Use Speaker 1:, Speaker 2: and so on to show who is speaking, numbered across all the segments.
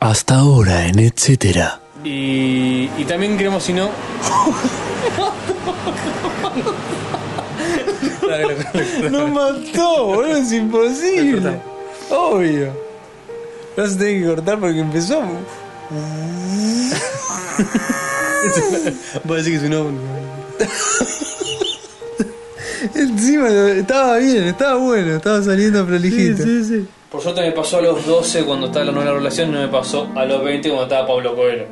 Speaker 1: Hasta ahora en etcétera.
Speaker 2: Y, y también queremos, si no.
Speaker 3: No mató, boludo, es imposible. Obvio. No vas a tener que cortar porque empezó.
Speaker 2: Voy a decir que si no.
Speaker 3: Encima lo- estaba bien, estaba bueno, estaba saliendo prolijito.
Speaker 2: Por suerte me pasó a los 12 cuando estaba la nueva relación, no me pasó a los 20 cuando estaba Pablo Coelho.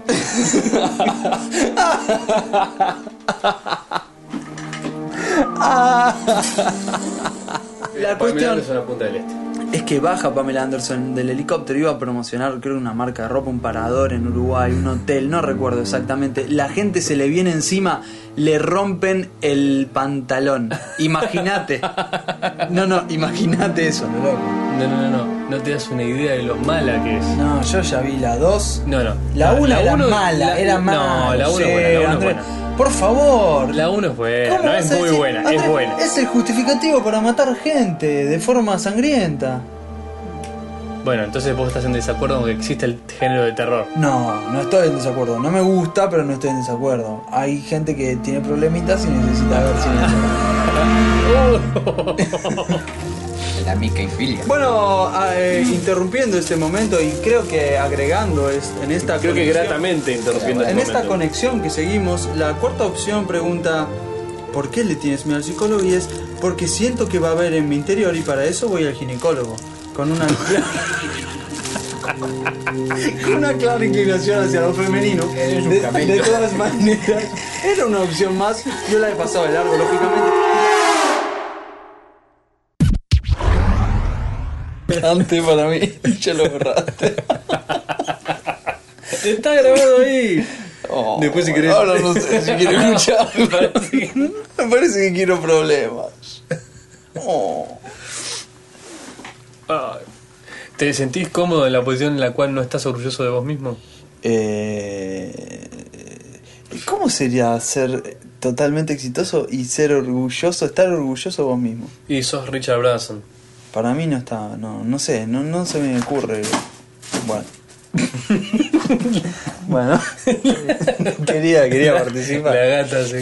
Speaker 3: La cuestión
Speaker 2: una punta del este.
Speaker 3: es que baja Pamela Anderson del helicóptero, iba a promocionar creo una marca de ropa, un parador en Uruguay, un hotel, no recuerdo exactamente. La gente se le viene encima, le rompen el pantalón. Imagínate. No, no, imagínate eso, lo loco.
Speaker 2: No, no, no, no. No te das una idea de lo mala que es.
Speaker 3: No, yo ya vi la 2.
Speaker 2: No, no.
Speaker 3: La 1 era
Speaker 2: uno-
Speaker 3: mala,
Speaker 2: la-
Speaker 3: era mala.
Speaker 2: No, la 1
Speaker 3: sí,
Speaker 2: es buena, la 1 es
Speaker 3: Andrés.
Speaker 2: buena.
Speaker 3: Por favor.
Speaker 2: La 1 es buena,
Speaker 3: ¿Cómo
Speaker 2: no
Speaker 3: vas
Speaker 2: es
Speaker 3: a
Speaker 2: muy
Speaker 3: decir,
Speaker 2: buena, es
Speaker 3: Andrés,
Speaker 2: buena.
Speaker 3: Es el justificativo para matar gente de forma sangrienta.
Speaker 2: Bueno, entonces vos estás en desacuerdo con que existe el género de terror.
Speaker 3: No, no estoy en desacuerdo. No me gusta, pero no estoy en desacuerdo. Hay gente que tiene problemitas y necesita ver si
Speaker 4: La mica y filia.
Speaker 3: Bueno, eh, interrumpiendo este momento y creo que agregando es- en esta
Speaker 5: Creo que
Speaker 3: conexión-
Speaker 5: gratamente interrumpiendo
Speaker 3: En
Speaker 5: este
Speaker 3: esta
Speaker 5: momento.
Speaker 3: conexión que seguimos, la cuarta opción pregunta, ¿por qué le tienes miedo al psicólogo? Y es, porque siento que va a haber en mi interior y para eso voy al ginecólogo. Con una... con una clara inclinación hacia lo femenino.
Speaker 4: Eres un
Speaker 3: De,
Speaker 4: camello.
Speaker 3: de todas maneras, era una opción más. Yo la he pasado de largo, lógicamente. Antes para mí, ya lo borraste.
Speaker 2: Está grabado ahí.
Speaker 3: Después si querés. Ahora no sé si quiero escuchar. Me parece que quiero problemas. Oh.
Speaker 2: ¿Te sentís cómodo en la posición en la cual no estás orgulloso de vos mismo?
Speaker 3: Eh, ¿Cómo sería ser totalmente exitoso y ser orgulloso, estar orgulloso vos mismo?
Speaker 2: Y sos Richard Branson.
Speaker 3: Para mí no está, no, no sé, no, no se me ocurre. Bueno. bueno. quería, quería participar.
Speaker 2: La gata se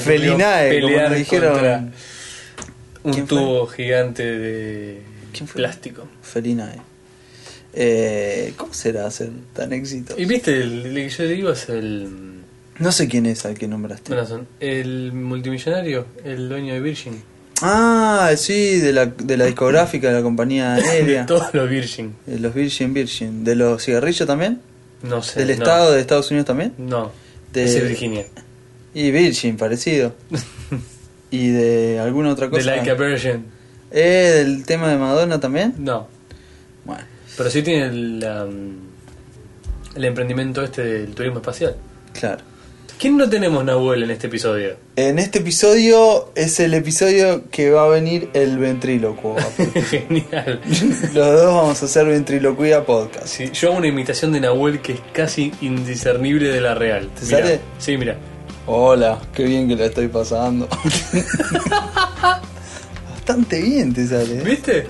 Speaker 2: culió
Speaker 3: Felinae, como
Speaker 2: pelear
Speaker 3: nos dijeron.
Speaker 2: contra un
Speaker 3: ¿Quién fue?
Speaker 2: tubo gigante de
Speaker 3: ¿Quién fue?
Speaker 2: plástico.
Speaker 3: Felinae. Eh, ¿Cómo será ser tan exitoso?
Speaker 2: Y viste, el, el que yo digo es el.
Speaker 3: No sé quién es al que nombraste.
Speaker 2: Branson, el multimillonario, el dueño de Virgin.
Speaker 3: Ah, sí, de la, de la discográfica, de la compañía
Speaker 2: De
Speaker 3: aérea.
Speaker 2: todos los Virgin.
Speaker 3: De los Virgin Virgin. ¿De los cigarrillos también?
Speaker 2: No sé.
Speaker 3: ¿Del
Speaker 2: no.
Speaker 3: estado de Estados Unidos también?
Speaker 2: No.
Speaker 3: De-
Speaker 2: Ese es Virginia.
Speaker 3: Y Virgin, parecido. ¿Y de alguna otra
Speaker 2: De
Speaker 3: cosa?
Speaker 2: Like a Virgin.
Speaker 3: eh, ¿Del tema de Madonna también?
Speaker 2: No.
Speaker 3: Bueno.
Speaker 2: Pero sí tiene el, um, el emprendimiento este del turismo espacial.
Speaker 3: Claro.
Speaker 2: ¿Quién no tenemos Nahuel en este episodio?
Speaker 3: En este episodio es el episodio que va a venir el ventrílocuo.
Speaker 2: Genial.
Speaker 3: Los dos vamos a hacer ventriloquía podcast.
Speaker 2: Sí, yo hago una imitación de Nahuel que es casi indiscernible de la real.
Speaker 3: ¿Te
Speaker 2: Mirá.
Speaker 3: sale?
Speaker 2: Sí, mira.
Speaker 3: Hola, qué bien que la estoy pasando. Bastante bien te sale. ¿eh?
Speaker 2: ¿Viste?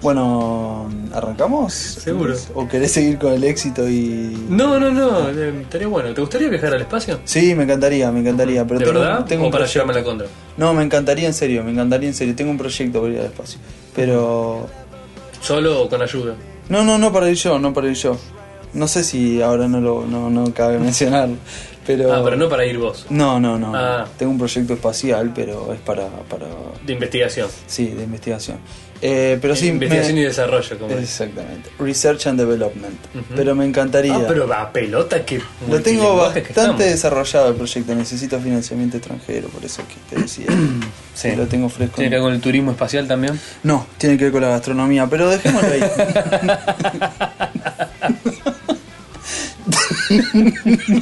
Speaker 3: Bueno, ¿arrancamos?
Speaker 2: Seguro.
Speaker 3: ¿O querés seguir con el éxito y.?
Speaker 2: No, no, no. eh, Estaría bueno. ¿Te gustaría viajar al espacio?
Speaker 3: Sí, me encantaría, me encantaría. Pero
Speaker 2: ¿De
Speaker 3: tengo,
Speaker 2: verdad?
Speaker 3: tengo
Speaker 2: ¿O
Speaker 3: un
Speaker 2: para
Speaker 3: proyecto.
Speaker 2: llevarme la contra?
Speaker 3: No, me encantaría en serio, me encantaría en serio. Tengo un proyecto para ir al espacio. Pero.
Speaker 2: ¿Solo o con ayuda?
Speaker 3: No, no, no para ir yo, no para ir yo. No sé si ahora no lo no, no cabe mencionarlo. Pero.
Speaker 2: Ah, pero no para ir vos.
Speaker 3: No, no, no.
Speaker 2: Ah.
Speaker 3: Tengo un proyecto espacial, pero es para. para
Speaker 2: De investigación.
Speaker 3: Sí, de investigación. Eh, pero sí,
Speaker 2: investigación
Speaker 3: me-
Speaker 2: y desarrollo, como es.
Speaker 3: Exactamente. Research and Development. Pero me encantaría.
Speaker 2: Ah, pero va, pelota que.
Speaker 3: Lo tengo
Speaker 2: multilingües que
Speaker 3: bastante
Speaker 2: estamos.
Speaker 3: desarrollado el proyecto. Necesito financiamiento extranjero, por eso que te decía. sí. Lo tengo fresco.
Speaker 2: ¿Tiene que ver con el turismo espacial también?
Speaker 3: No, tiene que ver con la gastronomía, pero dejémoslo ahí.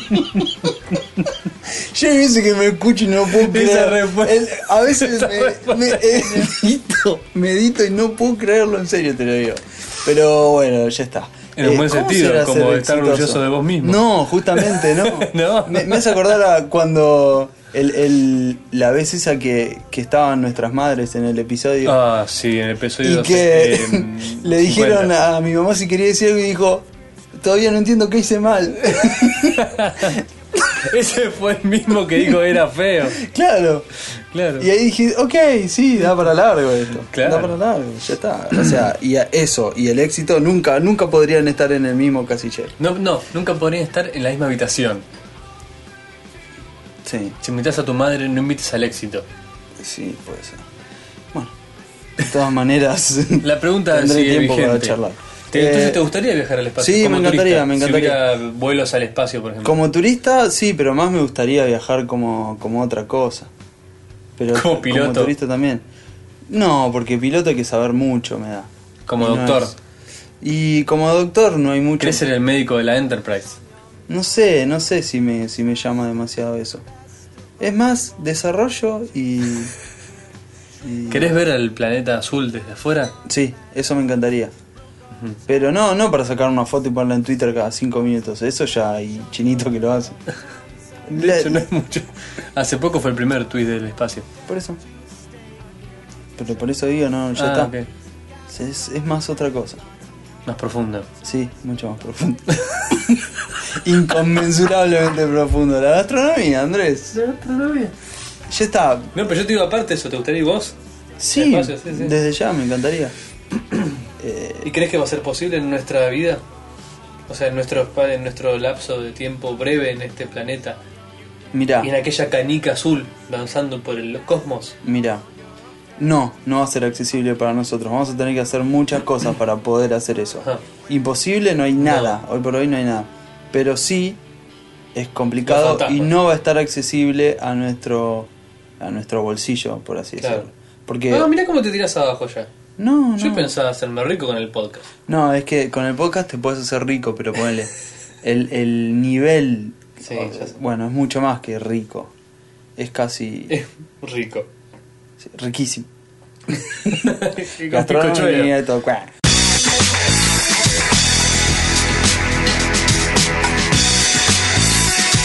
Speaker 3: Yo hay veces que me escucho y no puedo creer.
Speaker 2: respuesta-
Speaker 3: El- a veces me, me- edito, me edito y no puedo creerlo, en serio te lo digo. Pero bueno, ya está. Eh,
Speaker 2: En un buen
Speaker 3: ¿cómo
Speaker 2: sentido,
Speaker 3: será
Speaker 2: como
Speaker 3: ser
Speaker 2: estar
Speaker 3: exitoso?
Speaker 2: orgulloso de vos mismo.
Speaker 3: No, justamente, no.
Speaker 2: No.
Speaker 3: Me, me hace acordar a cuando el, el- la vez esa que, que estaban nuestras madres en el episodio
Speaker 2: Ah, sí, en el episodio
Speaker 3: y
Speaker 2: dos,
Speaker 3: que
Speaker 2: eh,
Speaker 3: le dijeron
Speaker 2: 50.
Speaker 3: a mi mamá si quería decir algo y dijo todavía no entiendo qué hice mal.
Speaker 2: Ese fue el mismo que dijo era feo.
Speaker 3: claro.
Speaker 2: Claro.
Speaker 3: Y ahí dije, ok, sí, da para largo esto.
Speaker 2: Claro.
Speaker 3: Da para largo, ya está. O sea, y a- eso, y el éxito, nunca, nunca podrían estar en el mismo casillero.
Speaker 2: No, no, nunca podrían estar en la misma habitación.
Speaker 3: Sí,
Speaker 2: Si invitas a tu madre, no invites al éxito.
Speaker 3: sí, puede ser. Bueno, de todas maneras.
Speaker 2: La pregunta
Speaker 3: tendré
Speaker 2: sigue
Speaker 3: tiempo
Speaker 2: vigente.
Speaker 3: para charlar.
Speaker 2: ¿Te,
Speaker 3: Eh,
Speaker 2: entonces, ¿te gustaría viajar al espacio?
Speaker 3: sí,
Speaker 2: Como
Speaker 3: me encantaría,
Speaker 2: turista,
Speaker 3: me
Speaker 2: Si hubiera vuelos al espacio, por ejemplo.
Speaker 3: Como turista, sí, pero más me gustaría viajar como, como otra cosa. Pero
Speaker 2: ¿Como piloto?
Speaker 3: turista también. No, porque piloto hay que saber mucho, me da.
Speaker 2: Como
Speaker 3: Y no
Speaker 2: doctor.
Speaker 3: es- y como doctor no hay mucho.
Speaker 2: ¿Querés ser el médico de la Enterprise?
Speaker 3: No sé, no sé si me, si me llama demasiado eso. Es más, desarrollo y... y-
Speaker 2: ¿Querés ver el planeta azul desde afuera?
Speaker 3: Sí, eso me encantaría. Pero no, no para sacar una foto y ponerla en Twitter cada cinco minutos. Eso ya hay chinito que lo hace. La-
Speaker 2: Eso no es mucho. Hace poco fue el primer tweet del espacio.
Speaker 3: Por eso. Pero por eso digo, no, ya
Speaker 2: Ah,
Speaker 3: está.
Speaker 2: ok.
Speaker 3: Es, es más otra cosa.
Speaker 2: Más profundo.
Speaker 3: Sí, mucho más profundo. Inconmensurablemente profundo. La gastronomía, Andrés. Ya está.
Speaker 2: No, pero yo te digo aparte eso, ¿te gustaría ir vos?
Speaker 3: Sí,
Speaker 2: Espacio, sí, sí.
Speaker 3: desde ya me encantaría. Eh,
Speaker 2: ¿Y crees que va a ser posible en nuestra vida? O sea, en nuestro, espa- en nuestro lapso de tiempo breve en este planeta.
Speaker 3: mirá,
Speaker 2: Y en aquella canica azul danzando por el cosmos.
Speaker 3: mirá. No, no va a ser accesible para nosotros. Vamos a tener que hacer muchas cosas para poder hacer eso.
Speaker 2: Ajá.
Speaker 3: Imposible no hay nada. Hoy por hoy no hay nada. Pero sí es complicado y
Speaker 2: fantasmas.
Speaker 3: no va a estar accesible a nuestro a nuestro bolsillo, por así
Speaker 2: Claro.
Speaker 3: decirlo. Porque
Speaker 2: Ah, mirá cómo te tiras abajo ya.
Speaker 3: no,
Speaker 2: Yo
Speaker 3: no.
Speaker 2: pensaba hacerme rico con el podcast.
Speaker 3: No, es que con el podcast te puedes hacer rico, pero ponele. El, el nivel.
Speaker 2: Sí,
Speaker 3: o-
Speaker 2: ya sé.
Speaker 3: bueno, es mucho más que rico. Es casi.
Speaker 2: Es rico.
Speaker 3: sí, riquísimo.
Speaker 2: Y con
Speaker 3: Gastronomía
Speaker 2: bizcochuelo.
Speaker 3: y todo. cuá.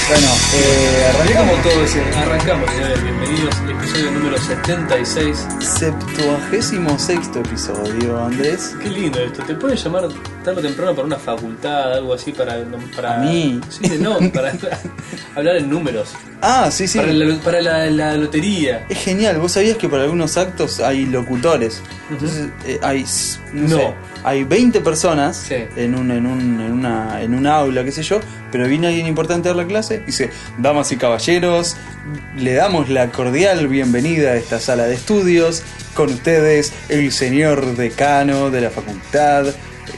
Speaker 3: Bueno, eh,
Speaker 2: Mirá
Speaker 3: arrancamos.
Speaker 2: como todo ese. Arrancamos, señores. Bienvenidos. Episodio número 76.
Speaker 3: Septuagésimo sexto episodio, Andrés.
Speaker 2: Qué lindo esto. ¿Te pueden llamar tarde o temprano para una facultad, algo así, para... para
Speaker 3: ¿A mí?
Speaker 2: Sí, no, para hablar en números.
Speaker 3: Ah, sí, sí.
Speaker 2: Para, la, para la- la lotería.
Speaker 3: Es genial, vos sabías que para algunos actos hay locutores. Entonces eh, hay s- no,
Speaker 2: No.
Speaker 3: sé, hay 20 personas
Speaker 2: Sí.
Speaker 3: en un en un en una en un aula, qué sé yo, pero viene alguien importante a dar la clase y dice, "Damas y caballeros, le damos la cordial bienvenida a esta sala de estudios con ustedes el señor decano de la facultad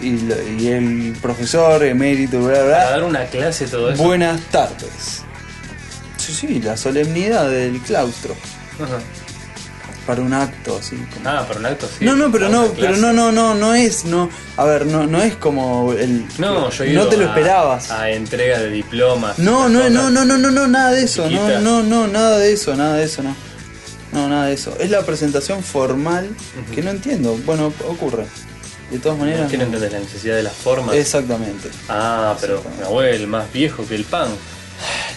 Speaker 3: y, lo- y el profesor emérito bla bla."
Speaker 2: Para dar una clase todo eso.
Speaker 3: Buenas tardes. Sí, sí, la solemnidad del claustro
Speaker 2: Ajá.
Speaker 3: para un acto así. como-
Speaker 2: Ah, para un acto sí.
Speaker 3: no, no, pero
Speaker 2: Para
Speaker 3: no,
Speaker 2: una
Speaker 3: pero
Speaker 2: clase.
Speaker 3: no, no, no, no es, no, a ver, no, no es como el,
Speaker 2: No, yo he
Speaker 3: no
Speaker 2: ido
Speaker 3: te lo
Speaker 2: a-
Speaker 3: esperabas.
Speaker 2: A entrega de diplomas.
Speaker 3: no,
Speaker 2: esas
Speaker 3: no,
Speaker 2: cosas.
Speaker 3: no, no, no, no, no, nada de eso, no,
Speaker 2: Chiquitas.
Speaker 3: no, no, nada de eso, nada de eso, no, no, nada de eso. Es la presentación formal que no entiendo. Bueno, ocurre. De todas
Speaker 2: Es
Speaker 3: maneras.
Speaker 2: que no
Speaker 3: no.
Speaker 2: entendés la necesidad de las formas.
Speaker 3: Exactamente.
Speaker 2: Ah, pero Nahuel, más viejo que el pan.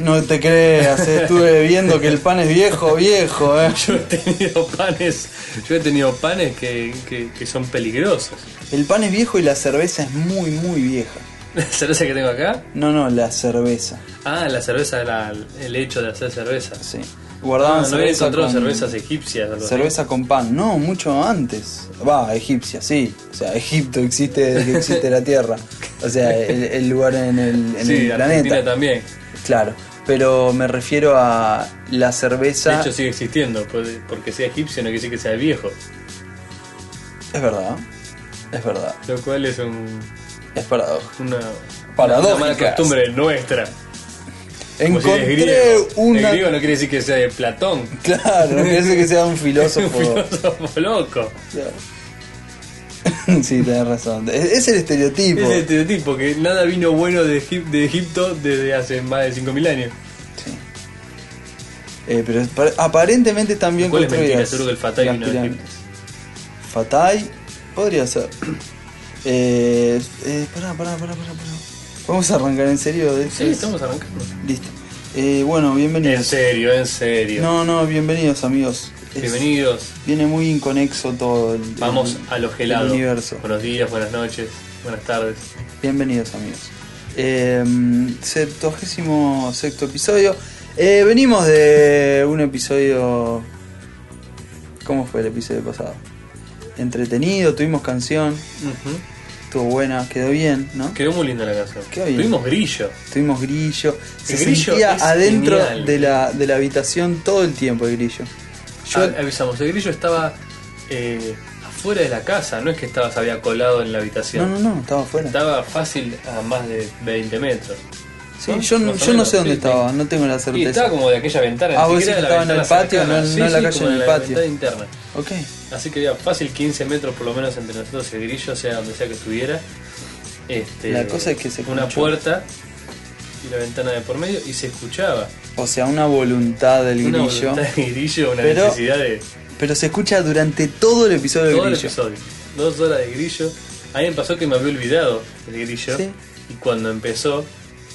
Speaker 3: No te creas, eh, estuve viendo que el pan es viejo, viejo, eh.
Speaker 2: Yo he tenido panes, yo he tenido panes que, que- que son peligrosos.
Speaker 3: El pan es viejo y la cerveza es muy, muy vieja.
Speaker 2: La cerveza que tengo acá.
Speaker 3: No, no, la cerveza.
Speaker 2: Ah, la cerveza, la- el hecho de hacer cerveza.
Speaker 3: Sí.
Speaker 2: Ah,
Speaker 3: Guardaban
Speaker 2: no había
Speaker 3: cerveza
Speaker 2: encontrado
Speaker 3: con,
Speaker 2: cervezas egipcias. algo así.
Speaker 3: cerveza con pan. No, mucho antes. Va, egipcia, sí. O sea, Egipto existe desde que existe la Tierra. O sea, el, el lugar en el, en
Speaker 2: Sí,
Speaker 3: el
Speaker 2: Argentina
Speaker 3: planeta.
Speaker 2: también.
Speaker 3: Claro. Pero me refiero a la
Speaker 2: De
Speaker 3: cerveza.
Speaker 2: hecho sigue existiendo, puede- porque sea egipcio no quiere decir que sea viejo.
Speaker 3: Es verdad. Es verdad.
Speaker 2: Lo cual es un,
Speaker 3: Es paradoja.
Speaker 2: una,
Speaker 3: Paradójicas.
Speaker 2: una mala costumbre nuestra. Como si eres
Speaker 3: Encontré
Speaker 2: griego. El
Speaker 3: una.
Speaker 2: griego no quiere decir que sea de Platón.
Speaker 3: Claro, no parece que sea un
Speaker 2: Un
Speaker 3: filósofo.
Speaker 2: filósofo loco.
Speaker 3: Claro. sí, tenés razón. Es, es el estereotipo.
Speaker 2: Es el estereotipo que nada vino bueno de, Egip- de Egipto desde hace más de 5.000 años.
Speaker 3: Sí. Eh, pero es par- aparentemente están bien
Speaker 2: ¿Cuál es
Speaker 3: construidas.
Speaker 2: mentira? Seguro que el Fatah
Speaker 3: las
Speaker 2: vino de
Speaker 3: pirámides.
Speaker 2: Egipto.
Speaker 3: Fatay podría ser. Eh, eh, pará, pará, pará, pará, pará. Vamos a arrancar en serio. de
Speaker 2: Sí,
Speaker 3: estos?
Speaker 2: estamos arrancando.
Speaker 3: Listo. Eh, bueno,
Speaker 2: En
Speaker 3: bienvenidos.
Speaker 2: serio, en serio.
Speaker 3: No, no, bienvenidos amigos. Es-
Speaker 2: Bienvenidos.
Speaker 3: Viene muy inconexo todo el,
Speaker 2: Vamos
Speaker 3: el-
Speaker 2: a lo
Speaker 3: el
Speaker 2: gelado.
Speaker 3: universo.
Speaker 2: Buenos días, buenas noches, buenas tardes.
Speaker 3: Bienvenidos amigos. Em, septuagésimo sexto episodio. Eh, venimos de un episodio. ¿Cómo fue el episodio pasado? Entretenido, tuvimos canción, estuvo buena, quedó bien, ¿no?
Speaker 2: Quedó muy linda la canción.
Speaker 3: Qué bien.
Speaker 2: Tuvimos grillo.
Speaker 3: Tuvimos grillo. Se
Speaker 2: grillo
Speaker 3: sentía
Speaker 2: es
Speaker 3: adentro
Speaker 2: genial.
Speaker 3: de la, de la habitación todo el tiempo el grillo. Ah, Yo,
Speaker 2: A- Ah, avisamos, el grillo estaba eh, afuera de la casa, no es que estaba, se había colado en la
Speaker 3: no,
Speaker 2: habitación.
Speaker 3: no, no, estaba afuera.
Speaker 2: Estaba fácil a más de 20 metros.
Speaker 3: Sí,
Speaker 2: ¿no?
Speaker 3: yo, no-
Speaker 2: Más o
Speaker 3: yo no
Speaker 2: menos,
Speaker 3: sé dónde
Speaker 2: sí,
Speaker 3: estaba, no tengo la
Speaker 2: sí. Y estaba
Speaker 3: certeza.
Speaker 2: como de aquella ventana.
Speaker 3: Ah,
Speaker 2: ni
Speaker 3: vos
Speaker 2: siquiera de
Speaker 3: decís que
Speaker 2: la
Speaker 3: estaba en el
Speaker 2: ventana
Speaker 3: patio,
Speaker 2: cercana.
Speaker 3: no en-
Speaker 2: Sí,
Speaker 3: no en la
Speaker 2: sí,
Speaker 3: calle,
Speaker 2: como
Speaker 3: en el
Speaker 2: la
Speaker 3: patio.
Speaker 2: ventana interna.
Speaker 3: Ok,
Speaker 2: Así que había fácil 15 metros por lo menos entre nosotros y el grillo, sea donde sea que estuviera. Este,
Speaker 3: La cosa es que se
Speaker 2: Una
Speaker 3: escuchó.
Speaker 2: puerta y la ventana de por medio y se escuchaba.
Speaker 3: o sea, una voluntad del
Speaker 2: Una
Speaker 3: grillo.
Speaker 2: voluntad de grillo, una
Speaker 3: Pero-
Speaker 2: necesidad de
Speaker 3: Pero se escucha durante todo el episodio del
Speaker 2: todo el
Speaker 3: grillo.
Speaker 2: episodio. Dos horas de grillo. A mí me pasó que me había olvidado el grillo.
Speaker 3: Sí.
Speaker 2: Y cuando empezó,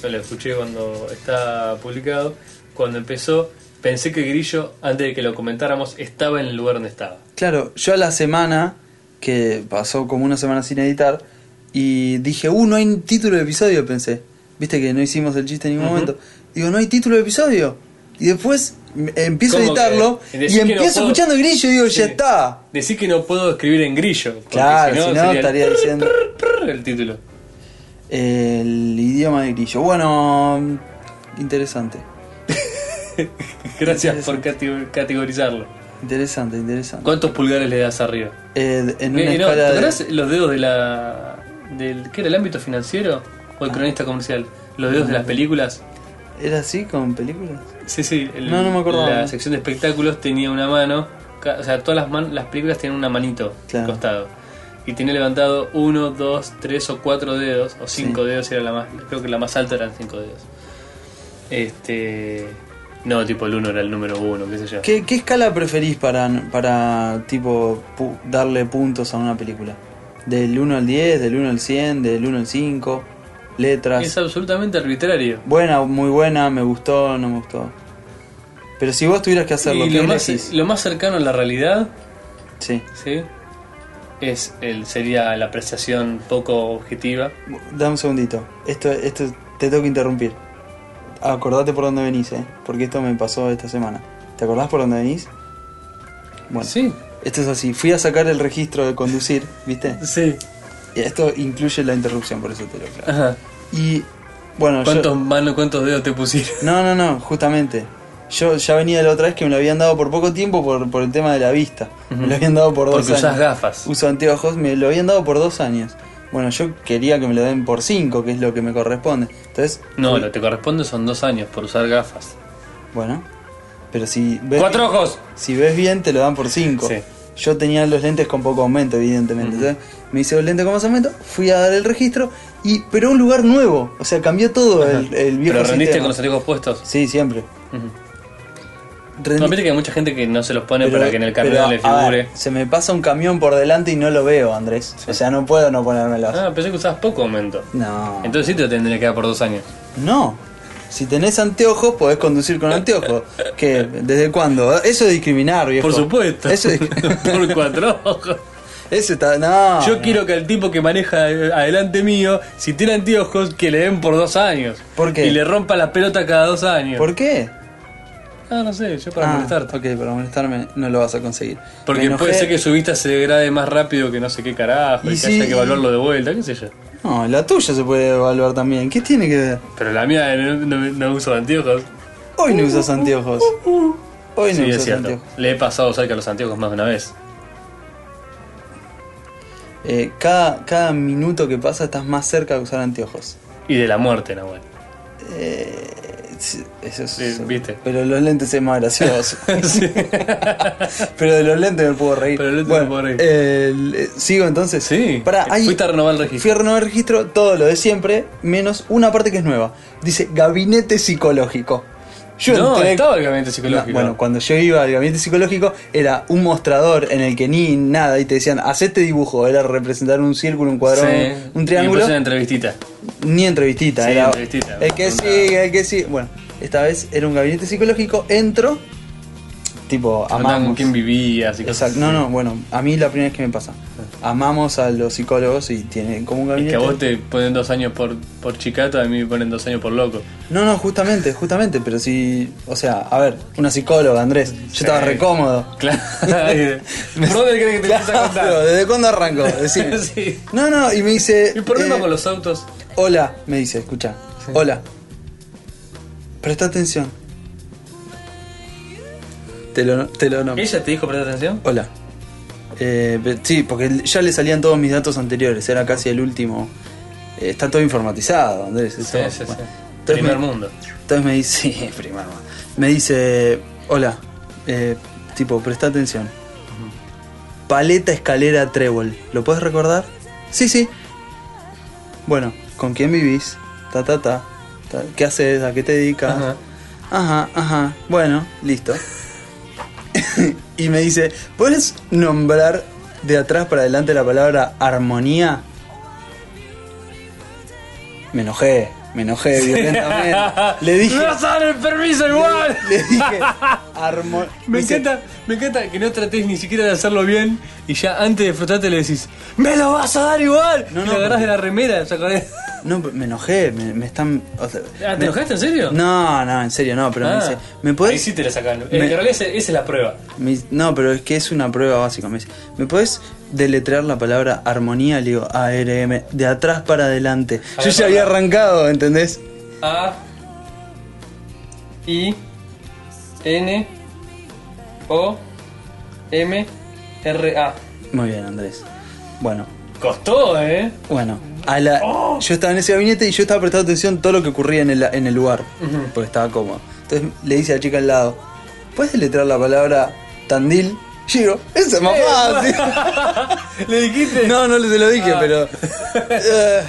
Speaker 2: no lo escuché cuando está publicado, cuando empezó pensé que el grillo, antes de que lo comentáramos, estaba en el lugar donde estaba.
Speaker 3: Claro, yo a la semana, que pasó como una semana sin editar, y dije, uh, no hay título de episodio, pensé. Viste que no hicimos el chiste en ningún
Speaker 2: Ujú.
Speaker 3: momento. Digo, no hay título de episodio. Y después m- empiezo a
Speaker 2: Como que
Speaker 3: editarlo
Speaker 2: decís
Speaker 3: y
Speaker 2: que no
Speaker 3: empiezo
Speaker 2: puedo-
Speaker 3: escuchando grillo y digo, ya
Speaker 2: Sí.
Speaker 3: está.
Speaker 2: Decí que no puedo escribir en grillo. porque
Speaker 3: Claro, si no,
Speaker 2: sería el
Speaker 3: estaría
Speaker 2: prr,
Speaker 3: diciendo-
Speaker 2: prr, prr, el título.
Speaker 3: El idioma de grillo. Bueno, interesante.
Speaker 2: Gracias por cate- categorizarlo.
Speaker 3: Interesante, interesante.
Speaker 2: ¿Cuántos pulgares le das arriba?
Speaker 3: Eh, en una
Speaker 2: Eh, no,
Speaker 3: escala
Speaker 2: ¿te
Speaker 3: de-
Speaker 2: acordás los dedos de la. Del, ¿Qué era el ámbito financiero? ¿O
Speaker 3: Ah.
Speaker 2: el cronista comercial? ¿Los dedos de las películas?
Speaker 3: ¿Era así con películas?
Speaker 2: Sí, sí. el-
Speaker 3: No, no me acordaba.
Speaker 2: La sección de espectáculos tenía una mano. ca- O sea, todas las, man- las películas tienen una manito
Speaker 3: Claro.
Speaker 2: al costado. Y tenía levantado uno, dos, tres o cuatro dedos. O cinco dedos era la más. Creo que la más alta eran cinco dedos. Este. No, tipo el uno era el número uno, qué sé yo.
Speaker 3: ¿Qué, qué escala preferís para, para tipo, pu- darle puntos a una película? ¿Del 1 al 10, del 1 al 100, del 1 al 5? ¿Letras?
Speaker 2: Es absolutamente arbitrario.
Speaker 3: Buena, muy buena, me gustó, no me gustó. Pero si vos tuvieras que hacerlo,
Speaker 2: Y lo
Speaker 3: ¿qué
Speaker 2: más,
Speaker 3: elegís?
Speaker 2: lo más cercano a la realidad
Speaker 3: Sí.
Speaker 2: ¿sí? Es el, sería la apreciación poco objetiva.
Speaker 3: Dame un segundito. Esto, esto te tengo que interrumpir. Acordate por dónde venís, ¿eh? Porque esto me pasó esta semana. ¿Te acordás por dónde venís? Bueno,
Speaker 2: Sí,
Speaker 3: esto es así. Fui a sacar el registro de conducir, ¿viste?
Speaker 2: sí.
Speaker 3: Y esto incluye la interrupción, por eso te lo aclaro.
Speaker 2: Ajá.
Speaker 3: Y bueno, yo-
Speaker 2: ¿Cuántos manos, cuántos dedos te pusieron?
Speaker 3: no, no, no, justamente. Yo ya venía la otra vez que me lo habían dado por poco tiempo por, por el tema de la vista. Me
Speaker 2: Ujú.
Speaker 3: lo habían dado por dos
Speaker 2: Porque
Speaker 3: años.
Speaker 2: usás gafas.
Speaker 3: Uso anteojos, me lo habían dado por dos años. Bueno, yo quería que me lo den por cinco, que es lo que me corresponde. Entonces,
Speaker 2: No, lo que te corresponde son dos años por usar gafas.
Speaker 3: bueno. Pero si ves,
Speaker 2: ¡Cuatro ojos!
Speaker 3: si ves bien, te lo dan por cinco.
Speaker 2: Sí.
Speaker 3: Yo tenía los lentes con poco aumento, evidentemente.
Speaker 2: Ujú.
Speaker 3: Entonces, me hice los lentes con más aumento, fui a dar el registro, y pero a un lugar nuevo. O sea, cambió todo el, el viejo
Speaker 2: Pero rendiste
Speaker 3: sistema.
Speaker 2: con los anteojos puestos.
Speaker 3: Sí, siempre.
Speaker 2: Ujú.
Speaker 3: Rendi-
Speaker 2: No, viste que hay mucha gente que no se los pone
Speaker 3: Pero-
Speaker 2: para que en el
Speaker 3: pero,
Speaker 2: carnet le
Speaker 3: a
Speaker 2: figure.
Speaker 3: ver, se me pasa un camión por delante y no lo veo, Andrés. O sea, no puedo no ponérmelo.
Speaker 2: Ah, pensé que usabas poco aumento.
Speaker 3: No.
Speaker 2: Entonces sí te lo tendría que dar por dos años.
Speaker 3: No. Si tenés anteojos, podés conducir con anteojos. ¿Qué? ¿Desde cuándo? Eso es discriminar, viejo.
Speaker 2: Por supuesto.
Speaker 3: Eso es...
Speaker 2: por cuatro ojos.
Speaker 3: Eso está... No.
Speaker 2: Yo
Speaker 3: Ah, no.
Speaker 2: quiero que al tipo que maneja eh, adelante mío, si tiene anteojos, que le den por dos años.
Speaker 3: ¿Por qué?
Speaker 2: Y le rompa la pelota cada dos años.
Speaker 3: ¿Por qué?
Speaker 2: Ah, no sé, yo para
Speaker 3: Ah,
Speaker 2: molestarte.
Speaker 3: Ok, para molestarme no lo vas a conseguir. Me
Speaker 2: Porque
Speaker 3: enojé.
Speaker 2: puede ser que su vista se degrade más rápido que no sé qué carajo y,
Speaker 3: Y
Speaker 2: que
Speaker 3: sí,
Speaker 2: haya que
Speaker 3: y-
Speaker 2: evaluarlo de vuelta, qué sé yo.
Speaker 3: No, la tuya se puede evaluar también. ¿Qué tiene que ver?
Speaker 2: Pero la mía no, no- no uso anteojos.
Speaker 3: Hoy
Speaker 2: Uh,
Speaker 3: no usas anteojos. Hoy no
Speaker 2: Sí, es
Speaker 3: usas
Speaker 2: cierto.
Speaker 3: anteojos.
Speaker 2: Le he pasado cerca a los anteojos más de una vez.
Speaker 3: Eh, cada, cada minuto que pasa estás más cerca de usar anteojos.
Speaker 2: Y de la muerte, Nahuel.
Speaker 3: Eh, sí, eso es,
Speaker 2: Sí, viste.
Speaker 3: Pero los lentes es más gracioso.
Speaker 2: Sí.
Speaker 3: pero de los lentes me puedo reír.
Speaker 2: Pero de los lentes
Speaker 3: Bueno,
Speaker 2: me puedo reír.
Speaker 3: el- eh, ¿Sigo entonces?
Speaker 2: Sí. eh,
Speaker 3: Pará, hay-
Speaker 2: Fuiste a renovar el registro.
Speaker 3: Fui a renovar el registro, todo lo de siempre, menos una parte que es nueva. Dice gabinete psicológico. Yo
Speaker 2: no,
Speaker 3: entré-
Speaker 2: estaba el gabinete psicológico.
Speaker 3: No, bueno, cuando yo iba al gabinete psicológico era un mostrador en el que ni nada y te decían, haz este dibujo, era representar un círculo, un cuadrado,
Speaker 2: Sí.
Speaker 3: un
Speaker 2: Y
Speaker 3: triángulo.
Speaker 2: después una entrevistita.
Speaker 3: Ni entrevistita,
Speaker 2: Sí,
Speaker 3: era.
Speaker 2: entrevistita,
Speaker 3: el que
Speaker 2: pregunta.
Speaker 3: sigue, el que sigue. Bueno, esta vez era un gabinete psicológico, entro. Tipo,
Speaker 2: Preguntaban con
Speaker 3: amamos.
Speaker 2: quién vivías y cosas
Speaker 3: Exacto. No, no, bueno, a mí la primera vez que me pasa. amamos a los psicólogos y tienen como un
Speaker 2: Es que
Speaker 3: gabinete.
Speaker 2: a vos te ponen dos años por, por chicato, a mí me ponen dos años por loco.
Speaker 3: No, no, justamente, justamente, pero sí, o sea, a ver, una psicóloga, Andrés, yo estaba recómodo.
Speaker 2: Claro. ¿Por dónde crees que te vas a
Speaker 3: Claro,
Speaker 2: contar?
Speaker 3: ¿Desde cuándo arranco? Decime.
Speaker 2: Sí.
Speaker 3: No, no, y me dice.
Speaker 2: Mi problema
Speaker 3: eh,
Speaker 2: con los autos.
Speaker 3: Hola, me dice, escucha. Hola. Presta atención. Te lo, te lo nombro.
Speaker 2: ¿Ella te dijo prestar atención?
Speaker 3: Hola. Eh, pe- sí, porque ya le salían todos mis datos anteriores, era casi el último. Eh, está todo informatizado, Andrés.
Speaker 2: Sí,
Speaker 3: eso-
Speaker 2: sí, sí.
Speaker 3: bueno. Entonces me-
Speaker 2: Primer mundo.
Speaker 3: entonces me dice, sí, primer mundo. me dice, hola, eh, tipo, presta atención. Paleta, escalera, trébol, ¿lo puedes recordar? Sí, sí. Bueno, ¿con quién vivís? Ta, ta, ta. ta. ¿Qué haces? ¿A qué te dedicas?
Speaker 2: Ajá.
Speaker 3: Ajá, ajá. Bueno, listo. y me dice, ¿puedes nombrar de atrás para adelante la palabra armonía? Me enojé, me enojé violentamente. Le dije,
Speaker 2: ¡No dan el permiso igual!
Speaker 3: le dije, armonía.
Speaker 2: Me encanta, me encanta que no trates ni siquiera de hacerlo bien y ya antes de frotarte le decís, ¡Me lo vas a dar igual! y
Speaker 3: No, no,
Speaker 2: lo agarrás
Speaker 3: porque-
Speaker 2: de la remera, ¿se acordás?
Speaker 3: No, me enojé, me, me están. o sea,
Speaker 2: Ah, ¿Te
Speaker 3: me-
Speaker 2: enojaste en serio?
Speaker 3: No, no, en serio, no, pero me
Speaker 2: Ah.
Speaker 3: dice, ¿me
Speaker 2: Ahí
Speaker 3: podés
Speaker 2: sí te la sacan. Eh, En
Speaker 3: Me-
Speaker 2: realidad esa esa es la prueba.
Speaker 3: Me dice, no, pero es que es una prueba básica. Me dice, ¿me puedes deletrear la palabra armonía? Le digo, ARM, de atrás para adelante.
Speaker 2: A
Speaker 3: Yo
Speaker 2: ver,
Speaker 3: ya había
Speaker 2: para.
Speaker 3: arrancado, ¿entendés?
Speaker 2: A I N O M R A.
Speaker 3: Muy bien, Andrés. Bueno,
Speaker 2: Costó, eh.
Speaker 3: bueno. A la,
Speaker 2: Oh.
Speaker 3: Yo estaba en ese gabinete y yo estaba prestando atención a todo lo que ocurría en el, en el lugar, porque estaba cómodo. Entonces le dice a la chica al lado, ¿puedes deletrear la palabra tandil? Yo digo, esa es más fácil.
Speaker 2: ¿Le dijiste?
Speaker 3: No, no se lo dije,
Speaker 2: Ah.
Speaker 3: pero... eh,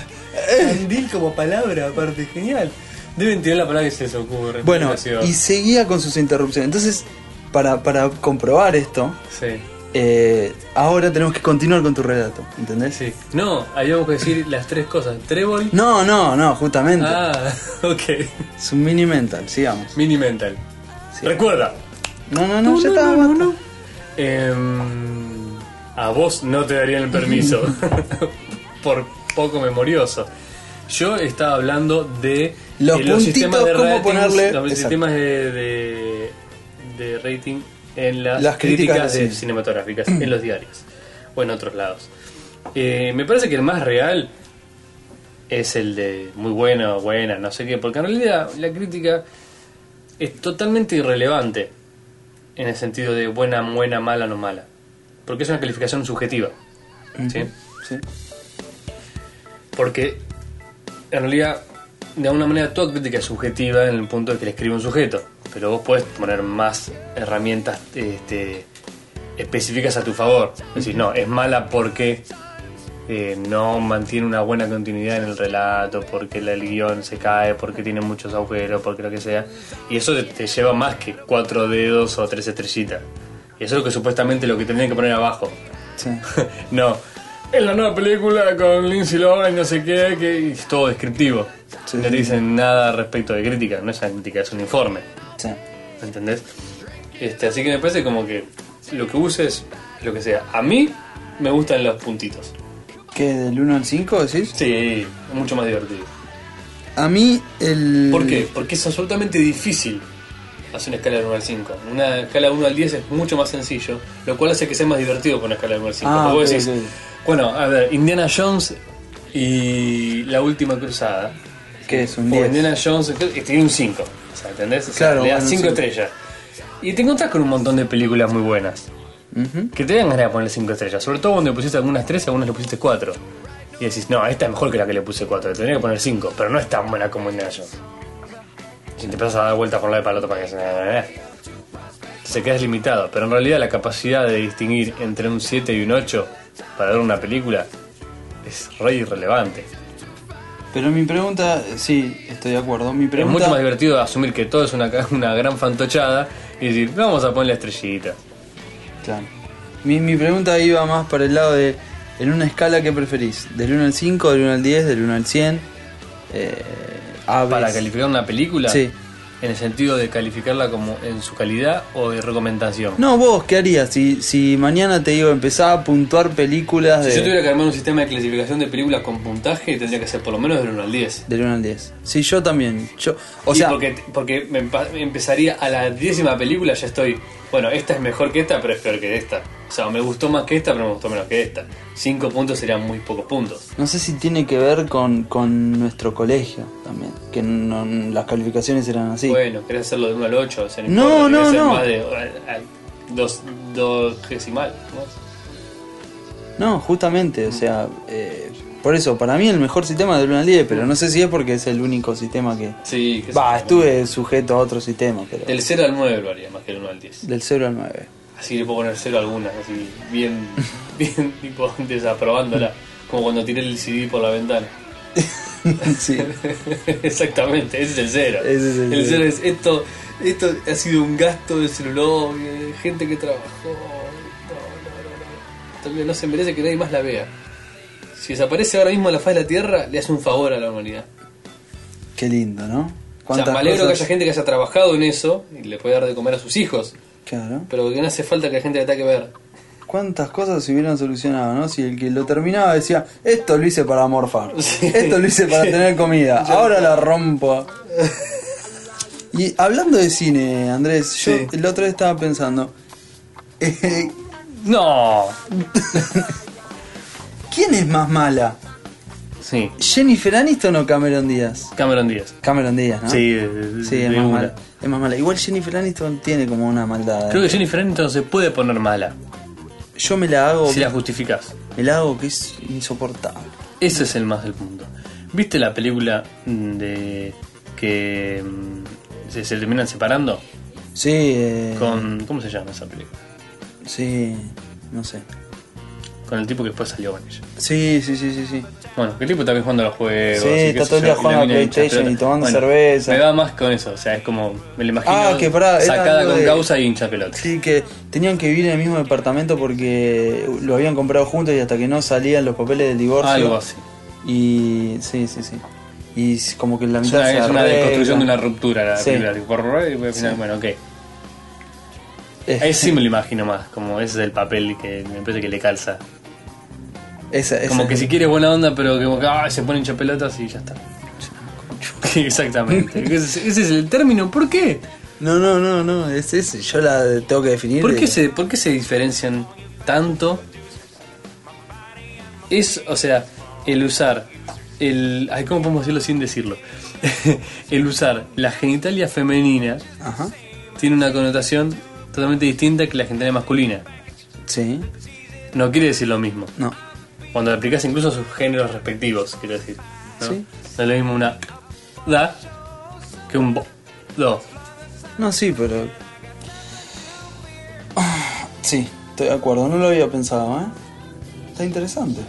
Speaker 2: Candil como palabra, aparte, genial. Deben tirar la palabra que se les ocurre.
Speaker 3: Bueno,
Speaker 2: Gracias.
Speaker 3: y seguía con sus interrupciones. Entonces, para, para comprobar esto,
Speaker 2: Sí,
Speaker 3: eh, ahora tenemos que continuar con tu relato, ¿entendés?
Speaker 2: sí. No, habíamos que decir las tres cosas. Trébol.
Speaker 3: No, no, no, justamente.
Speaker 2: Ah, ok.
Speaker 3: Es un mini mental, sigamos.
Speaker 2: Mini mental.
Speaker 3: Sí.
Speaker 2: Recuerda.
Speaker 3: No, no, no, ya está. basta.
Speaker 2: Em, a vos no te darían el permiso. Por poco memorioso. Yo estaba hablando de
Speaker 3: Los
Speaker 2: eh,
Speaker 3: puntitos,
Speaker 2: sistemas de
Speaker 3: cómo
Speaker 2: ratings,
Speaker 3: ponerle-
Speaker 2: los
Speaker 3: Exacto.
Speaker 2: sistemas de, de- de rating en las,
Speaker 3: Las críticas
Speaker 2: críticas,
Speaker 3: de
Speaker 2: de
Speaker 3: cine.
Speaker 2: cinematográficas, en los diarios o en otros lados. Eh, me parece que el más real es el de muy bueno, buena, no sé qué, porque en realidad la crítica es totalmente irrelevante en el sentido de buena, buena, mala, no mala, porque es una calificación subjetiva. ¿sí?
Speaker 3: Sí.
Speaker 2: Porque en realidad, de alguna manera, toda crítica es subjetiva en el punto de que le escribe un sujeto. Pero vos podés poner más herramientas este, específicas a tu favor. Es decir, no, es mala porque eh, no mantiene una buena continuidad en el relato, porque la- el guión se cae, porque tiene muchos agujeros, porque lo que sea. Y eso te, te lleva más que cuatro dedos o tres estrellitas. Y eso es lo que supuestamente lo que tendrían que poner abajo
Speaker 3: sí.
Speaker 2: no. En la nueva película con Lindsay Lohan y no sé qué, que es todo descriptivo.
Speaker 3: Sí,
Speaker 2: no
Speaker 3: sí,
Speaker 2: te dicen nada respecto de crítica, no es una crítica, es un informe.
Speaker 3: sí.
Speaker 2: ¿Entendés? Este, así que me parece como que lo que uses, lo que sea. A mí me gustan los puntitos.
Speaker 3: ¿Qué, del 1 al 5 decís?
Speaker 2: Sí, es mucho más divertido.
Speaker 3: A mí el...
Speaker 2: ¿Por qué? Porque es absolutamente difícil hacer una escala del 1 al 5. Una escala del 1 al 10 es mucho más sencillo, lo cual hace que sea más divertido con una escala del 1 al 5.
Speaker 3: Ah,
Speaker 2: Porque vos
Speaker 3: ok,
Speaker 2: decís,
Speaker 3: ok.
Speaker 2: bueno, a ver, Indiana Jones y La Última Cruzada.
Speaker 3: ¿Qué es? Un
Speaker 2: O
Speaker 3: 10.
Speaker 2: Indiana Jones y tiene un 5. O sea, ¿entendés? O sea,
Speaker 3: Claro,
Speaker 2: le das
Speaker 3: bueno,
Speaker 2: 5
Speaker 3: sí.
Speaker 2: estrellas. Y te encontrás con un montón de películas muy buenas.
Speaker 3: Ujú.
Speaker 2: Que te dan ganas de ponerle 5 estrellas. Sobre todo cuando le pusiste algunas 3, algunas le pusiste 4. Y decís, no, esta es mejor que la que le puse 4. Le tendría que poner 5, pero no es tan buena como Indiana Jones. Si te empiezas a dar vueltas por la de para el otro para que se... ¿eh? Se quedas limitado, pero en realidad la capacidad de distinguir entre un 7 y un 8 para ver una película es re irrelevante.
Speaker 3: Pero mi pregunta, sí, estoy de acuerdo. Mi
Speaker 2: Es
Speaker 3: pregunta...
Speaker 2: mucho más divertido asumir que todo es una, ca- una gran fantochada y decir, vamos a poner la estrellita.
Speaker 3: Claro. Mi, mi pregunta iba más para el lado de. En una escala, ¿qué preferís? ¿Del 1 al 5, del 1 al 10, del 1 al 100? Eh, A, B,
Speaker 2: Para
Speaker 3: C.
Speaker 2: calificar una película,
Speaker 3: Sí.
Speaker 2: en el sentido de calificarla como en su calidad o de recomendación.
Speaker 3: No, vos, ¿qué harías si, si mañana te digo empezaba a puntuar películas de,
Speaker 2: Si yo tuviera que armar un sistema de clasificación de películas con puntaje, tendría que ser por lo menos del 1 al 10.
Speaker 3: del 1 al 10? Sí, yo también. Yo, o
Speaker 2: Y
Speaker 3: sea,
Speaker 2: porque, porque me empa- me empezaría a la décima película, ya estoy. Bueno, esta es mejor que esta, pero es peor que esta. O sea, me gustó más que esta, pero me gustó menos que esta. Cinco puntos serían muy pocos puntos.
Speaker 3: no sé si tiene que ver con, con nuestro colegio también, que no- las calificaciones eran así.
Speaker 2: Bueno, querés hacerlo de 1 al 8, o sea, importa,
Speaker 3: No,
Speaker 2: querés
Speaker 3: no,
Speaker 2: hacer
Speaker 3: no.
Speaker 2: más de a- a- dos, dos decimal. ¿no?
Speaker 3: No, justamente, o sea, eh, por eso, para mí el mejor sistema es del 1 al 10, pero no sé si es porque es el único sistema que...
Speaker 2: Sí, que sé
Speaker 3: Va,
Speaker 2: yo.
Speaker 3: estuve sujeto a otro sistema, pero...
Speaker 2: Del 0 al 9 lo haría más que del 1 al 10.
Speaker 3: Del 0 al 9.
Speaker 2: Así le puedo poner cero a algunas, así bien, bien tipo desaprobándola, como cuando tiré el CD por la ventana.
Speaker 3: sí.
Speaker 2: Exactamente, ese es el cero.
Speaker 3: Ese es el
Speaker 2: el
Speaker 3: cero.
Speaker 2: cero es esto, esto ha sido un gasto de celular, de gente que trabajó. No, no, no, no. También no se merece que nadie más la vea. Si desaparece ahora mismo la faz de la Tierra, le hace un favor a la humanidad.
Speaker 3: Qué lindo, ¿no?
Speaker 2: O sea,
Speaker 3: ¿Cuántas
Speaker 2: me alegro que
Speaker 3: cosas-
Speaker 2: haya gente que haya trabajado en eso y le puede dar de comer a sus hijos,
Speaker 3: Claro.
Speaker 2: pero que no hace falta que la gente la ataque ver.
Speaker 3: ¿Cuántas cosas se hubieran solucionado, no? Si el que lo terminaba decía, esto lo hice para morfar,
Speaker 2: Sí.
Speaker 3: esto lo hice para tener comida, ahora la rompo. Y hablando de cine, Andrés, yo
Speaker 2: Sí.
Speaker 3: el otro día estaba pensando, eh,
Speaker 2: ¡No!
Speaker 3: ¿quién es más mala?
Speaker 2: Sí,
Speaker 3: ¿Jennifer Aniston o Cameron Díaz?
Speaker 2: Cameron Díaz.
Speaker 3: Cameron Díaz, ¿no?
Speaker 2: Sí, de-
Speaker 3: Sí,
Speaker 2: de
Speaker 3: es más
Speaker 2: una.
Speaker 3: mala. Es más mala. Igual Jennifer Aniston tiene como una maldad. ¿eh?
Speaker 2: Creo que Jennifer Aniston se puede poner mala
Speaker 3: Yo me la hago,
Speaker 2: si la justificas.
Speaker 3: me la hago que es insoportable.
Speaker 2: Ese es el más del punto. ¿Viste la película mm, de que mm, se, se terminan separando?
Speaker 3: Sí, eh,
Speaker 2: Con. ¿Cómo se llama esa película?
Speaker 3: sí, no sé.
Speaker 2: Con el tipo que después salió con ella.
Speaker 3: Sí, sí, sí, sí, sí.
Speaker 2: Bueno, que el tipo también jugando a los juegos.
Speaker 3: Sí,
Speaker 2: y qué
Speaker 3: está
Speaker 2: sé
Speaker 3: todo
Speaker 2: yo,
Speaker 3: el día
Speaker 2: y la
Speaker 3: jugando a
Speaker 2: mina hincha
Speaker 3: PlayStation
Speaker 2: pelota.
Speaker 3: y tomando cerveza.
Speaker 2: Me va más con eso, o sea, es como. Me lo imagino
Speaker 3: Ah, que pará, era
Speaker 2: sacada
Speaker 3: algo
Speaker 2: con
Speaker 3: de-
Speaker 2: causa y hincha pelota.
Speaker 3: Sí, que tenían que vivir en el mismo departamento porque lo habían comprado juntos y hasta que no salían los papeles del divorcio.
Speaker 2: Algo así.
Speaker 3: Y sí, sí, sí. Y s- como que la
Speaker 2: Es
Speaker 3: mitad
Speaker 2: una,
Speaker 3: se
Speaker 2: es una
Speaker 3: arregla.
Speaker 2: deconstrucción de una ruptura la
Speaker 3: Sí.
Speaker 2: película. tipo, y al final, Bueno, ok.
Speaker 3: Eh,
Speaker 2: Ahí sí me lo imagino más, como ese es el papel que me parece que le calza.
Speaker 3: esa- esa-
Speaker 2: Como que si quieres buena onda, pero que como que, ah, se ponen chapelotas y ya está. Exactamente. Ese es ese es el término. ¿Por qué?
Speaker 3: No, no, no, no, es ese. Yo la tengo que definir.
Speaker 2: ¿Por
Speaker 3: de-
Speaker 2: qué se, por qué se diferencian tanto? Es, o sea, el usar el. Ay, ¿cómo podemos decirlo sin decirlo? el usar la genitalia femenina
Speaker 3: Ajá.
Speaker 2: tiene una connotación totalmente distinta que la genitalia masculina.
Speaker 3: Sí.
Speaker 2: No quiere decir lo mismo.
Speaker 3: No.
Speaker 2: Cuando le aplicas incluso a sus géneros respectivos, quiero decir. ¿no?
Speaker 3: Sí.
Speaker 2: No es lo mismo una da que un bo. Do.
Speaker 3: No, sí, pero. Sí, estoy de acuerdo. No lo había pensado, ¿eh? Está interesante.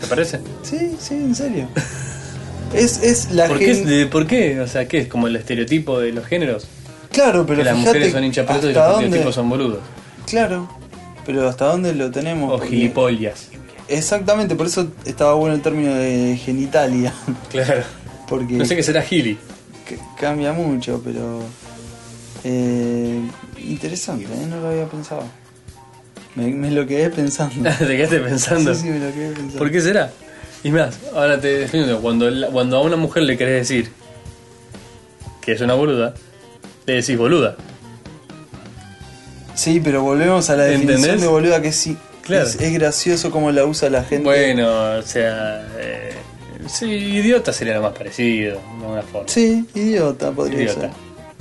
Speaker 2: ¿Te parece?
Speaker 3: Sí, sí, en serio. Es, es la
Speaker 2: ¿Por qué,
Speaker 3: gente.
Speaker 2: es de- ¿Por qué? O sea, ¿qué es como el estereotipo de los géneros?
Speaker 3: Claro, pero
Speaker 2: que las
Speaker 3: fíjate
Speaker 2: mujeres son hinchas pelotas y
Speaker 3: hasta
Speaker 2: los
Speaker 3: dónde-
Speaker 2: estereotipos son boludos.
Speaker 3: Claro, pero hasta dónde lo tenemos.
Speaker 2: O
Speaker 3: Porque-
Speaker 2: gilipollas.
Speaker 3: Exactamente, por eso estaba bueno el término de genitalia.
Speaker 2: Claro.
Speaker 3: Porque
Speaker 2: No sé qué será gili.
Speaker 3: c- cambia mucho, pero. eh, interesante, ¿eh? no lo había pensado. Me, me lo quedé pensando.
Speaker 2: Te quedaste pensando.
Speaker 3: Sí, sí, me lo quedé pensando.
Speaker 2: ¿Por qué será? Y más, ahora te defiendo. Cuando, la- cuando a una mujer le querés decir que es una boluda, le decís boluda.
Speaker 3: Sí, pero volvemos a la definición
Speaker 2: ¿Entendés?
Speaker 3: de boluda que sí.
Speaker 2: Claro.
Speaker 3: Es, es gracioso como la usa la gente.
Speaker 2: Bueno, o sea. eh, sí, idiota sería lo más parecido, de alguna forma.
Speaker 3: Sí, idiota podría
Speaker 2: Idiota.
Speaker 3: ser.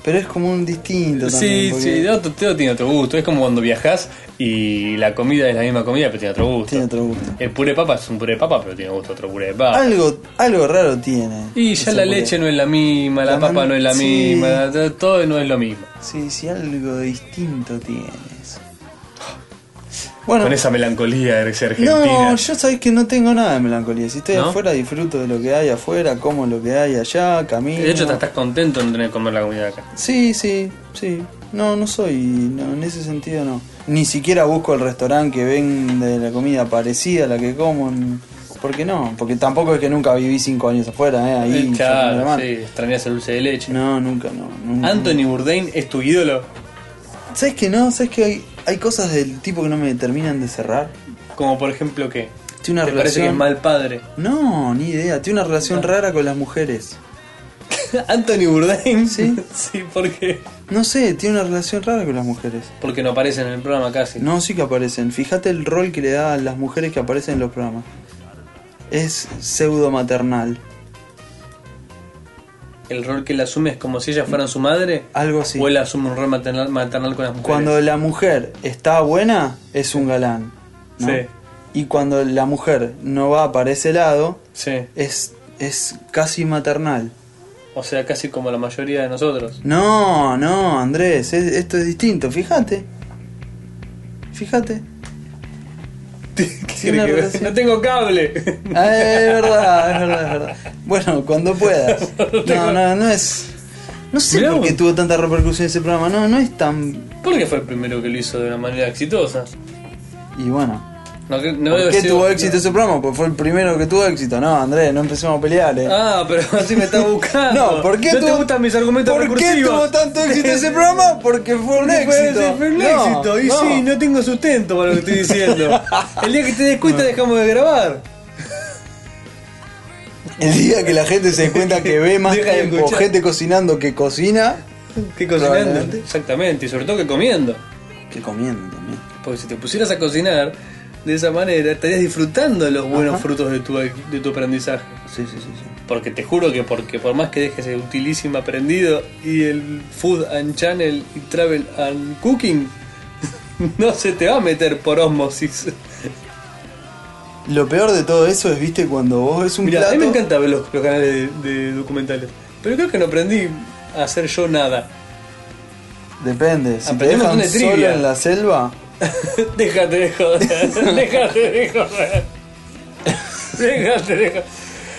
Speaker 3: Pero es como un distinto
Speaker 2: Sí,
Speaker 3: también. porque
Speaker 2: sí, otro, todo tiene otro gusto. Es como cuando viajas y la comida es la misma comida, pero tiene otro gusto.
Speaker 3: Tiene otro gusto.
Speaker 2: El puré de papa es un puré de papa, pero tiene gusto a otro puré de papa.
Speaker 3: Algo, algo raro tiene.
Speaker 2: y ya
Speaker 3: ese
Speaker 2: la
Speaker 3: puré.
Speaker 2: leche no es la misma, la,
Speaker 3: La
Speaker 2: papa
Speaker 3: man-
Speaker 2: no es la
Speaker 3: sí.
Speaker 2: misma, t- todo no es lo mismo.
Speaker 3: Sí, sí, algo distinto tiene eso. Bueno,
Speaker 2: Con esa melancolía de ser argentina.
Speaker 3: no, yo sabés que no tengo nada de melancolía. Si estoy
Speaker 2: ¿No?
Speaker 3: afuera, disfruto de lo que hay afuera, como lo que hay allá, camino.
Speaker 2: de hecho, te estás contento de no tener que comer la comida de acá.
Speaker 3: Sí, sí, sí. No, no soy, no, en ese sentido no. Ni siquiera busco el restaurante que vende la comida parecida a la que como en, ¿Por qué no? Porque tampoco es que nunca viví cinco años afuera, ¿eh? Ahí.
Speaker 2: Eh,
Speaker 3: yo no
Speaker 2: claro,
Speaker 3: la
Speaker 2: sí,
Speaker 3: mano.
Speaker 2: extrañas el dulce de leche.
Speaker 3: No, nunca, no. nunca.
Speaker 2: Anthony Bourdain es tu ídolo.
Speaker 3: ¿Sabes que no? ¿Sabes que hay, hay cosas del tipo que no me terminan de cerrar?
Speaker 2: Como por ejemplo que
Speaker 3: Tiene una
Speaker 2: te parece
Speaker 3: relación.
Speaker 2: que es mal padre.
Speaker 3: No, ni idea. Tiene una relación rara con las mujeres.
Speaker 2: Anthony Bourdain,
Speaker 3: Sí.
Speaker 2: sí, porque
Speaker 3: No sé, tiene una relación rara con las mujeres.
Speaker 2: porque no aparece en el programa casi.
Speaker 3: No, sí que aparecen. Fíjate el rol que le da a las mujeres que aparecen en los programas. Es pseudo maternal.
Speaker 2: El rol que él asume es como si ellas fueran su madre.
Speaker 3: Algo así.
Speaker 2: O él asume un rol maternal, maternal con las mujeres.
Speaker 3: Ah, Cuando la mujer está buena, es un galán. ¿no?
Speaker 2: Sí.
Speaker 3: Y cuando la mujer no va para ese lado,
Speaker 2: Sí.
Speaker 3: es, es casi maternal.
Speaker 2: O sea, casi como la mayoría de nosotros.
Speaker 3: No, no, Andrés, es- esto es distinto, fíjate. Fíjate. Tiene
Speaker 2: Tiene que ver-
Speaker 3: relación.
Speaker 2: No tengo cable.
Speaker 3: Ah, es verdad, es verdad, es verdad. Bueno, cuando puedas. No, no, no es. No sé
Speaker 2: Mirá
Speaker 3: por qué
Speaker 2: vos.
Speaker 3: tuvo tanta repercusión ese programa. No, no es tan.
Speaker 2: Porque fue el primero que lo hizo de una manera exitosa.
Speaker 3: Y bueno.
Speaker 2: No, que- no
Speaker 3: ¿Por
Speaker 2: debe
Speaker 3: qué
Speaker 2: ser-
Speaker 3: tuvo éxito ese programa? Pues fue el primero que tuvo éxito. No, Andrés, no empecemos a pelear, eh.
Speaker 2: Ah, pero así me está buscando.
Speaker 3: No, ¿por qué
Speaker 2: no te
Speaker 3: tuvo-
Speaker 2: gustan mis argumentos
Speaker 3: ¿Por qué
Speaker 2: recursivos?
Speaker 3: tuvo tanto éxito ese programa? Porque fue un éxito.
Speaker 2: Fue, fue un
Speaker 3: No,
Speaker 2: éxito. Y sí, no tengo sustento para lo que estoy diciendo. El día que te des cuenta dejamos de grabar.
Speaker 3: El día que la gente se dé cuenta que ve más
Speaker 2: Deja de
Speaker 3: tiempo
Speaker 2: escuchar.
Speaker 3: gente cocinando que cocina,
Speaker 2: Que cocinando.
Speaker 3: Probablemente.
Speaker 2: Exactamente, y sobre todo que comiendo.
Speaker 3: que comiendo también.
Speaker 2: Porque si te pusieras a cocinar de esa manera, estarías disfrutando los buenos
Speaker 3: Ajá.
Speaker 2: frutos de tu, de tu aprendizaje.
Speaker 3: Sí, sí, sí. sí.
Speaker 2: Porque te juro que porque por más que dejes el utilísimo aprendido y el food and channel y travel and cooking, no se te va a meter por osmosis.
Speaker 3: Lo peor de todo eso es, viste, cuando vos ves un
Speaker 2: Mira, a
Speaker 3: plato.
Speaker 2: mí me encanta ver los, los canales de, de documentales, pero creo que no aprendí a hacer yo nada.
Speaker 3: Depende, si te
Speaker 2: Aprendí un montón
Speaker 3: dejan
Speaker 2: de
Speaker 3: solo
Speaker 2: trivia.
Speaker 3: en la selva,
Speaker 2: Déjate de joder, déjate de joder. Déjate de joder.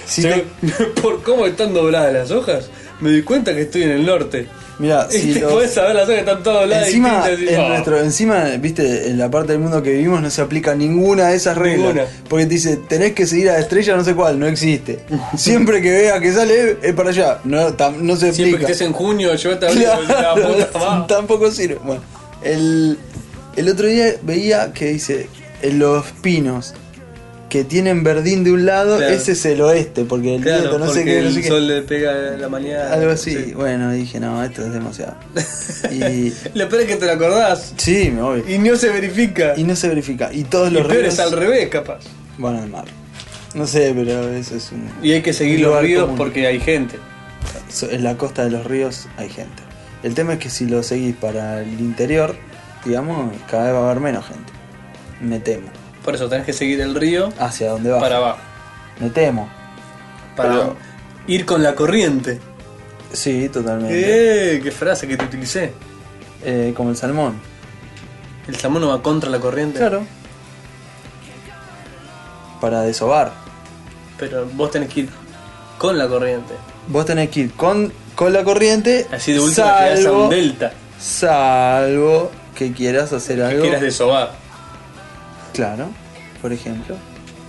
Speaker 3: Si
Speaker 2: Che, Por cómo están dobladas las hojas, me di cuenta que estoy en el norte.
Speaker 3: mira,
Speaker 2: y
Speaker 3: Ah, si
Speaker 2: te
Speaker 3: los-
Speaker 2: podés saber las hojas que están todas dobladas
Speaker 3: encima
Speaker 2: distintas, y-
Speaker 3: en
Speaker 2: Oh.
Speaker 3: nuestro, encima, viste, en la parte del mundo que vivimos no se aplica ninguna de esas reglas,
Speaker 2: Ninguna.
Speaker 3: porque te dice, tenés que seguir a la estrella no sé cuál, no existe. Siempre que veas que sale es para allá, no, tam- no se
Speaker 2: Siempre que
Speaker 3: aplica.
Speaker 2: estés en junio, yo te abrigo la
Speaker 3: Claro,
Speaker 2: puta madre.
Speaker 3: tampoco sirve. Bueno, el, el otro día veía que dice en los pinos que tienen verdín de un lado,
Speaker 2: Claro.
Speaker 3: ese es el oeste, porque el viento
Speaker 2: Claro,
Speaker 3: no
Speaker 2: porque
Speaker 3: sé qué, no
Speaker 2: el
Speaker 3: sé qué.
Speaker 2: sol le pega la mañana.
Speaker 3: Algo así.
Speaker 2: sí.
Speaker 3: Bueno, dije, no, esto es demasiado. Y
Speaker 2: Lo peor es que te lo acordás
Speaker 3: sí, me voy.
Speaker 2: y no se verifica.
Speaker 3: Y no se verifica. Y todos
Speaker 2: Y
Speaker 3: los
Speaker 2: peor
Speaker 3: ríos
Speaker 2: es al revés, capaz.
Speaker 3: van al mar. No sé, pero eso es un...
Speaker 2: Y hay que seguir
Speaker 3: Un
Speaker 2: los
Speaker 3: lugar
Speaker 2: ríos
Speaker 3: común.
Speaker 2: porque hay gente.
Speaker 3: So- En la costa de los ríos hay gente. El tema es que si lo seguís para el interior, digamos, cada vez va a haber menos gente. Me temo.
Speaker 2: Por eso tenés que seguir el río
Speaker 3: Hacia dónde va.
Speaker 2: para abajo.
Speaker 3: Me temo.
Speaker 2: Para
Speaker 3: Pero-
Speaker 2: ir con la corriente.
Speaker 3: Sí, totalmente.
Speaker 2: ¡Eh! ¡Qué frase que te utilicé!
Speaker 3: Eh, como el salmón.
Speaker 2: El salmón no va contra la corriente.
Speaker 3: Claro. Para desovar.
Speaker 2: Pero vos tenés que ir con la corriente.
Speaker 3: Vos tenés que ir con, con la corriente.
Speaker 2: Así de última te das a
Speaker 3: salvo,
Speaker 2: un delta.
Speaker 3: salvo que quieras hacer
Speaker 2: Que
Speaker 3: algo.
Speaker 2: quieras desovar.
Speaker 3: Claro, por ejemplo.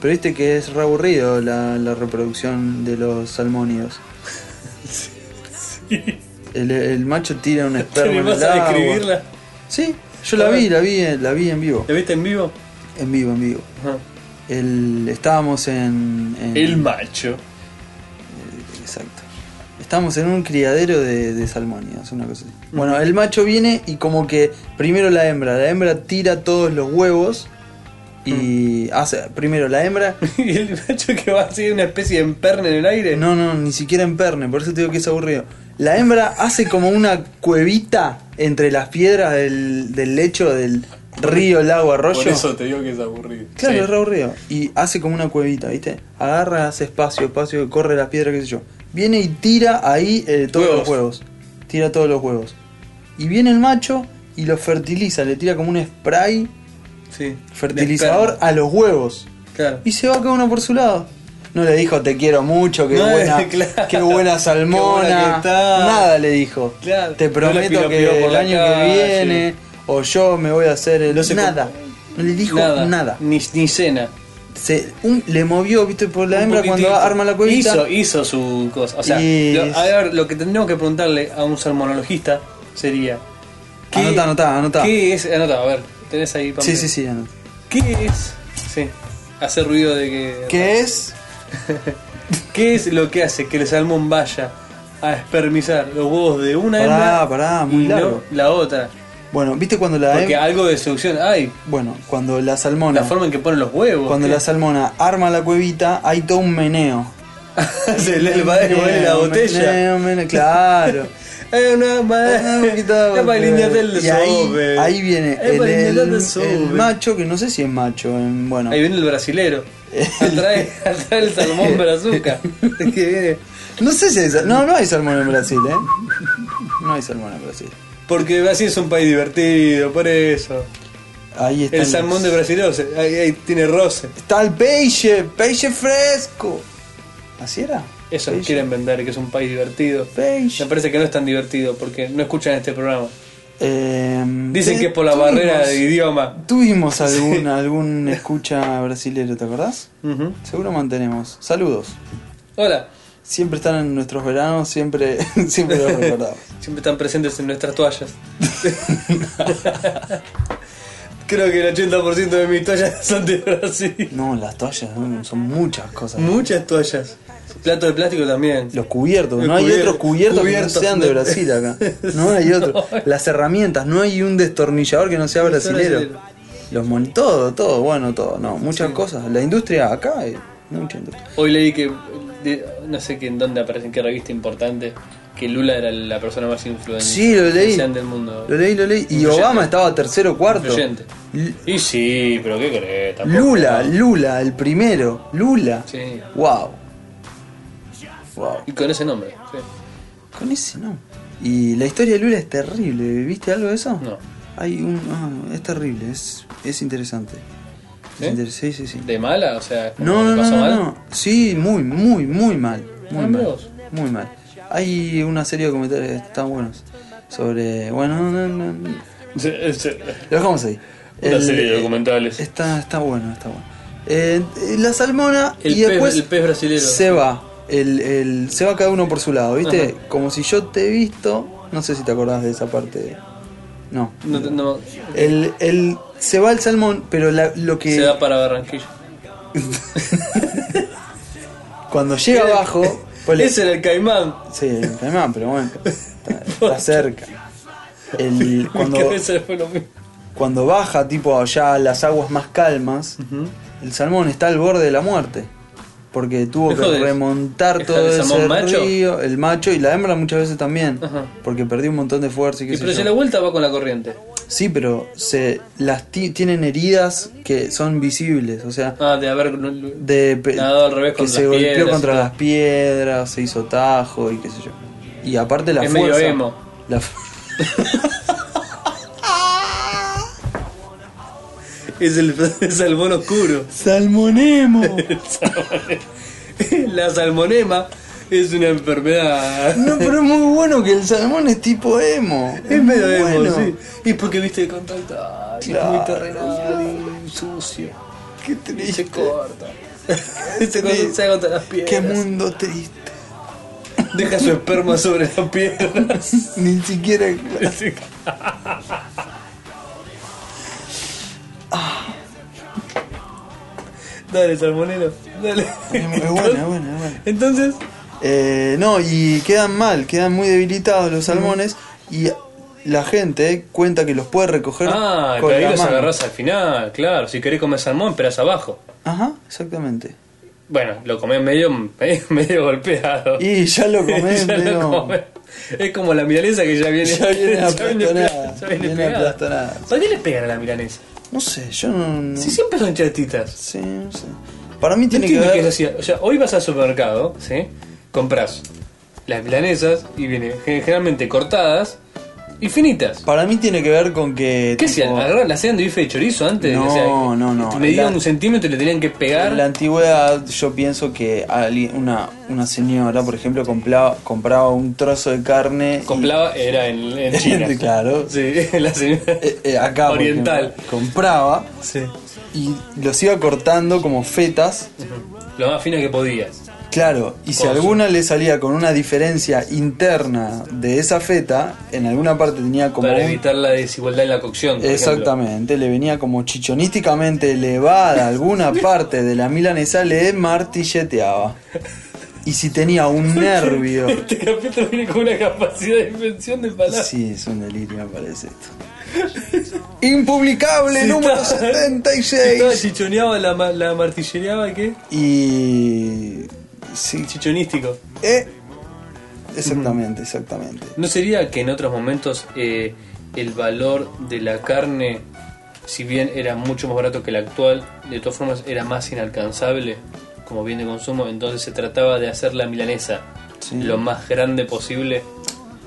Speaker 3: Pero viste que es re aburrido la, la reproducción de los salmónidos. El, el macho tira un esperma
Speaker 2: ¿Te
Speaker 3: en
Speaker 2: vas
Speaker 3: el
Speaker 2: a
Speaker 3: agua.
Speaker 2: describirla?
Speaker 3: Sí, yo la vi, la vi, en- la vi en vivo.
Speaker 2: ¿La viste en vivo?
Speaker 3: En vivo, en vivo.
Speaker 2: Ajá.
Speaker 3: El, estábamos en, en-
Speaker 2: El macho.
Speaker 3: Exacto. Estábamos en un criadero de, de salmónidos, una cosa así. Bueno, el macho viene y como que primero la hembra, la hembra tira todos los huevos y hace primero la hembra
Speaker 2: y el macho que va así una especie de emperne en el aire.
Speaker 3: Eh, No, no, ni siquiera en perne, por eso te digo que es aburrido. La hembra hace como una cuevita entre las piedras del, del lecho del río, lago, arroyo.
Speaker 2: Por eso te digo que es aburrido.
Speaker 3: Claro,
Speaker 2: Sí.
Speaker 3: es re aburrido. Y hace como una cuevita, ¿viste? Agarra, hace espacio, espacio, corre las piedras, qué sé yo. Viene y tira ahí eh, todos
Speaker 2: Huevos.
Speaker 3: los huevos. Tira todos los huevos. Y viene el macho y los fertiliza, le tira como un spray
Speaker 2: Sí.
Speaker 3: fertilizador a los huevos.
Speaker 2: Claro.
Speaker 3: Y se va cada uno por su lado. No le dijo te quiero mucho, qué
Speaker 2: No,
Speaker 3: buena,
Speaker 2: claro.
Speaker 3: qué buena salmona.
Speaker 2: Qué buena que está.
Speaker 3: Nada le dijo.
Speaker 2: Claro.
Speaker 3: Te
Speaker 2: No la
Speaker 3: prometo que
Speaker 2: piropeó por
Speaker 3: el
Speaker 2: la
Speaker 3: año
Speaker 2: calle.
Speaker 3: que viene o yo me voy a hacer el
Speaker 2: No se
Speaker 3: nada. No le dijo nada.
Speaker 2: Ni, ni cena.
Speaker 3: se, un- le movió, viste, por la
Speaker 2: Un
Speaker 3: hembra
Speaker 2: poquitito.
Speaker 3: cuando arma la cuevita.
Speaker 2: Hizo, hizo su cosa. O sea,
Speaker 3: Y-
Speaker 2: lo- a ver, lo que tendríamos que preguntarle a un sermonologista sería.
Speaker 3: Anotá, anotá, anotá.
Speaker 2: ¿Qué es? Anota, a ver, tenés ahí papel.
Speaker 3: Sí, sí, sí, anotá.
Speaker 2: ¿Qué es? Sí, hace ruido de que.
Speaker 3: ¿Qué es?
Speaker 2: ¿Qué es lo que hace que el salmón vaya a espermizar los huevos de una
Speaker 3: Pará,
Speaker 2: hembra
Speaker 3: pará,
Speaker 2: y
Speaker 3: muy
Speaker 2: no
Speaker 3: largo.
Speaker 2: la otra?
Speaker 3: Bueno, viste cuando la
Speaker 2: Porque
Speaker 3: hem-
Speaker 2: algo de seducción hay.
Speaker 3: bueno, cuando la salmona,
Speaker 2: La forma en que ponen los huevos.
Speaker 3: cuando
Speaker 2: ¿qué?
Speaker 3: la salmona arma la cuevita, hay todo un meneo.
Speaker 2: se le le va a poner la
Speaker 3: Meneo,
Speaker 2: botella.
Speaker 3: meneo, meneo, claro.
Speaker 2: Es una
Speaker 3: Ah, me quitaba,
Speaker 2: para limpiarte el
Speaker 3: y ahí,
Speaker 2: sobe.
Speaker 3: ahí viene
Speaker 2: Es
Speaker 3: el,
Speaker 2: para
Speaker 3: el-
Speaker 2: limpiarte el
Speaker 3: el
Speaker 2: sobe.
Speaker 3: macho, que no sé si es macho, en- bueno.
Speaker 2: Ahí viene el brasilero. Atrae, atrae el salmón brazuca. que viene.
Speaker 3: No sé si hay sal- No, no hay salmón en Brasil, ¿eh? No hay salmón en Brasil.
Speaker 2: Porque Brasil es un país divertido, por eso.
Speaker 3: Ahí está.
Speaker 2: El salmón de Brasil ahí, ahí tiene roce.
Speaker 3: Está el peixe, peixe fresco. ¿Así era?
Speaker 2: Eso
Speaker 3: Peixe.
Speaker 2: quieren vender, que es un país divertido.
Speaker 3: Peixe.
Speaker 2: Me parece que no es tan divertido porque no escuchan este programa.
Speaker 3: Eh,
Speaker 2: Dicen
Speaker 3: te-
Speaker 2: que es por la
Speaker 3: tuvimos-
Speaker 2: barrera de idioma.
Speaker 3: Tuvimos algún, algún escucha brasilero, ¿te acordás?
Speaker 2: Ujú.
Speaker 3: Seguro mantenemos. Saludos.
Speaker 2: Hola.
Speaker 3: Siempre están en nuestros veranos, siempre, siempre los recordamos.
Speaker 2: Siempre están presentes en nuestras toallas. Creo que el 80% de mis toallas son de Brasil.
Speaker 3: No, las toallas ¿no? son muchas cosas.
Speaker 2: Muchas toallas. Plato de plástico también.
Speaker 3: Los cubiertos,
Speaker 2: Los
Speaker 3: no hay
Speaker 2: cubier-
Speaker 3: otros cubiertos,
Speaker 2: cubiertos.
Speaker 3: que no sean de Brasil acá. No hay otro. Las herramientas, no hay un destornillador que no sea
Speaker 2: No sea
Speaker 3: brasilero.
Speaker 2: brasilero.
Speaker 3: Los mon todo, todo, bueno, todo, no, muchas cosas. La industria acá es mucha industria.
Speaker 2: Hoy leí que, de- no sé que en dónde aparece, en qué revista importante, que Lula era la persona más influente
Speaker 3: Sí, lo leí.
Speaker 2: del mundo.
Speaker 3: Lo leí, lo leí. Y
Speaker 2: Influyente.
Speaker 3: Obama estaba tercero o cuarto.
Speaker 2: Influyente.
Speaker 3: L-
Speaker 2: Y sí, pero qué crees, tampoco.
Speaker 3: Lula, Lula, el primero. Lula.
Speaker 2: Sí.
Speaker 3: Wow. Wow.
Speaker 2: Y con ese nombre, sí.
Speaker 3: Con ese no. Y la historia de Lula es terrible. ¿Viste algo de eso?
Speaker 2: No.
Speaker 3: Hay un. ah, no, es terrible, es, es interesante.
Speaker 2: ¿Sí?
Speaker 3: Es inter- sí, sí, sí.
Speaker 2: ¿De mala? O sea, como
Speaker 3: No,
Speaker 2: que
Speaker 3: no, no,
Speaker 2: pasó
Speaker 3: no,
Speaker 2: mal.
Speaker 3: no. Sí, muy, muy, muy mal. Muy
Speaker 2: Ah, mira
Speaker 3: mal.
Speaker 2: vos.
Speaker 3: Muy mal. Hay una serie de comentarios que están buenos. Sobre. Bueno, no, no, no.
Speaker 2: Sí, sí.
Speaker 3: Lo dejamos ahí.
Speaker 2: Una
Speaker 3: El- eh,
Speaker 2: serie de documentales.
Speaker 3: Está, está bueno, está bueno. Eh, eh, la salmona
Speaker 2: El
Speaker 3: y
Speaker 2: pez-
Speaker 3: después
Speaker 2: el pez brasilero.
Speaker 3: se va. El, el- se va cada uno por su lado, ¿viste?
Speaker 2: Ajá.
Speaker 3: Como si yo te he visto. No sé si te acordás de esa parte. No.
Speaker 2: No, no,
Speaker 3: El, el- se va el salmón, pero la- lo que.
Speaker 2: se da para Barranquilla.
Speaker 3: Cuando llega abajo. ponle-
Speaker 2: Ese era el caimán.
Speaker 3: Sí, el caimán, pero bueno. Está, está cerca. El, cuando,
Speaker 2: Mi cabeza fue lo mismo.
Speaker 3: cuando baja, tipo allá a las aguas más calmas, el salmón está al borde de la muerte. Porque tuvo
Speaker 2: Me
Speaker 3: que
Speaker 2: jodés.
Speaker 3: remontar
Speaker 2: ¿Es
Speaker 3: todo
Speaker 2: el salmón
Speaker 3: ese
Speaker 2: macho?
Speaker 3: río, el macho y la hembra muchas veces también.
Speaker 2: Ajá.
Speaker 3: Porque perdió un montón de fuerza y qué
Speaker 2: Y
Speaker 3: sé
Speaker 2: pero
Speaker 3: yo.
Speaker 2: si la vuelta va con la corriente.
Speaker 3: Sí, pero se las ti- tienen heridas que son visibles, o sea,
Speaker 2: Ah, de haber. No,
Speaker 3: de pe-
Speaker 2: Nadó al revés
Speaker 3: que
Speaker 2: contra
Speaker 3: se
Speaker 2: las
Speaker 3: golpeó
Speaker 2: piedras y
Speaker 3: contra
Speaker 2: todo.
Speaker 3: las piedras, se hizo tajo y qué sé yo. Y aparte la
Speaker 2: Es medio
Speaker 3: fuerza.
Speaker 2: emo.
Speaker 3: la fu-
Speaker 2: Es el el salmón oscuro.
Speaker 3: Salmonemo.
Speaker 2: La salmonema es una enfermedad.
Speaker 3: no, pero es muy bueno que el salmón es tipo emo.
Speaker 2: Es medio
Speaker 3: muy
Speaker 2: emo,
Speaker 3: bueno.
Speaker 2: sí. Y es porque viste el contacto. Ay, es muy
Speaker 3: Claro.
Speaker 2: terrenal y sucio.
Speaker 3: Qué
Speaker 2: Y
Speaker 3: triste.
Speaker 2: se corta. se corta, se corta las
Speaker 3: Qué
Speaker 2: piedras.
Speaker 3: mundo triste.
Speaker 2: Deja su esperma sobre las piedras.
Speaker 3: Ni siquiera.
Speaker 2: Dale, salmonero. Dale.
Speaker 3: Es buena, es buena, es buena.
Speaker 2: Entonces,
Speaker 3: Eh, no, y quedan mal, quedan muy debilitados
Speaker 2: Mm.
Speaker 3: los salmones y la gente cuenta que los puede recoger
Speaker 2: Ah,
Speaker 3: con
Speaker 2: pero ahí
Speaker 3: la
Speaker 2: los
Speaker 3: mano.
Speaker 2: agarrás al final, claro. Si querés comer salmón, esperás abajo.
Speaker 3: Ajá, exactamente.
Speaker 2: Bueno, lo comés medio, medio, medio golpeado.
Speaker 3: Y ya lo comés,
Speaker 2: Ya lo
Speaker 3: pero
Speaker 2: comés. Es como la milanesa que ya viene,
Speaker 3: Ya viene aplastonada,
Speaker 2: ya viene
Speaker 3: viene
Speaker 2: pegada.
Speaker 3: aplastonada.
Speaker 2: ¿Para qué le pegan a la milanesa?
Speaker 3: no sé, yo no, no-
Speaker 2: Si siempre son chatitas.
Speaker 3: sí, no sé. Para mí
Speaker 2: No
Speaker 3: tiene que
Speaker 2: entiendo qué
Speaker 3: ver
Speaker 2: es así. O sea, hoy vas al supermercado, ¿sí? Compras las milanesas y vienen gen- generalmente cortadas y finitas.
Speaker 3: para mí tiene que ver con que
Speaker 2: ¿Qué
Speaker 3: tipo,
Speaker 2: hacían? ¿Agarraban? ¿Las hacían de bife de chorizo antes?
Speaker 3: No,
Speaker 2: O sea,
Speaker 3: no, no.
Speaker 2: Medían
Speaker 3: La-
Speaker 2: un centímetro y le tenían que pegar.
Speaker 3: En la antigüedad yo pienso que alguien- una, una señora, por ejemplo, compraba, compraba un trozo de carne y-
Speaker 2: Compraba, era en, en China.
Speaker 3: Claro.
Speaker 2: Sí, la señora
Speaker 3: eh, eh, acá por
Speaker 2: oriental.
Speaker 3: ejemplo, compraba
Speaker 2: Sí.
Speaker 3: y los iba cortando como fetas.
Speaker 2: Lo más fino que podías.
Speaker 3: Claro, y si
Speaker 2: Cosa.
Speaker 3: alguna le salía con una diferencia interna de esa feta, en alguna parte tenía como
Speaker 2: para
Speaker 3: un-
Speaker 2: evitar la desigualdad en la cocción. por
Speaker 3: Exactamente, le venía como chichonísticamente elevada alguna parte de la milanesa, le martilleteaba. Y si tenía un nervio.
Speaker 2: ejemplo. Este capítulo viene con una capacidad de invención del palabra.
Speaker 3: Sí, es un delirio, me parece esto. Impublicable número
Speaker 2: estaba- Estaba
Speaker 3: 76.
Speaker 2: chichoneado, la, ma- la martillereaba, ¿qué?
Speaker 3: Y. Sí,
Speaker 2: Chichonístico.
Speaker 3: eh, Exactamente, exactamente.
Speaker 2: ¿No sería que en otros momentos eh, el valor de la carne, si bien era mucho más barato que el actual, de todas formas era más inalcanzable como bien de consumo? Entonces se trataba de hacer la milanesa
Speaker 3: Sí.
Speaker 2: lo más grande posible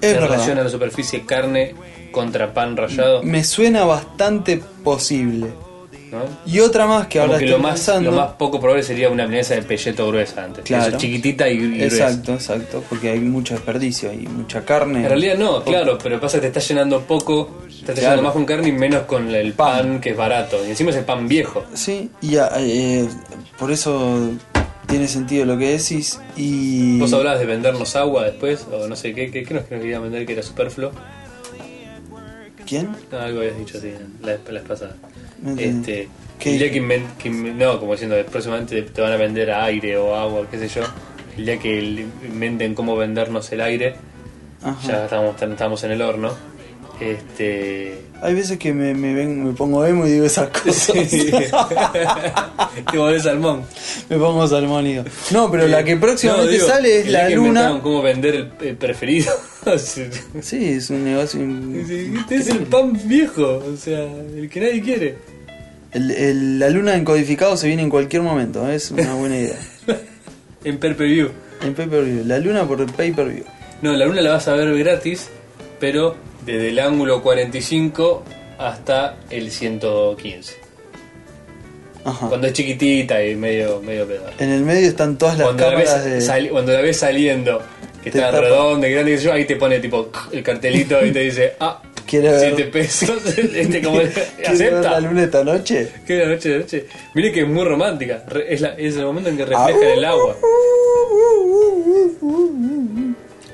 Speaker 3: Es
Speaker 2: en
Speaker 3: verdad.
Speaker 2: relación a la superficie carne contra pan rallado.
Speaker 3: Me suena bastante posible.
Speaker 2: ¿no?
Speaker 3: Y otra más que
Speaker 2: Como
Speaker 3: ahora
Speaker 2: que
Speaker 3: estoy
Speaker 2: lo más,
Speaker 3: pensando.
Speaker 2: lo más poco probable sería una milanesa de pelleto gruesa antes.
Speaker 3: Claro.
Speaker 2: Esa chiquitita y, y gruesa.
Speaker 3: Exacto, exacto, porque hay mucho desperdicio, hay mucha carne.
Speaker 2: En realidad no, claro, pero pasa que te estás llenando poco, te estás
Speaker 3: Claro.
Speaker 2: llenando más con carne y menos con el
Speaker 3: Pan.
Speaker 2: pan, que es barato. Y encima es el pan viejo.
Speaker 3: Sí, y ah, eh, por eso tiene sentido lo que decís. Y
Speaker 2: Vos hablabas de vendernos agua después, o no sé qué, qué, qué nos, qué nos quería vender que era superfluo.
Speaker 3: ¿quién?
Speaker 2: No, algo habías dicho así, la, la vez pasada.
Speaker 3: No entendí.
Speaker 2: Este,
Speaker 3: Mm. ¿Qué?
Speaker 2: El día que, inven- que inven- no, como diciendo, próximamente te van a vender aire o agua, qué sé yo. El día que el- inventen cómo vendernos el aire,
Speaker 3: Ajá.
Speaker 2: ya estamos, estamos en el horno. Este.
Speaker 3: Hay veces que me, me ven- me pongo emo y digo esas cosas.
Speaker 2: te volvés salmón.
Speaker 3: me pongo salmónido. No, pero la que próximamente
Speaker 2: Eh, No, digo,
Speaker 3: sale es
Speaker 2: el día
Speaker 3: la
Speaker 2: que inventaron
Speaker 3: luna.
Speaker 2: cómo vender el, el preferido. O sea,
Speaker 3: Sí, es un negocio. in-
Speaker 2: este es el pan viejo, o sea, el que nadie quiere.
Speaker 3: El- el- la luna en codificado se viene en cualquier momento, ¿eh? es una buena idea.
Speaker 2: En per per view.
Speaker 3: En pay per view, la luna por pay per view.
Speaker 2: No, la luna la vas a ver gratis, pero desde el ángulo 45 hasta el 115.
Speaker 3: Ajá.
Speaker 2: Cuando es chiquitita y medio, medio pedal.
Speaker 3: En el medio están todas las
Speaker 2: Cuando la, ves
Speaker 3: cámaras de.
Speaker 2: sali- cuando la ves saliendo, que
Speaker 3: Te
Speaker 2: está
Speaker 3: tapa.
Speaker 2: redonda, y grande, qué sé yo, ahí te pone tipo el cartelito y te dice, ah,
Speaker 3: Quiero ver-
Speaker 2: 7 pesos. este como
Speaker 3: ¿Quieres ver
Speaker 2: acepta.
Speaker 3: la luna esta noche?
Speaker 2: Qué la noche de noche. Mire que es muy romántica. Re- es, la- es el momento en que refleja el agua.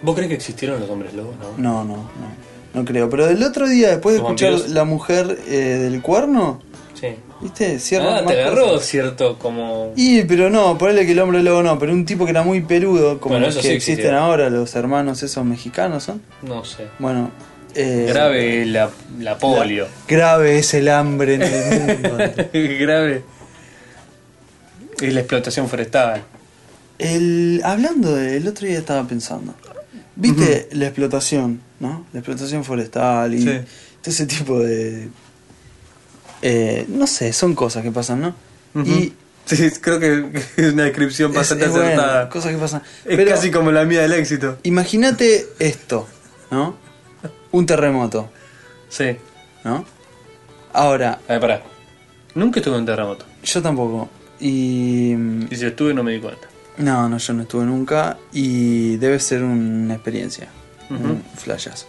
Speaker 2: ¿Vos crees que existieron los hombres lobos? No.
Speaker 3: No, no, no. No creo. Pero del otro día, después de
Speaker 2: ¿Los
Speaker 3: escuchar
Speaker 2: vampiros?
Speaker 3: la mujer eh, del cuerno,
Speaker 2: Sí.
Speaker 3: ¿viste? Cierra
Speaker 2: Ah,
Speaker 3: más
Speaker 2: te agarró,
Speaker 3: cosas.
Speaker 2: cierto, como.
Speaker 3: Y, pero no, ponele que el hombre lobo no, pero un tipo que era muy peludo, como
Speaker 2: Bueno,
Speaker 3: los que
Speaker 2: eso sí
Speaker 3: existen
Speaker 2: existieron.
Speaker 3: ahora, los hermanos esos mexicanos son.
Speaker 2: No sé.
Speaker 3: Bueno, eh,
Speaker 2: Grave la, la polio.
Speaker 3: grave es el hambre en el mundo.
Speaker 2: Grave. Es la explotación forestal.
Speaker 3: El, hablando del otro día estaba pensando. ¿Viste la explotación, no? La explotación forestal y
Speaker 2: Sí.
Speaker 3: todo ese tipo de. eh, no sé, son cosas que pasan, ¿no? Y.
Speaker 2: Sí, creo que es una descripción
Speaker 3: es- es bueno, cosas que pasan. Pero
Speaker 2: como la mía del éxito.
Speaker 3: imagínate esto, ¿no? Un terremoto,
Speaker 2: Sí.
Speaker 3: ¿no? Ahora,
Speaker 2: A ver, pará. Nunca estuve en un terremoto.
Speaker 3: yo tampoco. Y. mm,
Speaker 2: Y si estuve, no me di cuenta.
Speaker 3: No, no, yo no estuve nunca y debe ser una experiencia.
Speaker 2: Ujú.
Speaker 3: Un flashazo.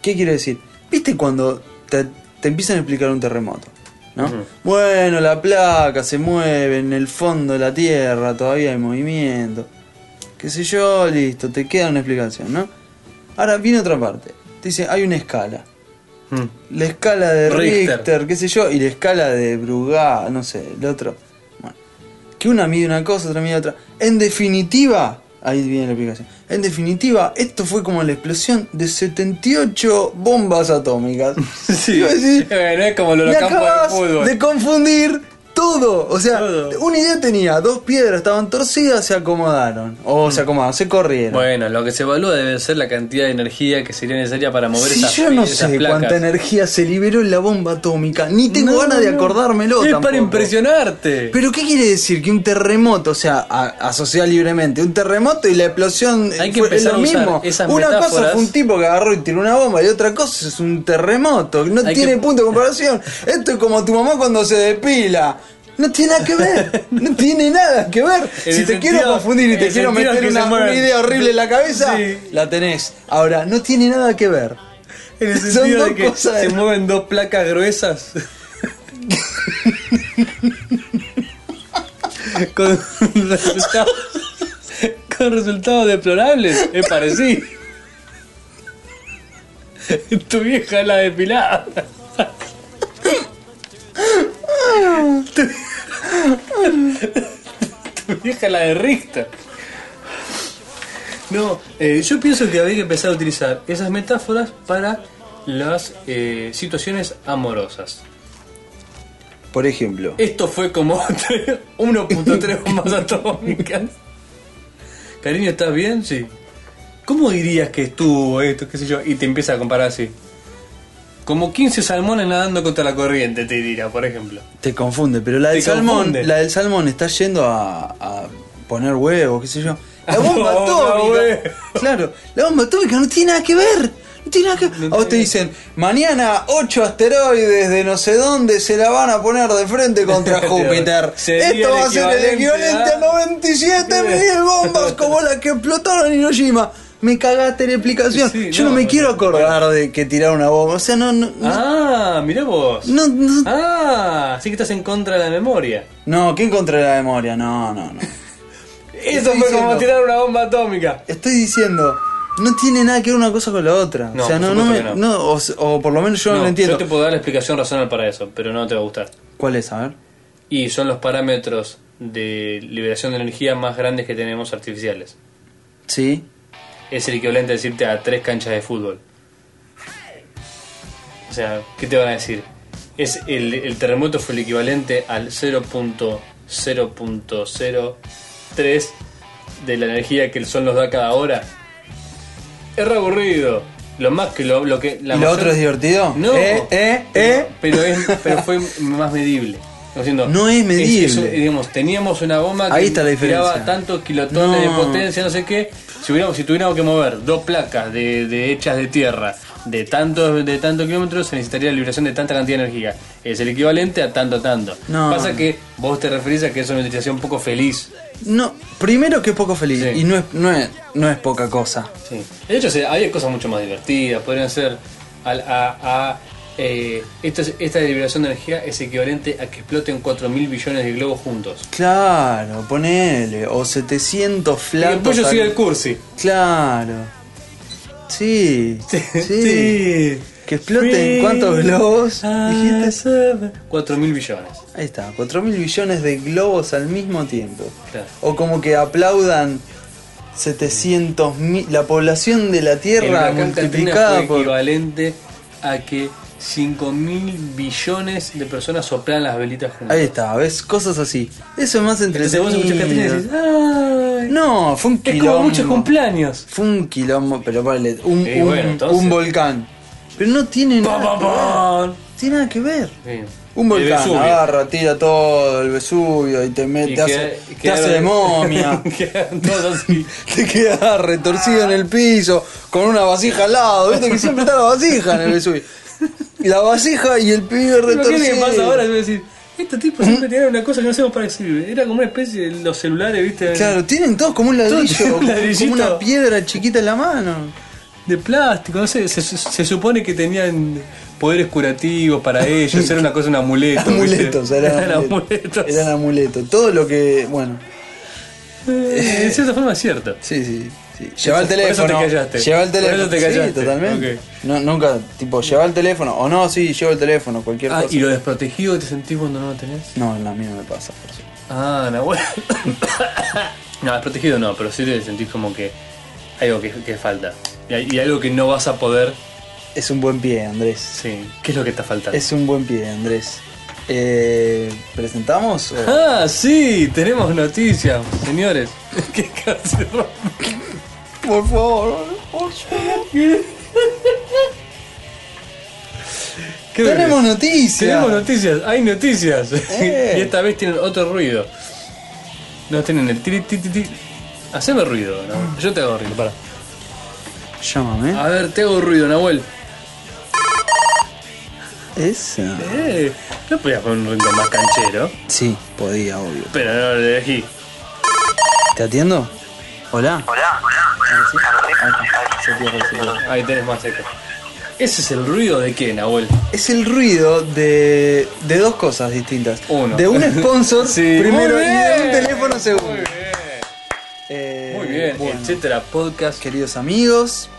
Speaker 3: ¿Qué quiero decir? ¿Viste cuando te, te empiezan a explicar un terremoto? ¿No?
Speaker 2: Ujú.
Speaker 3: Bueno, la placa se mueve en el fondo de la tierra, todavía hay movimiento. Qué sé yo, listo, te queda una explicación, ¿no? Ahora viene otra parte. Te dice, hay una escala.
Speaker 2: Mm.
Speaker 3: La escala de Richter.
Speaker 2: Richter.
Speaker 3: qué sé yo, y la escala de Brugá, no sé, el otro. Bueno, que una mide una cosa, otra mide otra. En definitiva, ahí viene la explicación. En definitiva, esto fue como la explosión de 78 bombas atómicas.
Speaker 2: Sí,
Speaker 3: Y vos decís,
Speaker 2: bueno, es como el
Speaker 3: me
Speaker 2: holocampo de
Speaker 3: acabas
Speaker 2: fútbol.
Speaker 3: de confundir todo. O sea,
Speaker 2: Todo.
Speaker 3: una idea tenía, dos piedras estaban torcidas, se acomodaron. O se acomodaron, se corrieron.
Speaker 2: Bueno, lo que se evalúa debe ser la cantidad de energía que sería necesaria para mover
Speaker 3: Si
Speaker 2: esas,
Speaker 3: yo no
Speaker 2: esas
Speaker 3: sé
Speaker 2: placas.
Speaker 3: cuánta energía se liberó en la bomba atómica, ni tengo
Speaker 2: No,
Speaker 3: ganas de
Speaker 2: no.
Speaker 3: acordármelo.
Speaker 2: Es
Speaker 3: tampoco.
Speaker 2: para impresionarte.
Speaker 3: Pero ¿qué quiere decir que un terremoto, o sea, a- asociado libremente, un terremoto y la explosión eh,
Speaker 2: Hay que
Speaker 3: fue- es
Speaker 2: empezar
Speaker 3: lo
Speaker 2: a usar
Speaker 3: mismo?
Speaker 2: esas
Speaker 3: una cosa
Speaker 2: metáforas.
Speaker 3: fue un tipo que agarró y tiró una bomba y otra cosa es un terremoto, no
Speaker 2: Hay
Speaker 3: tiene
Speaker 2: que-
Speaker 3: punto de comparación. Esto es como tu mamá cuando se depila. No tiene nada que ver, no tiene nada que ver.
Speaker 2: En
Speaker 3: si
Speaker 2: el
Speaker 3: te quiero
Speaker 2: sentido-
Speaker 3: confundir y
Speaker 2: en
Speaker 3: te
Speaker 2: el
Speaker 3: quiero
Speaker 2: sentido
Speaker 3: meter
Speaker 2: que se
Speaker 3: una, una
Speaker 2: mueven.
Speaker 3: idea horrible en la cabeza,
Speaker 2: Sí.
Speaker 3: la tenés. Ahora, no tiene nada que ver.
Speaker 2: en el
Speaker 3: son
Speaker 2: sentido
Speaker 3: dos
Speaker 2: de que
Speaker 3: cosas.
Speaker 2: se mueven dos placas gruesas. Con resultados, con resultados deplorables, es parecido. Tu vieja es la depilada. Tu, tu vieja es la de Richter. No, eh, yo pienso que habría que empezar a utilizar esas metáforas para las eh, situaciones amorosas.
Speaker 3: Por ejemplo.
Speaker 2: Esto fue como 1.3 bombas atómicas. Cariño, ¿estás bien? Sí. ¿Cómo dirías que estuvo esto? ¿Qué sé yo? Y te empieza a comparar así. Como 15 salmones nadando contra la corriente, te dirá, por ejemplo.
Speaker 3: Te confunde, pero la del
Speaker 2: Te
Speaker 3: salmón,
Speaker 2: confunde.
Speaker 3: la del salmón está yendo a, a poner huevos, qué sé yo. La
Speaker 2: A
Speaker 3: bomba
Speaker 2: poner
Speaker 3: atómica.
Speaker 2: huevos.
Speaker 3: Claro, la bomba atómica no tiene nada que ver. No tiene nada que ver.
Speaker 2: No
Speaker 3: a vos te
Speaker 2: tiene-
Speaker 3: dicen, mañana 8 asteroides de no sé dónde se la van a poner de frente contra Júpiter.
Speaker 2: Sería
Speaker 3: Esto va a ser el equivalente a
Speaker 2: equivalente a-
Speaker 3: 97 mil bombas como las que explotaron en Hiroshima. Me cagaste la explicación.
Speaker 2: Sí,
Speaker 3: yo no,
Speaker 2: no,
Speaker 3: me
Speaker 2: no,
Speaker 3: quiero acordar de que tiraron una bomba. O sea, no, no, no-
Speaker 2: Ah, mirá vos.
Speaker 3: no, no
Speaker 2: Ah, así que estás en contra de la memoria.
Speaker 3: No, ¿qué contra la memoria? No, no, no.
Speaker 2: Eso
Speaker 3: Estoy
Speaker 2: fue
Speaker 3: diciendo-
Speaker 2: como tirar una bomba atómica.
Speaker 3: Estoy diciendo, no tiene nada que ver una cosa con la otra.
Speaker 2: No,
Speaker 3: o sea,
Speaker 2: por
Speaker 3: no, no me.
Speaker 2: supuesto
Speaker 3: No.
Speaker 2: que no.
Speaker 3: o, s- o por lo menos yo no,
Speaker 2: No,
Speaker 3: lo entiendo.
Speaker 2: Yo te puedo dar la explicación racional para eso, pero no te va a gustar.
Speaker 3: ¿Cuál es? A ver.
Speaker 2: Y son los parámetros de liberación de energía más grandes que tenemos artificiales.
Speaker 3: Sí.
Speaker 2: Es el equivalente a decirte a tres canchas de fútbol. O sea, ¿qué te van a decir? Es el, el terremoto fue el equivalente al 0.0.03 de la energía que el sol nos da cada hora. Es re aburrido. Lo más que lo, lo que la
Speaker 3: ¿Y lo
Speaker 2: mayor-
Speaker 3: otro es divertido?
Speaker 2: No.
Speaker 3: ¿Eh? ¿Eh? ¿Eh?
Speaker 2: Pero, es- pero fue más medible. Como diciendo,
Speaker 3: No es medible.
Speaker 2: eso, digamos, teníamos una bomba que
Speaker 3: Ahí está la diferencia.
Speaker 2: tiraba tantos kilotones
Speaker 3: No.
Speaker 2: de potencia, no sé qué. Si, hubiéramos, si tuviéramos que mover dos placas de, de hechas de tierra de tantos de tantos kilómetros, se necesitaría la liberación de tanta cantidad de energía. Es el equivalente a tanto, tanto.
Speaker 3: No.
Speaker 2: Pasa que vos te referís a que es una utilización poco feliz.
Speaker 3: No, primero que es poco feliz.
Speaker 2: Sí.
Speaker 3: Y no es, no, es, no es poca cosa.
Speaker 2: Sí. De hecho, se- había cosas mucho más divertidas. Podrían ser. al- a, a, eh, esto es- esta liberación de energía es equivalente a que exploten 4 mil billones de globos juntos.
Speaker 3: Claro, ponele. O 700
Speaker 2: Y
Speaker 3: flacos.
Speaker 2: después yo
Speaker 3: al-
Speaker 2: soy el cursi.
Speaker 3: Claro. Sí. Sí. Que exploten
Speaker 2: Sí.
Speaker 3: cuántos globos.
Speaker 2: Ah,
Speaker 3: Dijiste.
Speaker 2: 4 mil billones.
Speaker 3: Ahí está, 4 mil billones de globos al mismo tiempo.
Speaker 2: Claro.
Speaker 3: O como que aplaudan 700 mil. La población de la
Speaker 2: El
Speaker 3: Tierra
Speaker 2: huracán
Speaker 3: multiplicada
Speaker 2: Katrina fue
Speaker 3: por.
Speaker 2: equivalente a que 5 mil billones de personas soplan las velitas juntas.
Speaker 3: Ahí está, ves, cosas así. Eso es más
Speaker 2: Entonces vos escuchás Katrina y decís,
Speaker 3: entretenido.
Speaker 2: ¡ay!
Speaker 3: No, fue un
Speaker 2: es
Speaker 3: quilombo.
Speaker 2: como muchos cumpleaños.
Speaker 3: Fue un quilombo, pero vale, un,
Speaker 2: Sí,
Speaker 3: un-
Speaker 2: bueno, entonces.
Speaker 3: un volcán. Pero no tiene
Speaker 2: Pa,
Speaker 3: nada,
Speaker 2: pa,
Speaker 3: que ver.
Speaker 2: pa.
Speaker 3: Tiene nada que ver.
Speaker 2: Sí.
Speaker 3: Un
Speaker 2: El
Speaker 3: volcán
Speaker 2: Vesubio.
Speaker 3: agarra, tira todo el Vesubio y te mete,
Speaker 2: Y
Speaker 3: te hace,
Speaker 2: queda-
Speaker 3: te
Speaker 2: quedaron-
Speaker 3: hace de momia.
Speaker 2: Quedaron todos así.
Speaker 3: Te quedas retorcido en el piso, con una vasija al lado, viste que siempre está la vasija en el Vesubio. La vasija y el pibe
Speaker 2: Pero ¿Qué
Speaker 3: retorcido.
Speaker 2: es lo que pasa ahora? Yo voy a decir, estos tipos siempre tenían una cosa que no hacemos para exhibir. Era como una especie de los celulares, ¿viste?
Speaker 3: Claro, tienen todos como un ladrillo,
Speaker 2: tienen un
Speaker 3: como
Speaker 2: ladrillito.
Speaker 3: una piedra chiquita en la mano.
Speaker 2: De plástico, no sé. Se, se- se supone que tenían poderes curativos para ellos. Era una cosa, un amuleto. ¿viste?
Speaker 3: Amuletos, eran,
Speaker 2: amuletos.
Speaker 3: Eran amuletos. Todo lo que. Bueno,
Speaker 2: Eh, En cierta forma es cierto.
Speaker 3: sí, sí. sí. Lleva el
Speaker 2: Por eso
Speaker 3: teléfono.
Speaker 2: te callaste.
Speaker 3: Lleva el
Speaker 2: Por
Speaker 3: teléfono.
Speaker 2: eso te
Speaker 3: Sí,
Speaker 2: callaste.
Speaker 3: totalmente.
Speaker 2: Ok.
Speaker 3: No, nunca, tipo, lleva el teléfono. O no, sí, llevo el teléfono, cualquier
Speaker 2: Ah,
Speaker 3: cosa.
Speaker 2: y lo desprotegido que te sentís cuando no lo tenés.
Speaker 3: No, no, a mí no me pasa, por supuesto.
Speaker 2: Ah, Nahuel. no, desprotegido no, pero sí te sentís como que hay algo que, que falta. Y, hay- y algo que no vas a poder.
Speaker 3: Es un buen pie, Andrés.
Speaker 2: Sí. ¿Qué es lo que está faltando?
Speaker 3: Es un buen pie, Andrés. Eh, ¿Presentamos? o-
Speaker 2: Ah, sí, tenemos noticias, señores. Qué casi rompe.
Speaker 3: Por favor, por favor.
Speaker 2: ¿Qué
Speaker 3: Tenemos
Speaker 2: ves?
Speaker 3: noticias.
Speaker 2: Tenemos noticias, hay noticias.
Speaker 3: Eh.
Speaker 2: y esta vez tienen otro ruido. No tienen el tiri tiri tiri. Haceme ruido, ¿no? Yo te hago ruido, para.
Speaker 3: Llámame.
Speaker 2: A ver, te hago ruido, Nahuel.
Speaker 3: Esa.
Speaker 2: Eh, no podías poner un ruido más canchero,
Speaker 3: Sí, podía, obvio.
Speaker 2: pero no lo elegí.
Speaker 3: ¿Te atiendo? Hola.
Speaker 5: Hola, hola, hola.
Speaker 3: Ah, sí. Ah, yo te iba a decir.
Speaker 2: Ahí tenés más eco. ¿Ese es el ruido de qué, Nahuel?
Speaker 3: Es el ruido de, de dos cosas distintas.
Speaker 2: Uno.
Speaker 3: De un sponsor
Speaker 2: Sí.
Speaker 3: primero
Speaker 2: Muy
Speaker 3: y de un
Speaker 2: bien.
Speaker 3: teléfono segundo. Eh,
Speaker 2: Muy bien, Este
Speaker 3: bueno,
Speaker 2: etcétera, podcast.
Speaker 3: queridos amigos,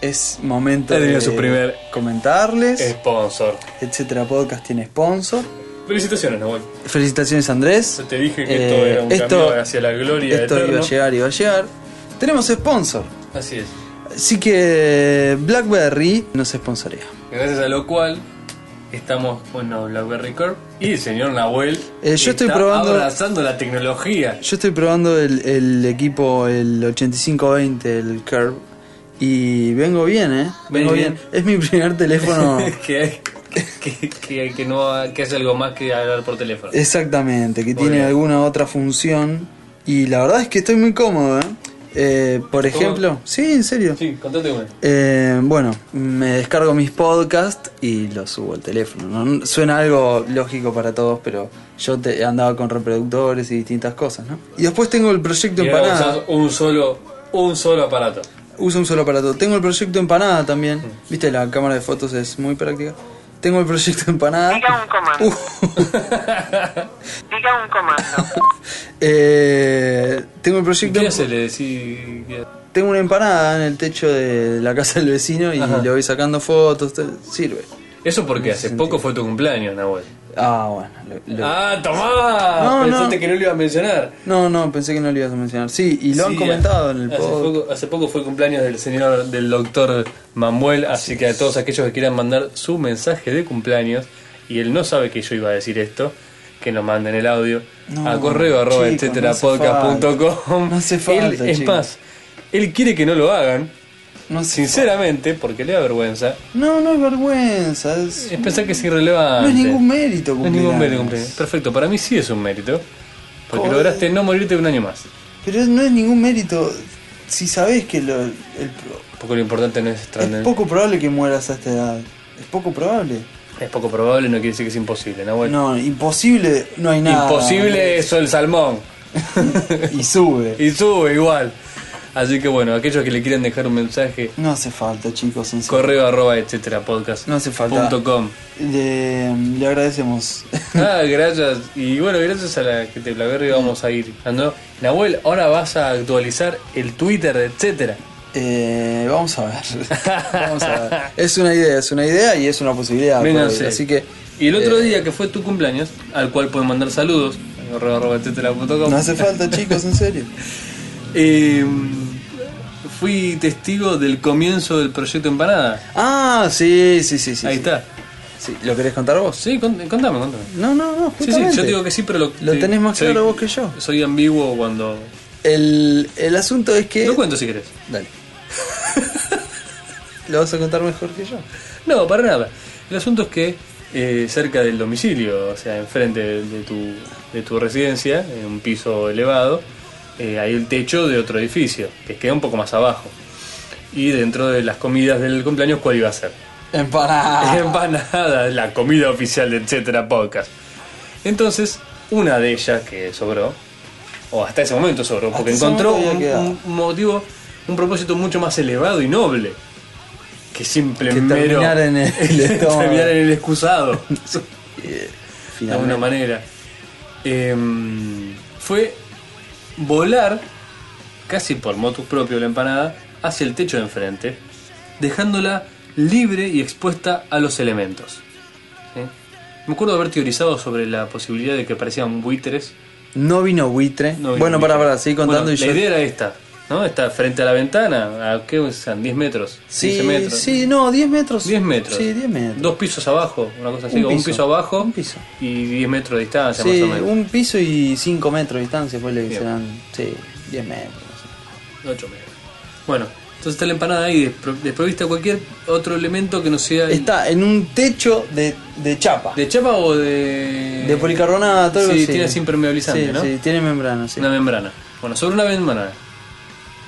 Speaker 3: es momento
Speaker 2: Ha tenido
Speaker 3: de
Speaker 2: su primer- Eh.
Speaker 3: comentarles.
Speaker 2: Sponsor.
Speaker 3: Etcétera Podcast tiene sponsor.
Speaker 2: Felicitaciones, Nahuel.
Speaker 3: Felicitaciones Andrés.
Speaker 2: Yo te dije que esto
Speaker 3: Eh,
Speaker 2: era un
Speaker 3: esto-
Speaker 2: camino hacia la gloria
Speaker 3: Esto iba
Speaker 2: eterno.
Speaker 3: a llegar, iba a llegar. Tenemos sponsor.
Speaker 2: Así es.
Speaker 3: Así que BlackBerry nos sponsorea.
Speaker 2: Gracias a lo cual estamos, bueno, BlackBerry Corp y el señor Nahuel.
Speaker 3: Eh, yo estoy
Speaker 2: está
Speaker 3: probando-
Speaker 2: Abrazando la tecnología.
Speaker 3: Yo estoy probando el, el equipo, el 8520, el Curve. Y vengo bien, ¿eh? Vengo
Speaker 2: Ven bien.
Speaker 3: bien. Es mi primer teléfono.
Speaker 2: que, hay- que, que, que no que es algo más que hablar por teléfono.
Speaker 3: Eh. Exactamente, que
Speaker 2: Muy
Speaker 3: tiene
Speaker 2: bien.
Speaker 3: alguna otra función. Y la verdad es que estoy muy cómodo, ¿eh? Eh, por ejemplo, sí, en serio.
Speaker 2: Sí, contate bueno.
Speaker 3: Eh, bueno, me descargo mis podcasts y los subo al teléfono. ¿no? Suena algo lógico para todos, pero yo te, andaba con reproductores y distintas cosas, ¿no? Y después tengo el proyecto
Speaker 2: Y ahora
Speaker 3: Empanada.
Speaker 2: usás un solo, un solo aparato.
Speaker 3: Uso un solo aparato. Tengo el proyecto Empanada también. Viste, la cámara de fotos es muy práctica. Tengo el proyecto Empanada.
Speaker 5: Diga un comando.
Speaker 3: Uh,
Speaker 5: Diga un comando.
Speaker 3: eh, tengo el proyecto.
Speaker 2: ¿Qué se le decís?
Speaker 3: Tengo una empanada en el techo de la casa del vecino y le voy sacando fotos. te- Sirve.
Speaker 2: Eso porque hace poco fue tu cumpleaños, Nahuel.
Speaker 3: Ah, bueno. lo- lo-
Speaker 2: ¡Ah, tomá!
Speaker 3: No,
Speaker 2: Pensaste
Speaker 3: no.
Speaker 2: que no lo iba a mencionar.
Speaker 3: No, no, pensé que no lo ibas a mencionar. Sí, y lo han
Speaker 2: Sí, ah,
Speaker 3: comentado en el
Speaker 2: hace
Speaker 3: podcast.
Speaker 2: poco, hace poco fue el cumpleaños del señor, del doctor Manuel, así que a todos aquellos que quieran mandar su mensaje de cumpleaños, y él no sabe que yo iba a decir esto, que nos manden el audio
Speaker 3: No,
Speaker 2: a correo arroba
Speaker 3: chicos,
Speaker 2: etcétera
Speaker 3: no hace
Speaker 2: podcast.com.
Speaker 3: falta. No hace falta,
Speaker 2: Él- es
Speaker 3: chicos.
Speaker 2: más, él quiere que no lo hagan,
Speaker 3: No sé.
Speaker 2: sinceramente, porque le da vergüenza.
Speaker 3: No, no es vergüenza. es-
Speaker 2: Es pensar que es irrelevante.
Speaker 3: no es ningún mérito
Speaker 2: No es ningún mérito
Speaker 3: cumplir
Speaker 2: cumpleaños.
Speaker 3: años.
Speaker 2: Perfecto, para mí sí es un mérito, porque
Speaker 3: Joder.
Speaker 2: lograste no morirte un año más.
Speaker 3: Pero no es ningún mérito si sabés que lo, el-
Speaker 2: Porque lo importante no es
Speaker 3: es poco probable que mueras a esta edad. Es poco probable.
Speaker 2: Es poco probable, no quiere decir que es imposible, Nahuel.
Speaker 3: No, imposible, no hay nada.
Speaker 2: imposible es el salmón.
Speaker 3: Y sube.
Speaker 2: y sube igual. Así que bueno, aquellos que le quieran dejar un mensaje,
Speaker 3: No hace falta, chicos. en serio.
Speaker 2: correo arroba etcétera podcast.
Speaker 3: No hace falta.
Speaker 2: punto com.
Speaker 3: Le, le agradecemos.
Speaker 2: Ah, gracias. Y bueno, gracias a la que te plagué vamos a ir. Andando. Nahuel, ahora vas a actualizar el Twitter de etcétera.
Speaker 3: Eh, vamos a ver. Vamos a ver. Es una idea, es una idea y es una posibilidad.
Speaker 2: Vénganse.
Speaker 3: Ah, Así que.
Speaker 2: Y el otro
Speaker 3: eh,
Speaker 2: día que fue tu cumpleaños, al cual pueden mandar saludos, correo arroba etcétera punto com.
Speaker 3: No hace falta, chicos, en serio.
Speaker 2: Eh, fui testigo del comienzo del proyecto Empanada.
Speaker 3: Ah, sí, sí, sí, sí.
Speaker 2: Ahí
Speaker 3: sí.
Speaker 2: está.
Speaker 3: Sí, ¿Lo querés contar vos?
Speaker 2: Sí, cont- contame, contame.
Speaker 3: No, no, no.
Speaker 2: Sí, sí, yo
Speaker 3: justamente.
Speaker 2: te digo que sí, pero lo,
Speaker 3: Lo
Speaker 2: te-
Speaker 3: tenés más
Speaker 2: soy-
Speaker 3: claro vos que yo.
Speaker 2: Soy ambiguo cuando.
Speaker 3: El, el asunto es que.
Speaker 2: Lo cuento si querés.
Speaker 3: Dale. Lo vas a contar mejor que yo.
Speaker 2: No, para nada. El asunto es que eh, cerca del domicilio, o sea, enfrente de, de tu, de tu residencia, en un piso elevado, eh, hay el techo de otro edificio, que queda un poco más abajo. Y dentro de las comidas del cumpleaños, ¿cuál iba a ser?
Speaker 3: Empanada.
Speaker 2: empanada, la comida oficial de Etcétera Podcast. Entonces, una de ellas que sobró, o hasta ese momento sobró, porque
Speaker 3: ese
Speaker 2: encontró
Speaker 3: momento
Speaker 2: un,
Speaker 3: había quedado.
Speaker 2: un- un motivo, un propósito mucho más elevado y noble que
Speaker 3: Que
Speaker 2: simplemente
Speaker 3: terminar en el estómago.
Speaker 2: terminar en el excusado, de
Speaker 3: Finalmente.
Speaker 2: alguna manera. Em, fue volar, casi por motus propio la empanada, hacia el techo de enfrente, dejándola libre y expuesta a los elementos. ¿sí? Me acuerdo de haber teorizado sobre la posibilidad de que aparecieran buitres.
Speaker 3: No vino buitre.
Speaker 2: No,
Speaker 3: bueno,
Speaker 2: no,
Speaker 3: para,
Speaker 2: no.
Speaker 3: para, seguí contando
Speaker 2: Bueno,
Speaker 3: y yo.
Speaker 2: La idea era esta, ¿no? Está frente a la ventana, a qué usan, 10 metros,
Speaker 3: Sí,
Speaker 2: 15 metros.
Speaker 3: sí, no, 10 metros.
Speaker 2: 10 metros.
Speaker 3: Sí, 10 metros.
Speaker 2: Dos pisos abajo, una cosa así,
Speaker 3: Un
Speaker 2: o un
Speaker 3: piso.
Speaker 2: piso abajo
Speaker 3: Un piso.
Speaker 2: y 10 metros de distancia
Speaker 3: Sí,
Speaker 2: más o menos.
Speaker 3: un piso y 5 metros de distancia, fue le que
Speaker 2: Bien.
Speaker 3: serán. Sí, 10 metros. no sé.
Speaker 2: 8 metros. Bueno, entonces está la empanada ahí, despro- desprovista de cualquier otro elemento que no sea el-
Speaker 3: Está en un techo de, de chapa.
Speaker 2: de chapa o de.
Speaker 3: De policarbonato, algo
Speaker 2: Sí,
Speaker 3: así.
Speaker 2: tiene así impermeabilizante,
Speaker 3: Sí,
Speaker 2: ¿no?
Speaker 3: sí, tiene membrana, sí.
Speaker 2: Una membrana. Bueno, sobre una membrana.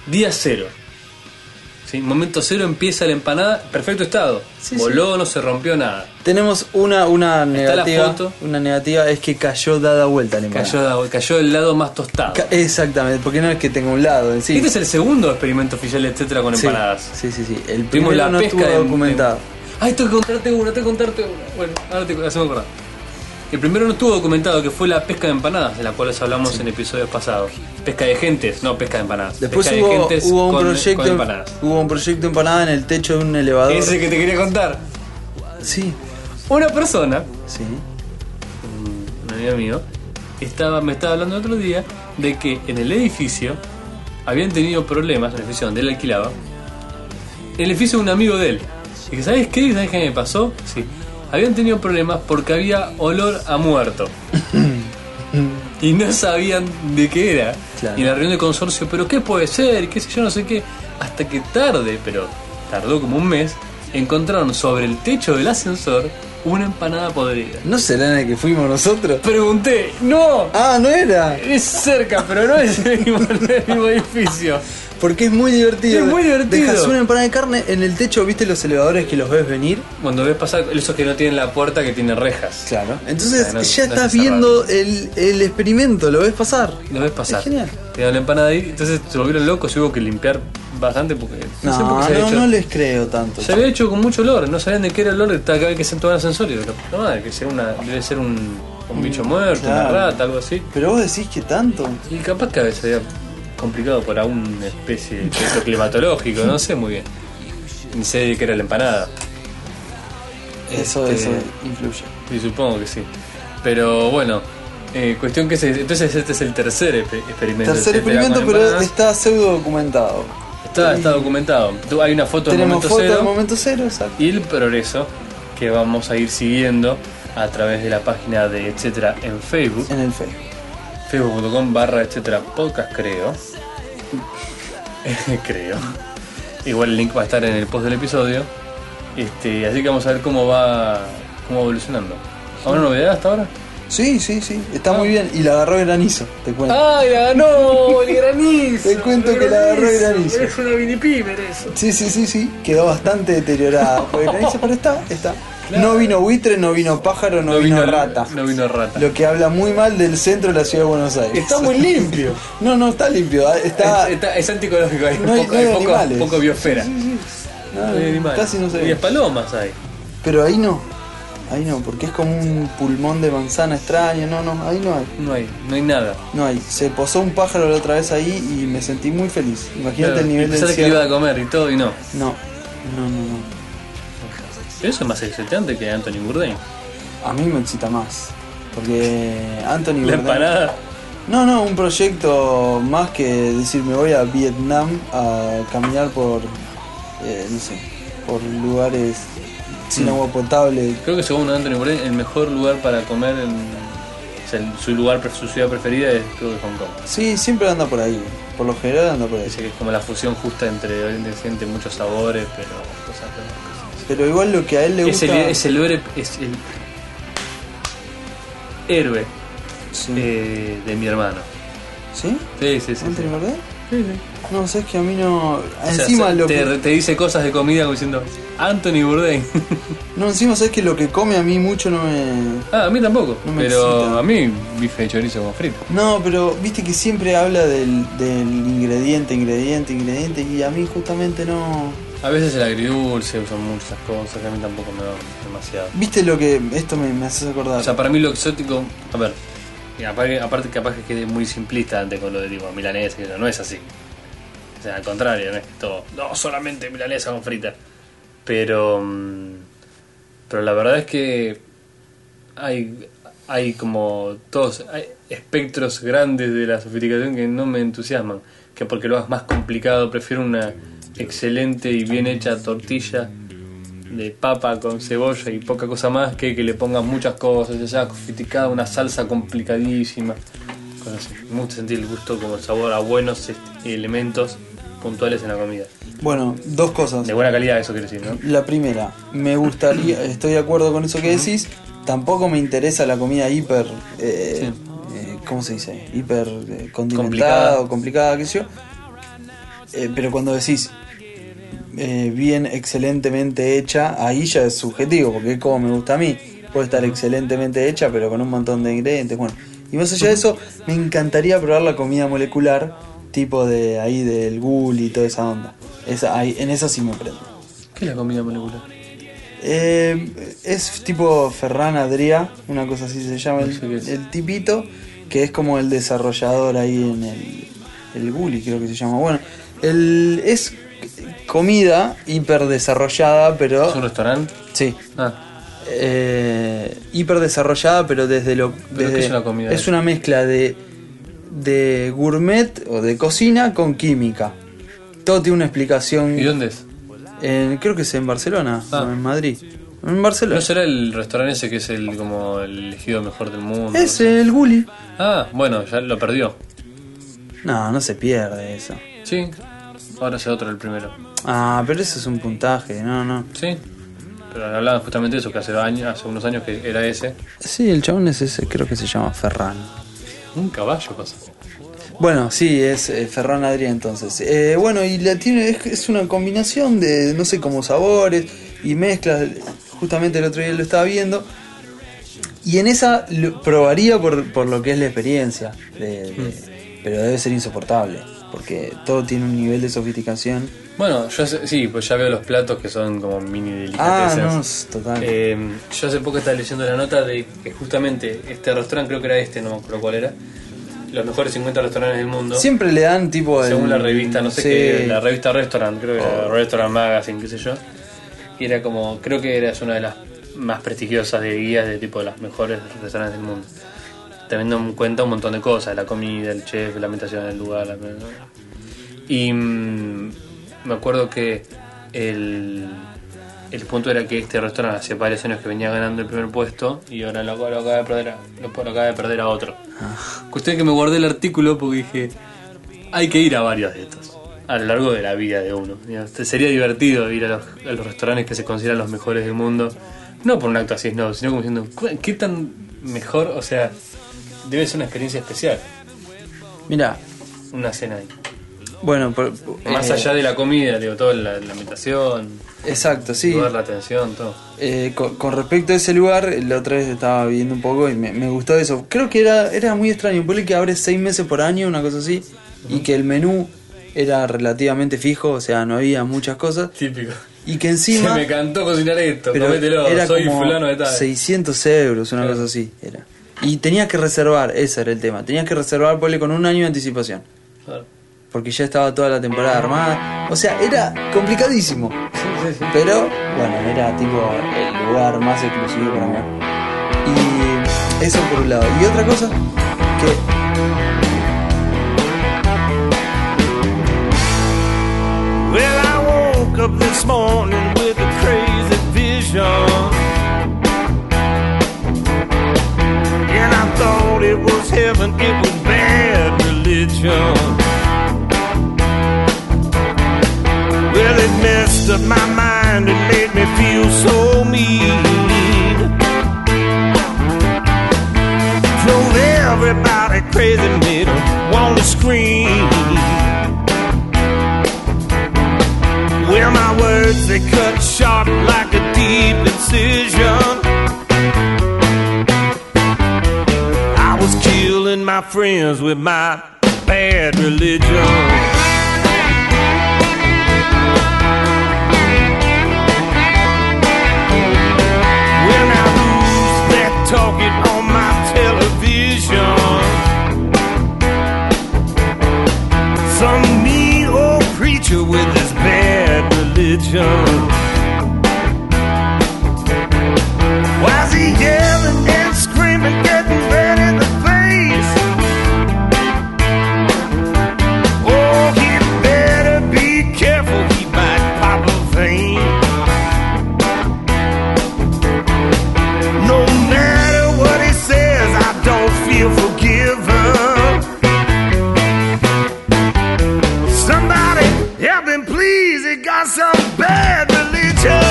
Speaker 2: Día cero. ¿Sí? Momento cero empieza la empanada, perfecto estado.
Speaker 3: Sí,
Speaker 2: Voló, no se rompió nada.
Speaker 3: Tenemos una, una
Speaker 2: Está la
Speaker 3: negativa.
Speaker 2: foto.
Speaker 3: Una negativa es que cayó dada vuelta la empanada.
Speaker 2: Cayó, cayó el lado más tostado.
Speaker 3: Ca- Exactamente, porque no es que tenga un lado en sí.
Speaker 2: Este es el segundo experimento oficial de Tetra con
Speaker 3: Sí,
Speaker 2: empanadas.
Speaker 3: Sí, sí, sí. El
Speaker 2: Tuvimos
Speaker 3: primero
Speaker 2: la
Speaker 3: no
Speaker 2: pesca
Speaker 3: estuvo
Speaker 2: de-
Speaker 3: documentado.
Speaker 2: de- Ay, tengo que Ah, contarte una, tengo que contarte una. Bueno, ahora te hacemos acordar. El primero no estuvo documentado, que fue la pesca de empanadas, de la cual os hablamos en episodios pasados. Pesca de gentes, no pesca de empanadas.
Speaker 3: Después
Speaker 2: pesca de
Speaker 3: hubo,
Speaker 2: gentes
Speaker 3: hubo un
Speaker 2: con,
Speaker 3: proyecto,
Speaker 2: con empanadas.
Speaker 3: hubo un proyecto empanada en el techo de un elevador.
Speaker 2: Ese que te quería contar.
Speaker 3: Sí,
Speaker 2: Una persona
Speaker 3: sí.
Speaker 2: un amigo mío, estaba, me estaba hablando el otro día de que en el edificio habían tenido problemas, en el edificio donde él alquilaba, en el edificio de un amigo de él. Y que, ¿sabes qué? ¿Sabes qué me pasó? Sí. Habían tenido problemas porque había olor a muerto. y no sabían de qué era.
Speaker 3: Claro.
Speaker 2: Y en la reunión de consorcio, ¿pero qué puede ser? ¿Qué sé yo? No sé qué. Hasta que tarde, pero tardó como un mes, encontraron sobre el techo del ascensor una empanada podrida.
Speaker 3: ¿No será en el que fuimos nosotros?
Speaker 2: Pregunté, no,
Speaker 3: Ah, no era.
Speaker 2: es cerca, pero no es el mismo, no es el mismo edificio.
Speaker 3: Porque es muy divertido.
Speaker 2: Es muy divertido.
Speaker 3: Dejas una empanada de carne en el techo, ¿viste los elevadores que los ves venir?
Speaker 2: Cuando ves pasar esos que no tienen la puerta que tienen rejas.
Speaker 3: Claro. Entonces
Speaker 2: Claro, no-
Speaker 3: ya
Speaker 2: no se cerraron.
Speaker 3: estás viendo el, el experimento, lo ves pasar.
Speaker 2: Lo ves pasar.
Speaker 3: Es genial.
Speaker 2: Te dan la empanada ahí, entonces se volvieron locos y hubo que limpiar bastante porque no, sé por
Speaker 3: No,
Speaker 2: qué se había
Speaker 3: no,
Speaker 2: hecho.
Speaker 3: no les creo tanto.
Speaker 2: Se había hecho con mucho olor, no sabían de qué era el olor, cada vez que se entraba el ascensor y digo, la puta madre, que sea una, debe ser un, un bicho muerto,
Speaker 3: claro.
Speaker 2: una rata, algo así.
Speaker 3: Pero vos decís que tanto.
Speaker 2: Y capaz que a veces era complicado por alguna especie de proceso climatológico, no sé muy bien. Ni sé de qué era la empanada.
Speaker 3: Eso,
Speaker 2: Este,
Speaker 3: eso influye.
Speaker 2: Y supongo que sí. Pero bueno, eh, cuestión que se, entonces este es el tercer epe- experimento.
Speaker 3: Tercer
Speaker 2: Se pega con
Speaker 3: experimento, pero
Speaker 2: empanadas.
Speaker 3: está pseudo documentado.
Speaker 2: está, está documentado. Tú- Hay una foto del
Speaker 3: Tenemos
Speaker 2: momento
Speaker 3: fotos
Speaker 2: cero
Speaker 3: del momento cero, exacto.
Speaker 2: y el progreso que vamos a ir siguiendo a través de la página de etcétera en Facebook,
Speaker 3: En el Facebook.
Speaker 2: facebook.com barra etcétera podcast creo. creo. Igual el link va a estar en el post del episodio. Este, así que vamos a ver cómo va cómo va evolucionando. ¿Alguna novedad hasta ahora?
Speaker 3: Sí, sí, sí. Está
Speaker 2: Ah.
Speaker 3: muy bien. Y la agarró granizo, te cuento.
Speaker 2: ¡Ay, la ganó! ¡El granizo!
Speaker 3: Te cuento que la agarró el granizo.
Speaker 2: Es una vinipímer eso.
Speaker 3: Sí, sí, sí, sí. Quedó bastante deteriorada. Porque granizo, pero está, está.
Speaker 2: Claro.
Speaker 3: No vino buitre, no vino pájaro, no, vino, rata.
Speaker 2: No vino rata.
Speaker 3: Lo que habla muy mal del centro de la ciudad de Buenos Aires.
Speaker 2: limpio.
Speaker 3: No, no, está limpio. ah, Está.
Speaker 2: Está, está- es anticológico, hay,
Speaker 3: No hay-
Speaker 2: poco,
Speaker 3: no hay
Speaker 2: hay poco-
Speaker 3: animales.
Speaker 2: poco biosfera.
Speaker 3: no,
Speaker 2: No hay animales.
Speaker 3: casi no se
Speaker 2: Y
Speaker 3: ve.
Speaker 2: es palomas hay.
Speaker 3: Pero ahí no. Ahí no, porque es como un pulmón de manzana extraño. No, no, ahí no hay.
Speaker 2: No hay, no hay nada.
Speaker 3: No hay. Se posó un pájaro la otra vez ahí y me sentí muy feliz. Imagínate
Speaker 2: Claro,
Speaker 3: el
Speaker 2: y
Speaker 3: nivel de
Speaker 2: pensaste que iba a comer y todo y no.
Speaker 3: No, no, no, no.
Speaker 2: Pero eso es más excitante que Anthony Bourdain.
Speaker 3: A mí me excita más. Porque Anthony
Speaker 2: La
Speaker 3: Bourdain-
Speaker 2: empanada.
Speaker 3: No, no, un proyecto más que decir me voy a Vietnam a caminar por, eh, no sé, por lugares sin
Speaker 2: Mm.
Speaker 3: agua potable.
Speaker 2: Creo que según Anthony Bourdain, el mejor lugar para comer en. o sea, en su lugar, pre- su ciudad preferida es creo que Hong Kong.
Speaker 3: Sí, siempre anda por ahí, por lo general anda por ahí.
Speaker 2: Dice que es como la fusión justa entre Oriente y Occidente, muchos sabores, pero cosas que
Speaker 3: Pero igual lo que a él le
Speaker 2: no- Es
Speaker 3: gusta...
Speaker 2: el, es el héroe, es el héroe
Speaker 3: Sí.
Speaker 2: eh, de mi hermano.
Speaker 3: ¿Sí?
Speaker 2: Sí, sí, sí. sí.
Speaker 3: ¿Anthony Bourdain? No, sabes que a mí no...
Speaker 2: O
Speaker 3: Encima
Speaker 2: sea,
Speaker 3: lo
Speaker 2: te,
Speaker 3: que...
Speaker 2: te dice cosas de comida como diciendo Anthony Bourdain.
Speaker 3: No, encima sabes que lo que come a mí mucho no me...
Speaker 2: ah, a mí tampoco.
Speaker 3: No me
Speaker 2: pero
Speaker 3: excita.
Speaker 2: a mí bife de chorizo con frito.
Speaker 3: No, pero viste que siempre habla del, del ingrediente, ingrediente, ingrediente y a mí justamente no...
Speaker 2: A veces el agridulce usan muchas cosas que a mí tampoco me va demasiado.
Speaker 3: Viste lo que... Esto me, me haces acordar.
Speaker 2: O sea, para mí lo exótico, a ver, y aparte, aparte capaz que quede muy simplista antes con lo de tipo milanesa, que no, no es así. O sea, al contrario, no es que todo, no, solamente milanesa con frita. Pero mm, pero la verdad es que hay hay como todos hay espectros grandes de la sofisticación que no me entusiasman, que porque lo hagas más complicado, prefiero una excelente y bien hecha tortilla de papa con cebolla y poca cosa más que que le pongas muchas cosas, ya sea sofisticada, una salsa complicadísima. cosas así. Me gusta sentir el gusto como el sabor a buenos este, elementos puntuales en la comida.
Speaker 3: Bueno, dos cosas.
Speaker 2: De buena calidad, eso quiero decir, ¿no?
Speaker 3: La primera, me gustaría, estoy de acuerdo con eso que decís, tampoco me interesa la comida hiper, eh, eh, ¿cómo se dice? Hiper eh, condimentada
Speaker 2: Complicada.
Speaker 3: o complicada, qué sé yo. Eh, pero cuando decís eh, bien, excelentemente hecha, ahí ya es subjetivo, porque es como me gusta a mí. Puede estar excelentemente hecha, pero con un montón de ingredientes. Bueno, y más allá de eso, me encantaría probar la comida molecular, tipo de ahí del ghoul y toda esa onda. Esa, ahí, en esa sí me prendo.
Speaker 2: ¿Qué es la comida molecular?
Speaker 3: Eh, es tipo Ferran Adrià, una cosa así se llama
Speaker 2: No sé qué
Speaker 3: el,
Speaker 2: es.
Speaker 3: el tipito, que es como el desarrollador ahí en el, el Bully, creo que se llama. Bueno, el, es comida hiper desarrollada,
Speaker 2: ¿Es un
Speaker 3: pero...
Speaker 2: restaurante?
Speaker 3: Sí,
Speaker 2: Ah,
Speaker 3: eh, hiper desarrollada, pero desde lo.
Speaker 2: ¿Pero qué
Speaker 3: desde-
Speaker 2: es una comida?
Speaker 3: es una mezcla de, de gourmet o de cocina con química. Todo tiene una explicación.
Speaker 2: ¿y dónde es?
Speaker 3: En- creo que es en Barcelona,
Speaker 2: Ah.
Speaker 3: o en Madrid. En
Speaker 2: ¿No
Speaker 3: Barcelona.
Speaker 2: será el restaurante ese que es el como el elegido mejor del mundo?
Speaker 3: es el Gulli.
Speaker 2: Ah, bueno, ya lo perdió.
Speaker 3: No, no se pierde eso.
Speaker 2: Sí, ahora es otro el primero.
Speaker 3: Ah, pero eso es un puntaje, no, no.
Speaker 2: Sí, pero hablaban justamente de eso, que hace, años, hace unos años que era ese.
Speaker 3: Sí, el chabón es ese, creo que se llama Ferran.
Speaker 2: Un caballo pasa.
Speaker 3: Bueno, sí, es eh, Ferran Adrià entonces. Eh, bueno, y la tiene, es, es una combinación de, no sé, como sabores y mezclas. Justamente el otro día lo estaba viendo. Y en esa lo- probaría por, por lo que es la experiencia. de-
Speaker 2: Mm.
Speaker 3: de- Pero debe ser insoportable. Porque todo tiene un nivel de sofisticación.
Speaker 2: Bueno, yo hace- sí, pues ya veo los platos que son como mini
Speaker 3: Ah,
Speaker 2: delicatezas.
Speaker 3: no, es total.
Speaker 2: Eh, yo hace poco estaba leyendo la nota de que justamente este restaurante, creo que era este, no me acuerdo cuál era, los mejores 50 restaurantes del mundo.
Speaker 3: Siempre le dan tipo. el-
Speaker 2: Según la revista, no sé
Speaker 3: sí. Oh.
Speaker 2: qué, la revista Restaurant, creo que era Restaurant Magazine, qué sé yo. Y era como, creo que eras una de las más prestigiosas de guías de tipo de las mejores restaurantes del mundo. Teniendo en cuenta un montón de cosas, la comida, el chef, la ambientación del lugar. la- Y mm, me acuerdo que el, el punto era que este restaurante hacía varios años que venía ganando el primer puesto y ahora lo, lo acaba, de perder a, lo, lo acaba de perder a otro.
Speaker 3: Ah.
Speaker 2: Cuestión que me guardé el artículo porque dije, hay que ir a varios de estos a lo largo de la vida de uno. Digo, este, Sería divertido ir a los, a los restaurantes que se consideran los mejores del mundo. No por un acto así, no, sino como diciendo, "¿Cu- ¿qué tan mejor? O sea, debe ser una experiencia especial,
Speaker 3: Mirá,
Speaker 2: una cena ahí.
Speaker 3: bueno, por-
Speaker 2: Más
Speaker 3: eh,
Speaker 2: allá de la comida, digo, toda la, la ambientación,
Speaker 3: Exacto, sí.
Speaker 2: toda la atención, todo.
Speaker 3: Eh, con, con respecto a ese lugar, la otra vez estaba viendo un poco y me, me gustó eso. Creo que era, era muy extraño, un que abre seis meses por año, una cosa así, y que el menú era relativamente fijo, o sea, no había muchas cosas,
Speaker 2: Típico.
Speaker 3: y que
Speaker 2: Se
Speaker 3: encima...
Speaker 2: me cantó cocinar esto,
Speaker 3: pero
Speaker 2: comételo,
Speaker 3: era
Speaker 2: soy
Speaker 3: como
Speaker 2: fulano de tal.
Speaker 3: 600 euros, una
Speaker 2: Claro.
Speaker 3: cosa así, era. Y tenías que reservar, ese era el tema, tenías que reservar, ponle, con un año de anticipación,
Speaker 2: Claro.
Speaker 3: porque ya estaba toda la temporada armada, o sea, era complicadísimo. Pero bueno, era tipo el lugar más exclusivo para mí. Y eso por un lado. Y otra cosa que.
Speaker 6: Well, I woke up this morning with a crazy vision. And I thought it was heaven, it was bad religion. Well, it messed up my mind, it made me feel so mean. Drove everybody crazy, made 'em wanna scream. Well, my words they cut sharp like a deep incision. I was killing my friends with my bad religion. When I lose that talking on my television. Some mean old preacher with his bad religion. Why's he yelling and screaming, getting red in the face? Oh, he better be careful, he might pop a vein. No matter what he says, I don't feel forgiven. Somebody help him, please. He got some bad religion.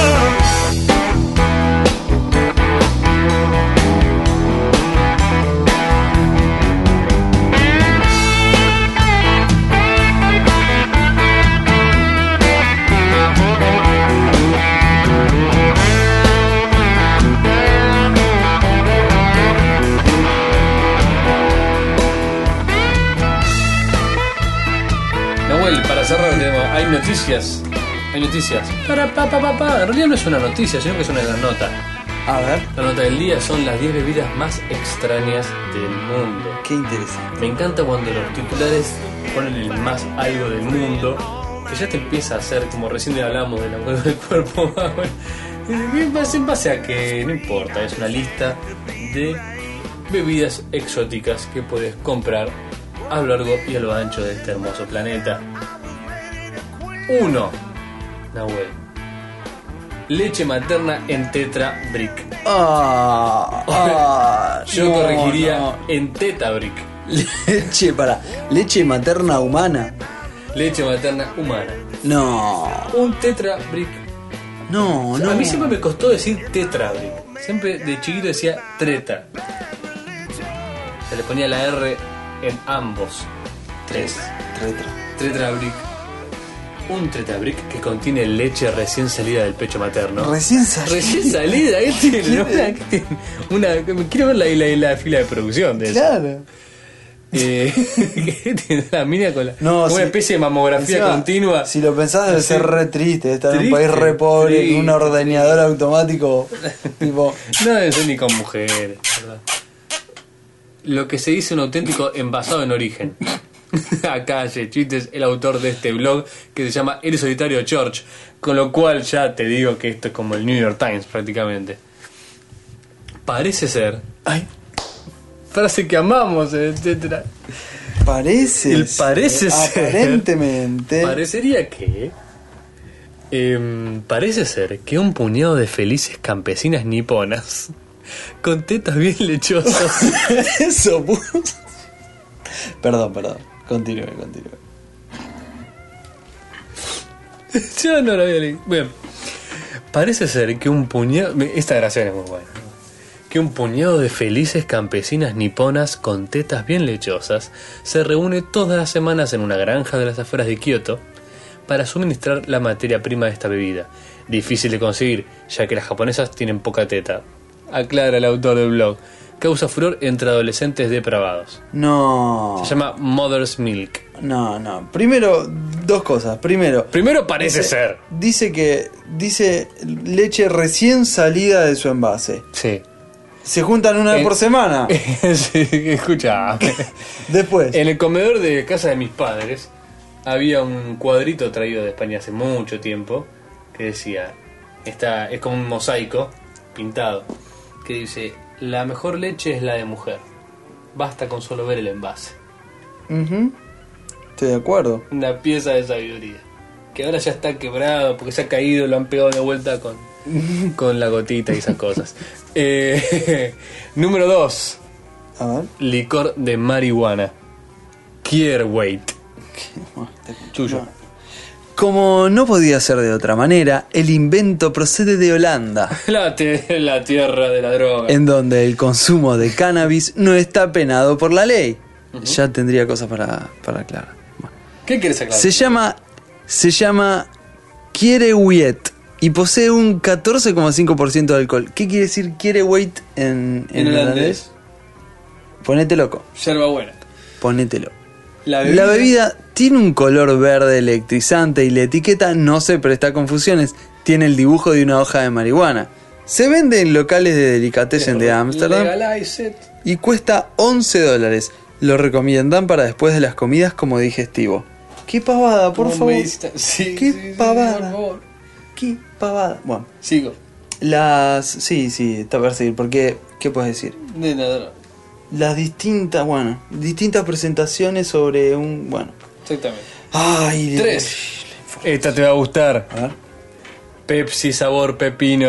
Speaker 2: Nahuel, para cerrar el tema, hay noticias, hay Hay noticias. Para, pa, pa, pa, pa. En realidad no es una noticia, sino que es una gran nota.
Speaker 3: A ver,
Speaker 2: La nota del día son las 10 bebidas más extrañas del mundo.
Speaker 3: qué interesante.
Speaker 2: Me encanta cuando los titulares ponen el más algo del mundo, que ya te empieza a hacer, como recién hablamos del acuerdo del cuerpo. en base- en base a que no importa, es una lista de bebidas exóticas que puedes comprar a lo largo y a lo ancho de este hermoso planeta. 1. Nahuel. Leche materna en Tetra Brick.
Speaker 3: Ah, ah,
Speaker 2: Yo
Speaker 3: no,
Speaker 2: corregiría
Speaker 3: no.
Speaker 2: en Teta Brick.
Speaker 3: Leche para. Leche materna humana.
Speaker 2: Leche materna humana.
Speaker 3: No,
Speaker 2: Un tetra brick.
Speaker 3: no, no.
Speaker 2: A mí siempre me costó decir tetra brick. Siempre de chiquito decía treta. Se le ponía la R en ambos. Tres.
Speaker 3: Retro.
Speaker 2: Tetra brick. Un tetra brick que contiene leche recién salida del pecho materno.
Speaker 3: Recién salió.
Speaker 2: Recién salida, ¿qué tiene? Una, una- quiero ver la, la- la fila de producción de eso.
Speaker 3: Claro.
Speaker 2: Eh, ¿qué tiene la mina con la-
Speaker 3: No,
Speaker 2: una
Speaker 3: sí.
Speaker 2: especie de mamografía
Speaker 3: Encima,
Speaker 2: continua.
Speaker 3: Si lo pensás, debe ser re triste estar en un
Speaker 2: Triste,
Speaker 3: país re pobre,
Speaker 2: triste.
Speaker 3: con un ordenador automático. tipo,
Speaker 2: No deben ser ni con mujeres, la ¿verdad? Lo que se dice un auténtico envasado en origen. Acá Yechit es el autor de este blog que se llama El Solitario Church, con lo cual ya te digo que esto es como el New York Times prácticamente. Parece ser. Ay. Frase que amamos, etcétera.
Speaker 3: parece.
Speaker 2: El parece ser.
Speaker 3: Aparentemente.
Speaker 2: Parecería que. em, parece ser que un puñado de felices campesinas niponas con tetas bien lechosas
Speaker 3: Eso, puto. Perdón, perdón. Continúe, continúe.
Speaker 2: Yo no lo había leído. Bien. Parece ser que un puñado. Esta grabación es muy buena. Que un puñado de felices campesinas niponas con tetas bien lechosas se reúne todas las semanas en una granja de las afueras de Kioto para suministrar la materia prima de esta bebida. Difícil de conseguir, ya que las japonesas tienen poca teta. Aclara el autor del blog. Causa furor entre adolescentes depravados.
Speaker 3: No.
Speaker 2: Se llama Mother's Milk.
Speaker 3: No, no. Primero, dos cosas. Primero,
Speaker 2: Primero parece ser.
Speaker 3: dice que. Dice leche recién salida de su envase.
Speaker 2: Sí.
Speaker 3: Se juntan una vez
Speaker 2: Eh,
Speaker 3: por semana.
Speaker 2: sí escuchame.
Speaker 3: Después.
Speaker 2: En el comedor de casa de mis padres había un cuadrito traído de España hace mucho tiempo que decía, está, es como un mosaico pintado, que dice, la mejor leche es la de mujer, basta con solo ver el envase.
Speaker 3: Ujú. Estoy de acuerdo.
Speaker 2: Una pieza de sabiduría, que ahora ya está quebrado porque se ha caído, lo han pegado de vuelta con, con la gotita y esas cosas. Eh, número 2,
Speaker 3: A ver.
Speaker 2: licor de marihuana, Kierweight. Tuyo.
Speaker 3: No. Como no podía ser de otra manera, el invento procede de Holanda,
Speaker 2: La, te- la tierra de la droga.
Speaker 3: en donde el consumo de cannabis no está penado por la ley. Ya tendría cosas para, para aclarar. Bueno.
Speaker 2: ¿Qué quieres aclarar?
Speaker 3: Se llama. Se llama. Quiere Wiet. Y posee un 14,5% de alcohol. ¿Qué quiere decir quiere weight en,
Speaker 2: en holandés,
Speaker 3: Ponete loco.
Speaker 2: yerba buena.
Speaker 3: Ponételo.
Speaker 2: La
Speaker 3: La bebida tiene un color verde electrizante y la etiqueta no se presta a confusiones. Tiene el dibujo de una hoja de marihuana. Se vende en locales de delicatessen de Ámsterdam
Speaker 2: Legalize it.
Speaker 3: y cuesta 11 dólares. Lo recomiendan para después de las comidas como digestivo. ¡Qué pavada, por
Speaker 2: Un
Speaker 3: favor!
Speaker 2: medicita- Sí,
Speaker 3: ¡Qué
Speaker 2: sí, sí, por
Speaker 3: pavada!
Speaker 2: favor.
Speaker 3: ¡Qué pavada! Bueno,
Speaker 2: Sigo.
Speaker 3: las... Sí, sí, está para seguir, porque... ¿Qué puedes decir?
Speaker 2: De nada,
Speaker 3: Las distintas, bueno, distintas presentaciones sobre un... Bueno.
Speaker 2: Exactamente.
Speaker 3: ¡Ay!
Speaker 2: Tres. Esta te va a gustar.
Speaker 3: A ver. Ah,
Speaker 2: Pepsi sabor pepino.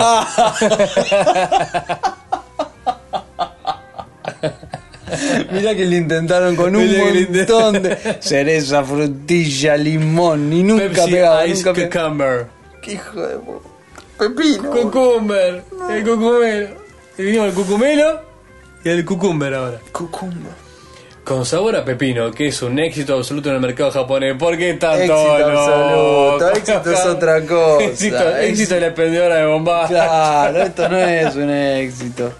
Speaker 3: Mirá que le intentaron con un
Speaker 2: Mirá que le
Speaker 3: montón de cereza, frutilla, limón y nunca
Speaker 2: Pepsi
Speaker 3: pegaba,
Speaker 2: ice
Speaker 3: nunca pegaba.
Speaker 2: cucumber.
Speaker 3: ¡Qué hijo de pu- Pepino.
Speaker 2: Cucumber. El cucumelo. Y vino el cucumelo y el cucumber ahora.
Speaker 3: Cucumba.
Speaker 2: Con sabor a pepino, que es un éxito absoluto en el mercado japonés. ¿Por qué tanto?
Speaker 3: Éxito
Speaker 2: no?
Speaker 3: absoluto, éxito es otra cosa.
Speaker 2: Éxito,
Speaker 3: Es-
Speaker 2: éxito de la emprendedora de bomba.
Speaker 3: Claro, esto no es un éxito.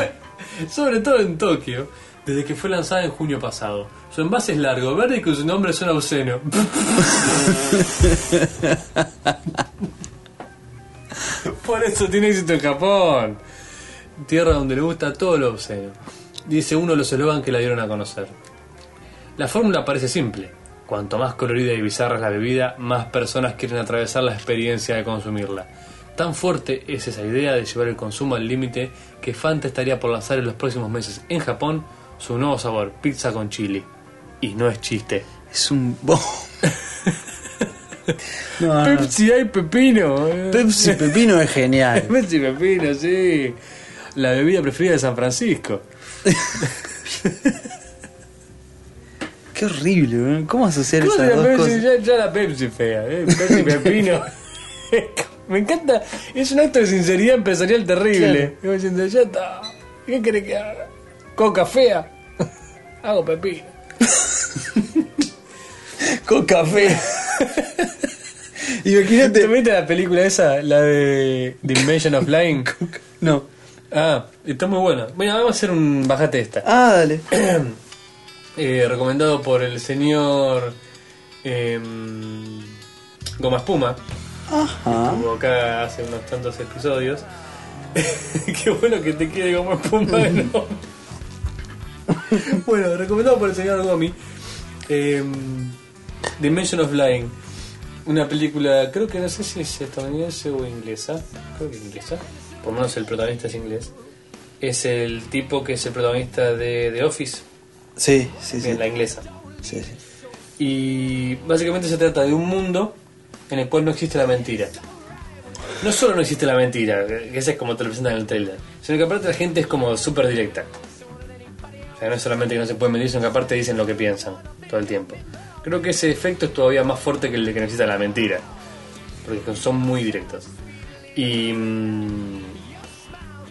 Speaker 2: Sobre todo en Tokio, desde que fue lanzada en junio pasado. Su envase es largo, verde y con su nombre suena obsceno. Por eso tiene éxito en Japón. Tierra donde le gusta todo lo obsceno. Dice uno de los eslogan que la dieron a conocer. La fórmula parece simple. Cuanto más colorida y bizarra es la bebida, más personas quieren atravesar la experiencia de consumirla. Tan fuerte es esa idea de llevar el consumo al límite que Fanta estaría por lanzar en los próximos meses en Japón su nuevo sabor, pizza con chili. Y no es chiste.
Speaker 3: Es un bo. No, no.
Speaker 2: Pepsi hay pepino. eh.
Speaker 3: Pepsi Pepino es genial.
Speaker 2: Pepsi pepino, sí. La bebida preferida de San Francisco.
Speaker 3: Qué horrible, weón. ¿Cómo asociar
Speaker 2: ¿Cómo
Speaker 3: esas
Speaker 2: se la
Speaker 3: dos
Speaker 2: Pepsi?
Speaker 3: cosas?
Speaker 2: Ya, ya la Pepsi fea, eh, Pepsi Pepino. Me encanta, es un acto de sinceridad empresarial terrible. Yo diciendo, ya está, ¿qué querés que haga? Coca fea, hago pepino.
Speaker 3: Con café.
Speaker 2: ¿Te
Speaker 3: Imagínate.
Speaker 2: viste la película esa, la de The Invasion of Line?
Speaker 3: No.
Speaker 2: Ah, está muy buena. Bueno, vamos a hacer un bajate esta.
Speaker 3: Ah, dale.
Speaker 2: Eh, recomendado por el señor em, Goma Espuma.
Speaker 3: Ajá.
Speaker 2: Como acá hace unos tantos episodios. Qué bueno que te quede como espuma de nombre. bueno, recomendado por el señor Gomi. eh, Dimension of Lying. Una película, creo que no sé si es estadounidense o inglesa. Creo que inglesa. Por lo menos el protagonista es inglés. Es el tipo que es el protagonista de The Office,
Speaker 3: Sí, sí, sí.
Speaker 2: en la inglesa.
Speaker 3: Sí, sí.
Speaker 2: Y básicamente se trata de un mundo en el cual no existe la mentira. No solo no existe la mentira, que ese es como te lo presentan en el trailer, sino que aparte la gente es como súper directa. O sea, no es solamente que no se pueden mentir, sino que aparte dicen lo que piensan todo el tiempo. Creo que ese efecto es todavía más fuerte que el de que necesita la mentira, porque son muy directos. Y, mm,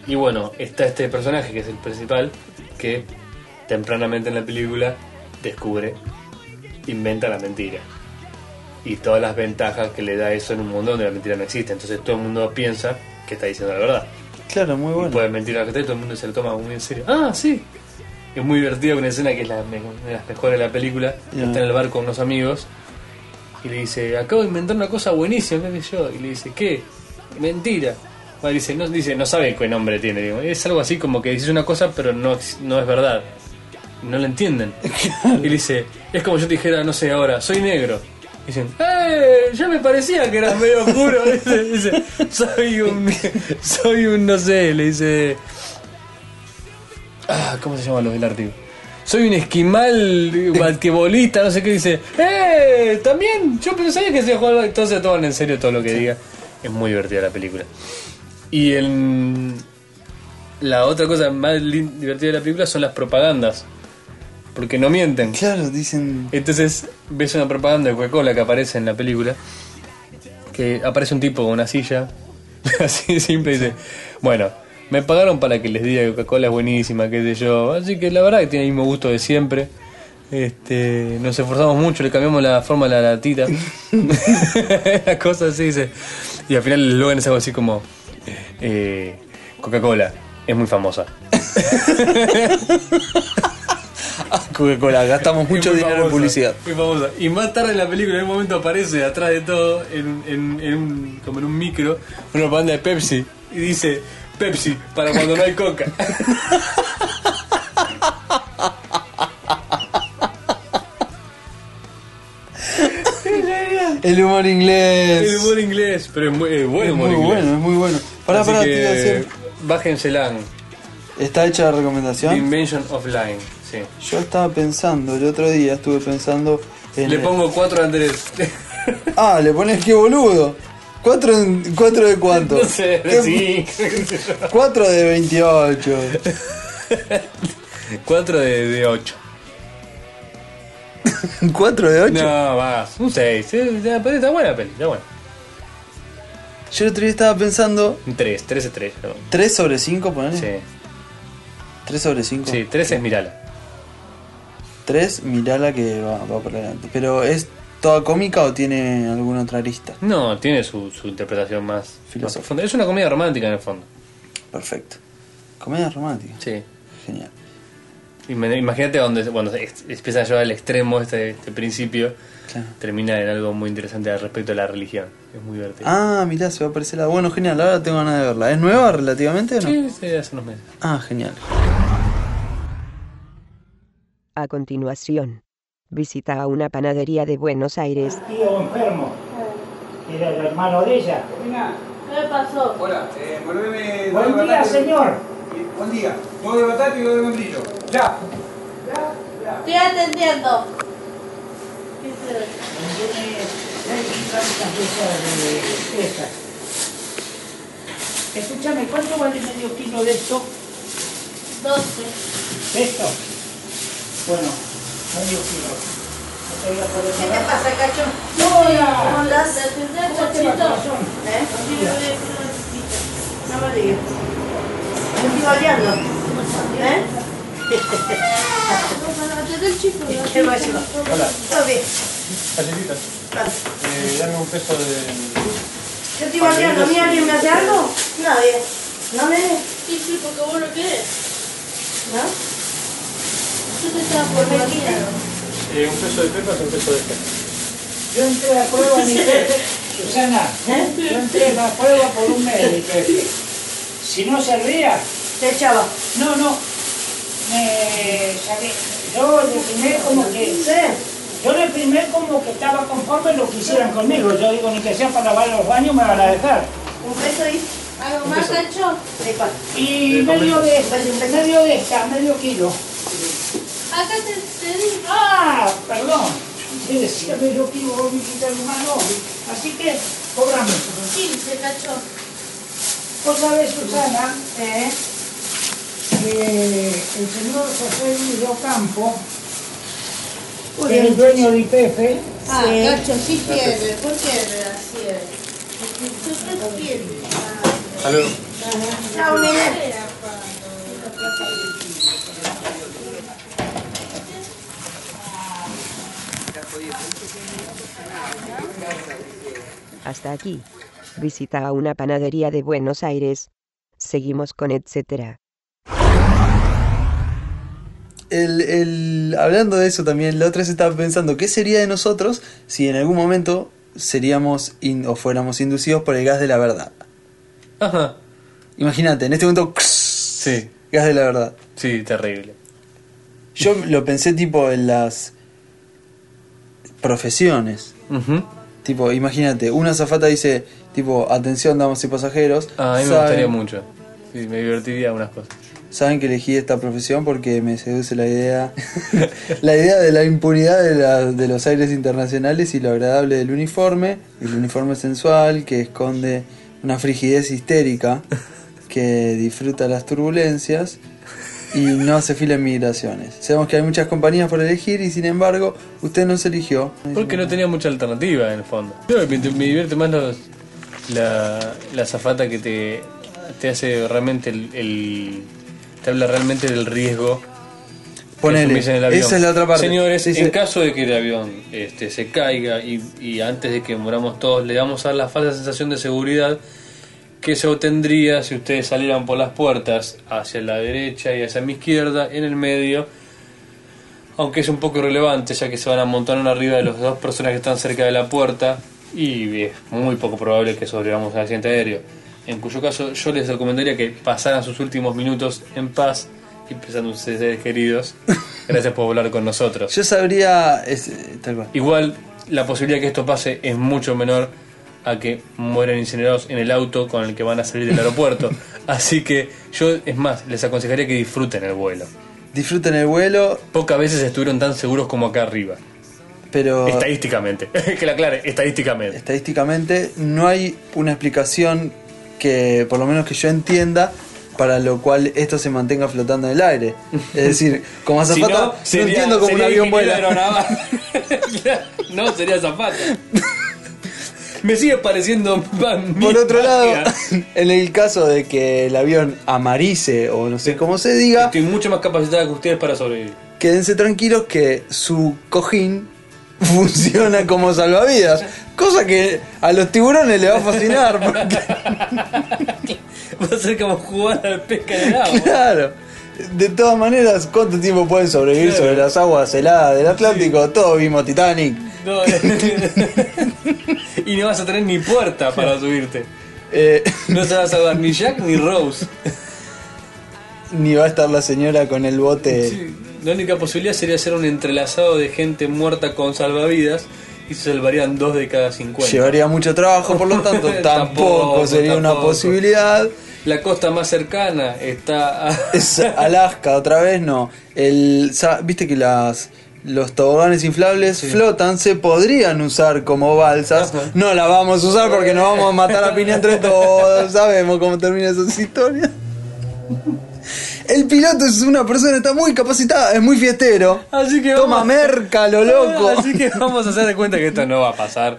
Speaker 2: y bueno, está este personaje que es el principal, que tempranamente en la película descubre inventa la mentira. Y todas las ventajas que le da eso en un mundo donde la mentira no existe. Entonces todo el mundo piensa que está diciendo la verdad.
Speaker 3: Claro, muy
Speaker 2: Y pues-
Speaker 3: bueno.
Speaker 2: puede mentir a la gente y todo el mundo se lo toma muy en serio. Ah, sí. Es muy divertido una escena que es la me- una de las mejores de la película.
Speaker 3: Ya.
Speaker 2: Está en el bar con unos amigos y le dice, acabo de inventar una cosa buenísima, qué sé yo. Y le dice, ¿qué? Mentira. Va, dice, no, dice, no sabe qué nombre tiene. digo. Es algo así como que dices una cosa pero no, ex- no es verdad. No la entienden. Y le dice, es como yo te dijera, no sé, ahora, soy negro. Y Dicen, ¡eh! Ya me parecía que eras medio oscuro. Dice, dice, soy un. Soy un, no sé, le dice. Ah, ¿cómo se llaman los del Ártico? Soy un esquimal basquetbolista, no sé qué dice. ¡Eh! También, yo pensaba que se jugaba. Entonces toman en serio todo lo que diga. Es muy divertida la película. Y el, la otra cosa más lin- divertida de la película son las propagandas. Porque no mienten.
Speaker 3: Claro, dicen.
Speaker 2: Entonces ves una propaganda de Coca-Cola que aparece en la película. Que aparece un tipo con una silla. Así de simple y dice: Bueno, me pagaron para que les diga que Coca-Cola es buenísima, qué sé yo. Así que la verdad que tiene el mismo gusto de siempre. Este, nos esforzamos mucho, le cambiamos la forma a la latita. la cosa así dice. Y al final el eslogan es algo así como: eh, Coca-Cola es muy famosa.
Speaker 3: Coca-Cola, gastamos mucho
Speaker 2: Muy
Speaker 3: dinero en
Speaker 2: famosa,
Speaker 3: publicidad.
Speaker 2: muy famosa. Y más tarde en la película, en un momento aparece atrás de todo, en, en- en un- como en un micro, una banda de Pepsi. Y dice, Pepsi, para cuando no hay coca.
Speaker 3: El humor inglés.
Speaker 2: El humor inglés, pero es muy eh, buen
Speaker 3: es
Speaker 2: humor
Speaker 3: muy
Speaker 2: inglés.
Speaker 3: bueno, es muy bueno. Pará,
Speaker 2: Así
Speaker 3: pará,
Speaker 2: que,
Speaker 3: te iba a decir.
Speaker 2: Bájensela.
Speaker 3: ¿Está hecha la
Speaker 2: The
Speaker 3: recomendación?
Speaker 2: Invention of Line. Sí.
Speaker 3: Yo estaba pensando, el otro día estuve pensando en.
Speaker 2: Le pongo 4 a Andrés.
Speaker 3: Ah, le pones qué boludo. ¿Cuatro, en- cuatro de cuánto?
Speaker 2: No sé,
Speaker 3: ¿Qué-
Speaker 2: sí.
Speaker 3: Cuatro de 28.
Speaker 2: 4 de 8.
Speaker 3: ¿Cuatro de 8?
Speaker 2: No, más. Un 6. Está buena la peli, está buena.
Speaker 3: Yo el otro día estaba pensando.
Speaker 2: Un 3, 3 estrellas. perdón.
Speaker 3: 3 sobre 5, ponele.
Speaker 2: Sí,
Speaker 3: 3 sobre 5.
Speaker 2: sí, 3 es Mirala.
Speaker 3: 3, mirala que va, va por delante. Pero ¿es toda cómica o tiene alguna otra arista?
Speaker 2: No, tiene su, su interpretación más, más
Speaker 3: Filosófica.
Speaker 2: profunda. Es una comedia romántica en el fondo.
Speaker 3: Perfecto. Comedia romántica.
Speaker 2: Sí.
Speaker 3: Genial.
Speaker 2: Ima- Imagínate donde, cuando es- empieza a llevar al extremo este, este principio,
Speaker 3: Claro.
Speaker 2: termina en algo muy interesante al respecto a la religión. Es muy divertido.
Speaker 3: Ah, mirá, se va por ese lado. Bueno, genial, ahora tengo ganas de verla. ¿Es nueva relativamente o no?
Speaker 2: Sí, sí, hace unos meses.
Speaker 3: Ah, genial.
Speaker 7: A continuación, visita a una panadería de Buenos Aires
Speaker 8: tío enfermo. Era el hermano de ella.
Speaker 9: ¿Qué pasó?
Speaker 4: Hola, eh, volveme.
Speaker 8: Buen día, señor.
Speaker 4: Buen día. Dos de batata y dos de membrillo. Ya.
Speaker 9: Estoy atendiendo. ¿Qué se-
Speaker 8: Escúchame, ¿cuánto vale medio kilo de esto?
Speaker 9: 12.
Speaker 8: ¿De esto? Bueno, medio kilo. No te voy a poder
Speaker 9: ¿Qué te
Speaker 8: pagar.
Speaker 9: pasa, cacho?
Speaker 8: ¡Hola!
Speaker 9: Con las 70
Speaker 8: ¿Cómo te va,
Speaker 9: chachito.
Speaker 8: corazón?
Speaker 9: ¿Eh? Sí, yo voy a decir una chiquita. No me digas. Me estoy variando. ¿Eh? ¿Qué va a llevar?
Speaker 2: Hola.
Speaker 9: Todo bien.
Speaker 2: Galletitas.
Speaker 9: Gracias.
Speaker 2: Eh, dame un peso de.
Speaker 9: Yo estoy variando. ¿A mí alguien me hace algo? Nadie. ¿No me Sí, sí, porque vos lo querés. ¿No? Yo te estaba por venir.
Speaker 2: un peso de pepas, un peso de pepas.
Speaker 8: Yo entré a prueba en IPF. Susana, yo entré a la prueba por un mes en IPF. Si no se ría,
Speaker 9: Te echaba.
Speaker 8: no, no. Me saqué. Yo le primé como que.
Speaker 9: Sí.
Speaker 8: Yo le primé como que estaba conforme lo que hicieran conmigo. Yo digo, ni que sea para lavar los baños, me van a dejar.
Speaker 9: Un beso y. ¿Algo más, Cacho? De cuál.
Speaker 8: Y medio de esta, medio de esta, medio kilo.
Speaker 9: Acá te, te di.
Speaker 8: Ah, perdón. Te decía medio kilo, vos me dijiste algo más, no. Así que, cobrame.
Speaker 9: 15, Cacho.
Speaker 8: Vos sabés, Susana,
Speaker 9: ¿Eh?
Speaker 8: que el señor José Luis Ocampo, que es el dueño de IPF,
Speaker 9: Ah, Cacho, sí quiere. ¿Por qué así es? Yo quiere.
Speaker 2: Salud.
Speaker 9: Chao, Miguel.
Speaker 7: hasta aquí. Visita a una panadería de Buenos Aires. Seguimos con etcétera.
Speaker 3: El, el- hablando de eso también, la otra vez estaba pensando, ¿qué sería de nosotros si en algún momento seríamos in- o fuéramos inducidos por el gas de la verdad?
Speaker 2: Ajá.
Speaker 3: Imagínate, en este momento,
Speaker 2: Sí.
Speaker 3: gas de la verdad.
Speaker 2: Sí, terrible.
Speaker 3: Yo lo pensé tipo en las profesiones.
Speaker 2: Ujú.
Speaker 3: Tipo, imagínate, una azafata dice, tipo, atención, damas y pasajeros.
Speaker 2: Ah, a mí me
Speaker 3: saben-
Speaker 2: gustaría mucho. Sí, me divertiría unas cosas.
Speaker 3: Saben que elegí esta profesión porque me seduce la idea, la idea de la impunidad de, la- de los aires internacionales y lo agradable del uniforme, el uniforme sensual que esconde una frigidez histérica, que disfruta las turbulencias y no hace fila en migraciones. Sabemos que hay muchas compañías por elegir y sin embargo usted no se eligió.
Speaker 2: Porque no tenía mucha alternativa en el fondo. Yo me, me divierte más los, la, la zafata que te, te hace realmente el, el- te habla realmente del riesgo. que
Speaker 3: Ponele,
Speaker 2: asumís en el avión.
Speaker 3: esa es la otra parte.
Speaker 2: Señores,
Speaker 3: Dice-
Speaker 2: en caso de que el avión este, se caiga y, y antes de que moramos todos, le damos a la falsa sensación de seguridad que se obtendría si ustedes salieran por las puertas hacia la derecha y hacia mi izquierda, en el medio, aunque es un poco irrelevante ya que se van a montar arriba de las dos personas que están cerca de la puerta y es muy poco probable que sobrevivamos al accidente aéreo. En cuyo caso yo les recomendaría que pasaran sus últimos minutos en paz y pensando en sus seres queridos. Gracias por volar con nosotros.
Speaker 3: Yo sabría, es- eh, tal cual.
Speaker 2: Igual la posibilidad que esto pase es mucho menor a que mueran incinerados en el auto con el que van a salir del aeropuerto. Así que yo, es más, les aconsejaría que disfruten el vuelo.
Speaker 3: Disfruten el vuelo,
Speaker 2: Pocas veces estuvieron tan seguros como acá arriba.
Speaker 3: pero...
Speaker 2: Estadísticamente. que la aclare, estadísticamente.
Speaker 3: estadísticamente no hay una explicación que por lo menos que yo entienda para lo cual esto se mantenga flotando en el aire. Es decir, como azafata no,
Speaker 2: sería-
Speaker 3: entiendo cómo un
Speaker 2: sería
Speaker 3: avión
Speaker 2: ingeniero
Speaker 3: vuela.
Speaker 2: aeronaval. no, sería Zapata. Me sigue pareciendo.
Speaker 3: Por otro lado, en el caso de que el avión amarice o no sé cómo se diga,
Speaker 2: Estoy mucho más capacitada que ustedes para sobrevivir.
Speaker 3: quédense tranquilos que su cojín funciona como salvavidas, cosa que a los tiburones le va a fascinar porque
Speaker 2: Va a ser como jugar a la pesca en el agua.
Speaker 3: Claro. De todas maneras, ¿cuánto tiempo pueden sobrevivir
Speaker 2: Claro.
Speaker 3: sobre las aguas heladas del Atlántico? Todos vimos Titanic.
Speaker 2: No, eh, y no vas a tener ni puerta para subirte.
Speaker 3: Eh,
Speaker 2: No te vas a dar ni Jack ni Rose.
Speaker 3: ni va a estar la señora con el bote.
Speaker 2: Sí, La única posibilidad sería hacer un entrelazado de gente muerta con salvavidas y se salvarían dos de cada 50.
Speaker 3: Llevaría mucho trabajo, por lo tanto, tampoco,
Speaker 2: Tampoco,
Speaker 3: sería una
Speaker 2: tampoco.
Speaker 3: posibilidad.
Speaker 2: La costa más cercana está a...
Speaker 3: Es Alaska, otra vez no. El, sa- Viste que las los toboganes inflables flotan, se podrían usar como balsas. No la vamos a usar porque nos vamos a matar a piña entre todos. Sabemos cómo terminan esas historias. El piloto es una persona, está muy capacitada, es muy fiestero.
Speaker 2: Así que
Speaker 3: Toma
Speaker 2: vamos-
Speaker 3: merca, lo loco.
Speaker 2: Así que vamos a hacer de cuenta que esto no va a pasar.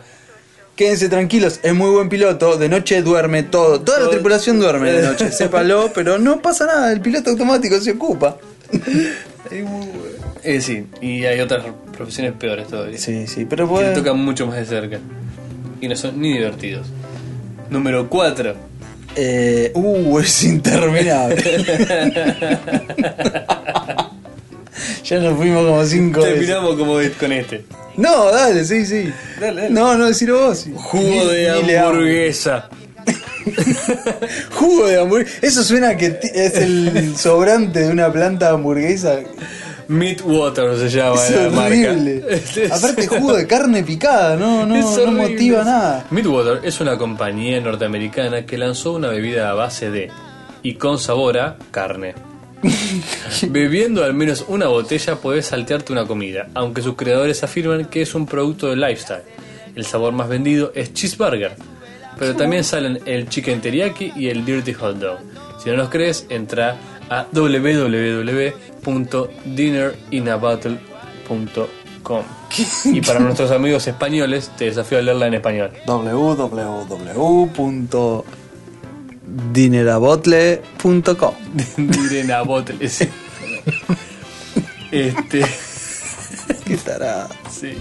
Speaker 3: Quédense tranquilos, es muy buen piloto, de noche duerme todo, toda la
Speaker 2: Todo- Eh.
Speaker 3: tripulación duerme de noche, sépalo, pero no pasa nada, el piloto automático se ocupa.
Speaker 2: Eh, sí, y hay otras profesiones peores todavía.
Speaker 3: Sí, sí, pero
Speaker 2: Que te
Speaker 3: bueno.
Speaker 2: tocan mucho más de cerca. Y no son ni divertidos. Número 4.
Speaker 3: Eh, uh, es interminable. ya nos fuimos como cinco veces.
Speaker 2: Terminamos como de- con este.
Speaker 3: No, dale, sí, sí.
Speaker 2: Dale, dale.
Speaker 3: No, no, decirlo vos.
Speaker 2: Jugo de
Speaker 3: Ni- ni le hago.
Speaker 2: hamburguesa.
Speaker 3: Jugo de hamburguesa. Eso suena a que ti- es el sobrante de una planta hamburguesa.
Speaker 2: Meat Water se llama
Speaker 3: Es
Speaker 2: la marca.
Speaker 3: horrible.
Speaker 2: Es-
Speaker 3: Aparte, jugo de carne picada, no, no,
Speaker 2: es
Speaker 3: no
Speaker 2: horrible.
Speaker 3: motiva nada.
Speaker 2: Midwater es una compañía norteamericana que lanzó una bebida a base de y con sabor a carne. Bebiendo al menos una botella puedes saltearte una comida, aunque sus creadores afirman que es un producto de lifestyle. El sabor más vendido es cheeseburger, pero también salen el chicken teriyaki y el dirty hot dog. Si no nos crees, entra a www.dinnerinabottle.com. Y para nuestros amigos españoles, te desafío a leerla en español.
Speaker 3: www.dinerabotle.com
Speaker 2: Diren a bottle, sí. Este,
Speaker 3: ¿Qué estará?
Speaker 2: sí.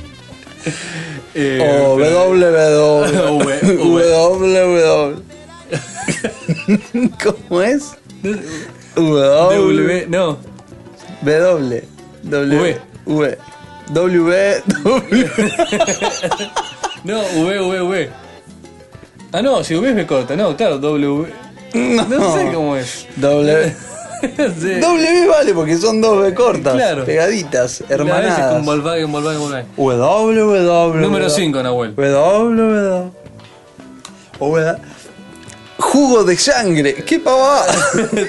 Speaker 2: Eh,
Speaker 3: O www.
Speaker 2: W-
Speaker 3: www. ¿Cómo es?
Speaker 2: pero- W, no.
Speaker 3: W. W. W. W.
Speaker 2: No, V, V, V. Ah, no, si V es B corta, no, claro, W. No, sé cómo es. No
Speaker 3: W.
Speaker 2: sé.
Speaker 3: W vale porque son dos B cortas.
Speaker 2: Claro.
Speaker 3: Pegaditas,
Speaker 2: La vez es con
Speaker 3: hermanadas.
Speaker 2: Volkswagen, Volkswagen, Volkswagen.
Speaker 3: W.
Speaker 2: Número 5, Nahuel.
Speaker 3: W. W. Jugo de sangre. ¡Qué pavada!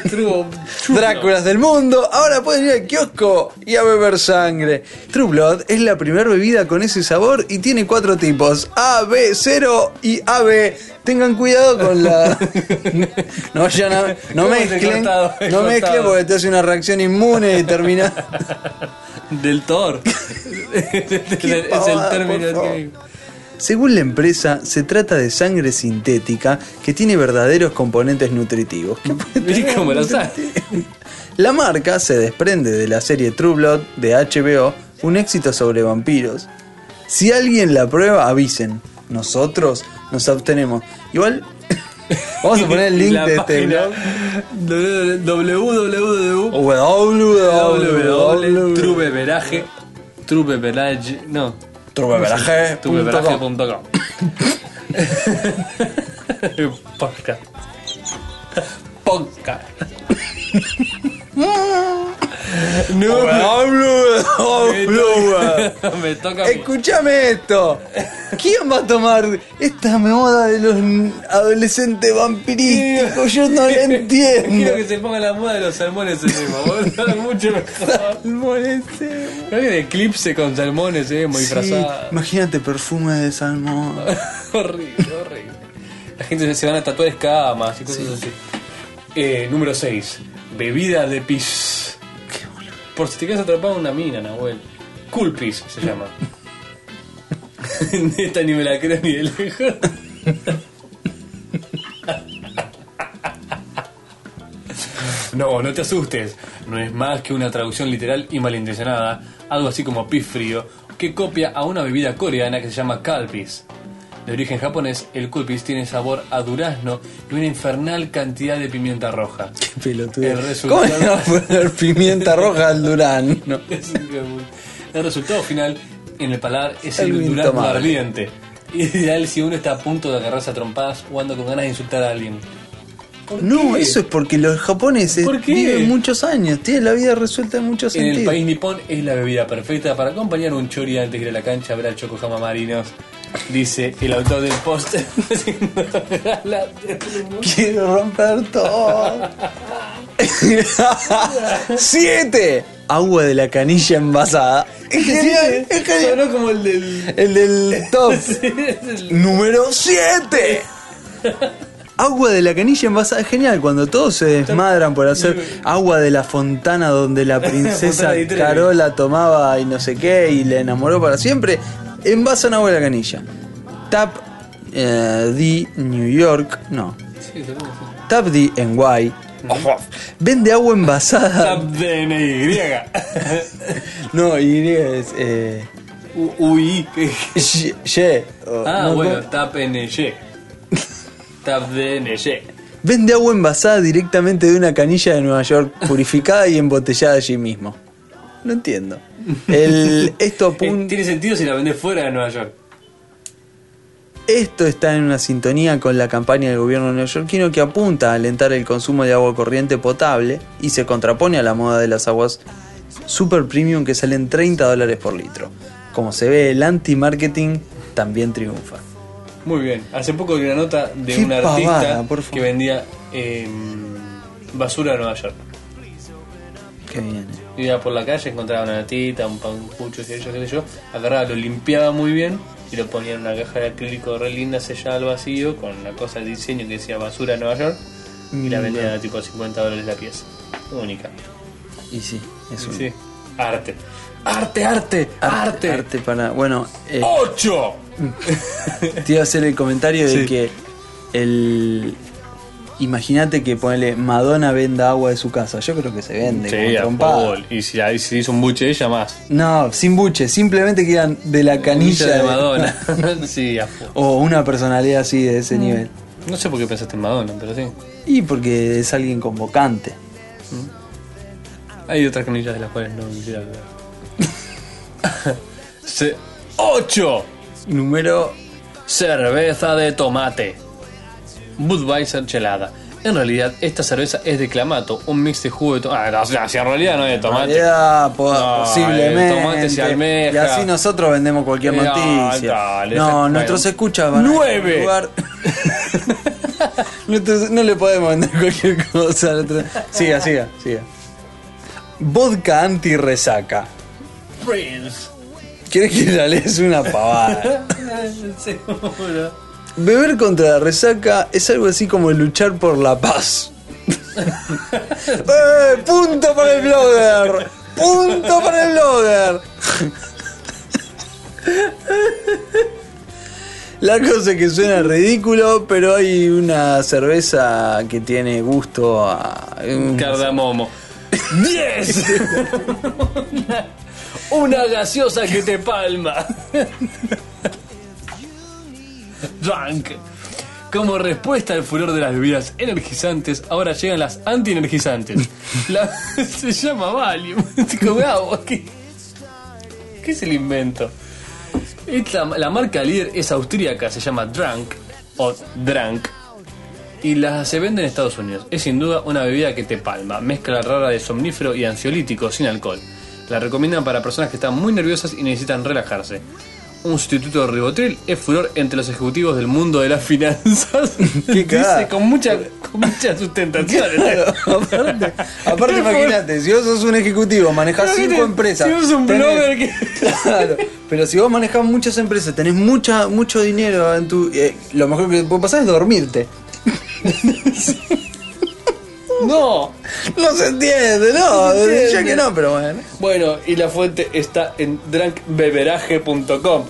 Speaker 2: True- True
Speaker 3: Dráculas del mundo, ahora pueden ir al kiosco y a beber sangre. True Blood es la primera bebida con ese sabor y tiene cuatro tipos: A, B, 0 y AB. Tengan cuidado con la. No vayan a. No
Speaker 2: ¿Cómo es el
Speaker 3: mezclen.
Speaker 2: cortado? El
Speaker 3: No mezclen
Speaker 2: cortado.
Speaker 3: porque te hace una reacción inmune y termina.
Speaker 2: Blood. Del Thor. es el, es el
Speaker 3: pavada, por
Speaker 2: término
Speaker 3: favor.
Speaker 2: que.
Speaker 3: Según la empresa, se trata de sangre sintética que tiene verdaderos componentes nutritivos. ¿Qué puede
Speaker 2: Mirá cómo lo sabe.
Speaker 3: La marca se desprende de la serie True Blood de HBO, un éxito sobre vampiros. Si alguien la prueba, avisen. Nosotros nos abstenemos. Igual, vamos a poner el link
Speaker 2: La
Speaker 3: de este
Speaker 2: página
Speaker 3: blog.
Speaker 2: www.
Speaker 3: www.trubebelaje.com.
Speaker 2: www.trubeberaje. Trubeberaje. No. Trubeberaje.com. Podcast. Podcast. No, me toca- me toca a mí.
Speaker 3: Escúchame esto. ¿Quién va a tomar esta moda de los n- adolescentes vampirísticos? Yo no la entiendo.
Speaker 2: Quiero que se ponga la moda de los salmones encima, boludo. Mucho mejor.
Speaker 3: Salmonese.
Speaker 2: Creo que de eclipse con salmones, eh, muy disfrazada.
Speaker 3: imagínate perfume de salmón.
Speaker 2: horrible, horrible. La gente se van a tatuar escamas y cosas así. Eh, número 6. Bebida de pis. Por si te quedas atrapado en una mina, Nahuel. Cool pis se llama. Esta ni me la creo ni de lejos. No, no te asustes. No es más que una traducción literal y malintencionada, algo así como pis frío, que copia a una bebida coreana que se llama calpis. de origen japonés, el cupis tiene sabor a durazno y una infernal cantidad de pimienta roja.
Speaker 3: Qué pelotudo.
Speaker 2: El resultado-
Speaker 3: ¿Cómo le va a poner pimienta roja al Durán? No.
Speaker 2: Es un cagón. el resultado final en el paladar es
Speaker 3: Algo
Speaker 2: el durazno
Speaker 3: intomable.
Speaker 2: ardiente. Ideal si uno está a punto de agarrarse a trompadas o anda con ganas de insultar a alguien. ¿Por
Speaker 3: No,
Speaker 2: qué?
Speaker 3: eso es porque los japoneses
Speaker 2: ¿Por qué?
Speaker 3: viven muchos años, tienen la vida resuelta en muchos
Speaker 2: En el
Speaker 3: sentidos.
Speaker 2: país nipón es la bebida perfecta para acompañar un chori antes de ir a la cancha a ver al Yokohama Marinos. Dice el autor del post.
Speaker 3: Quiero romper todo. Siete. Agua de la canilla envasada. Es genial, Este es genial.
Speaker 2: Sonó como el del.
Speaker 3: El del top. Número 7. Agua de la canilla envasada. Es genial cuando todos se desmadran por hacer agua de la fontana donde la princesa
Speaker 2: Fontana di Trevi.
Speaker 3: Carola tomaba y no sé qué y le enamoró para siempre. Envasan agua de la canilla. Tap eh, di New York. No. Tap di en Guay. Vende agua envasada.
Speaker 2: Tap DNY.
Speaker 3: No, y es. Eh,
Speaker 2: U- UI.
Speaker 3: ye- ye, o-
Speaker 2: Ah,
Speaker 3: no,
Speaker 2: bueno,
Speaker 3: ¿cómo?
Speaker 2: Tap NY. Tap DNY.
Speaker 3: Vende agua envasada directamente de una canilla de Nueva York, purificada y embotellada allí mismo. No entiendo. El, esto,
Speaker 2: Eh,
Speaker 3: apun-
Speaker 2: Tiene sentido si la vendés fuera de Nueva York.
Speaker 3: esto está en una sintonía con la campaña del gobierno neoyorquino que apunta a alentar el consumo de agua corriente potable y se contrapone a la moda de las aguas super premium que salen 30 dólares por litro. Como se ve, el anti-marketing también triunfa.
Speaker 2: Muy bien. Hace poco vi una nota de
Speaker 3: Qué
Speaker 2: un artista
Speaker 3: pavada, por favor.
Speaker 2: que vendía eh, basura de Nueva York.
Speaker 3: Qué bien. eh.
Speaker 2: Iba por la calle, encontraba una latita, un pancucho, qué sé yo, qué sé yo. Agarraba, lo limpiaba muy bien y lo ponía en una caja de acrílico re linda sellada al vacío con una cosa de diseño que decía basura de Nueva York y
Speaker 3: Mm,
Speaker 2: la vendía a tipo 50 dólares la pieza. Única.
Speaker 3: Y sí, es un
Speaker 2: Sí. Arte. Arte, arte, arte.
Speaker 3: arte para. Bueno, eh,
Speaker 2: ¡Ocho!
Speaker 3: Te iba a hacer el comentario de que el. Imagínate que ponele Madonna venda agua de su casa. Yo creo que se vende.
Speaker 2: Sí,
Speaker 3: como
Speaker 2: a
Speaker 3: trompada.
Speaker 2: full. Y si, ahí se hizo un buche ella más.
Speaker 3: No, sin buche, simplemente que eran de la canilla
Speaker 2: de Madonna. sí, a full.
Speaker 3: O una personalidad así de ese nivel.
Speaker 2: No sé por qué pensaste en Madonna, pero sí.
Speaker 3: Y porque es alguien convocante.
Speaker 2: Hay otras canillas de las cuales no quisiera hablar. Se- ¡Ocho!
Speaker 3: Número.
Speaker 2: Cerveza de tomate. Budweiser chelada. En realidad, esta cerveza es de clamato, un mix de jugo de tomate. Ah, no, no, si en realidad no es de tomate.
Speaker 3: Ah, po-
Speaker 2: No,
Speaker 3: posiblemente.
Speaker 2: el tomate se almeja.
Speaker 3: Y así nosotros vendemos cualquier
Speaker 2: Eh, ah,
Speaker 3: noticia.
Speaker 2: dale,
Speaker 3: no,
Speaker 2: esa- bueno.
Speaker 3: nuestros escuchas van
Speaker 2: ¡Nueve!
Speaker 3: a jugar. Nuestros- no le podemos vender cualquier cosa. a nuestros- Siga, siga, siga. Vodka anti-resaca.
Speaker 2: Prince.
Speaker 3: ¿Quieres que la lees una pavada?
Speaker 2: Seguro.
Speaker 3: Beber contra la resaca es algo así como luchar por la paz. ¡Eh! ¡Punto para el blogger! ¡Punto para el blogger! La cosa es que suena ridículo, pero hay una cerveza que tiene gusto a. un-
Speaker 2: Cardamomo. ¡Diez! Una, una gaseosa que te palma. Drunk. Como respuesta al furor de las bebidas energizantes, ahora llegan las antienergizantes. La- se llama Valium. Como, ah, vos, ¿Qué, ¿Qué es el invento? Esta- la marca líder es austríaca, se llama Drunk o Drunk y la se vende en Estados Unidos. Es sin duda una bebida que te palma, mezcla rara de somnífero y ansiolítico sin alcohol. La recomiendan para personas que están muy nerviosas y necesitan relajarse. Un sustituto de ribotril es furor entre los ejecutivos del mundo de las finanzas.
Speaker 3: cagada.
Speaker 2: Dice con mucha, con mucha sustentación.
Speaker 3: aparte, aparte, imagínate, si vos sos un ejecutivo, manejás
Speaker 2: Imagínate,
Speaker 3: cinco empresas.
Speaker 2: si vos sos un
Speaker 3: tenés-
Speaker 2: blogger que-
Speaker 3: Claro, pero si vos manejás muchas empresas, tenés mucha, mucho dinero en tu. eh, lo mejor que te puede pasar es dormirte.
Speaker 2: No.
Speaker 3: No se entiende, no,
Speaker 2: No se entiende.
Speaker 3: ya que no, pero bueno.
Speaker 2: Bueno, y la fuente está en drunkbeveraje.com.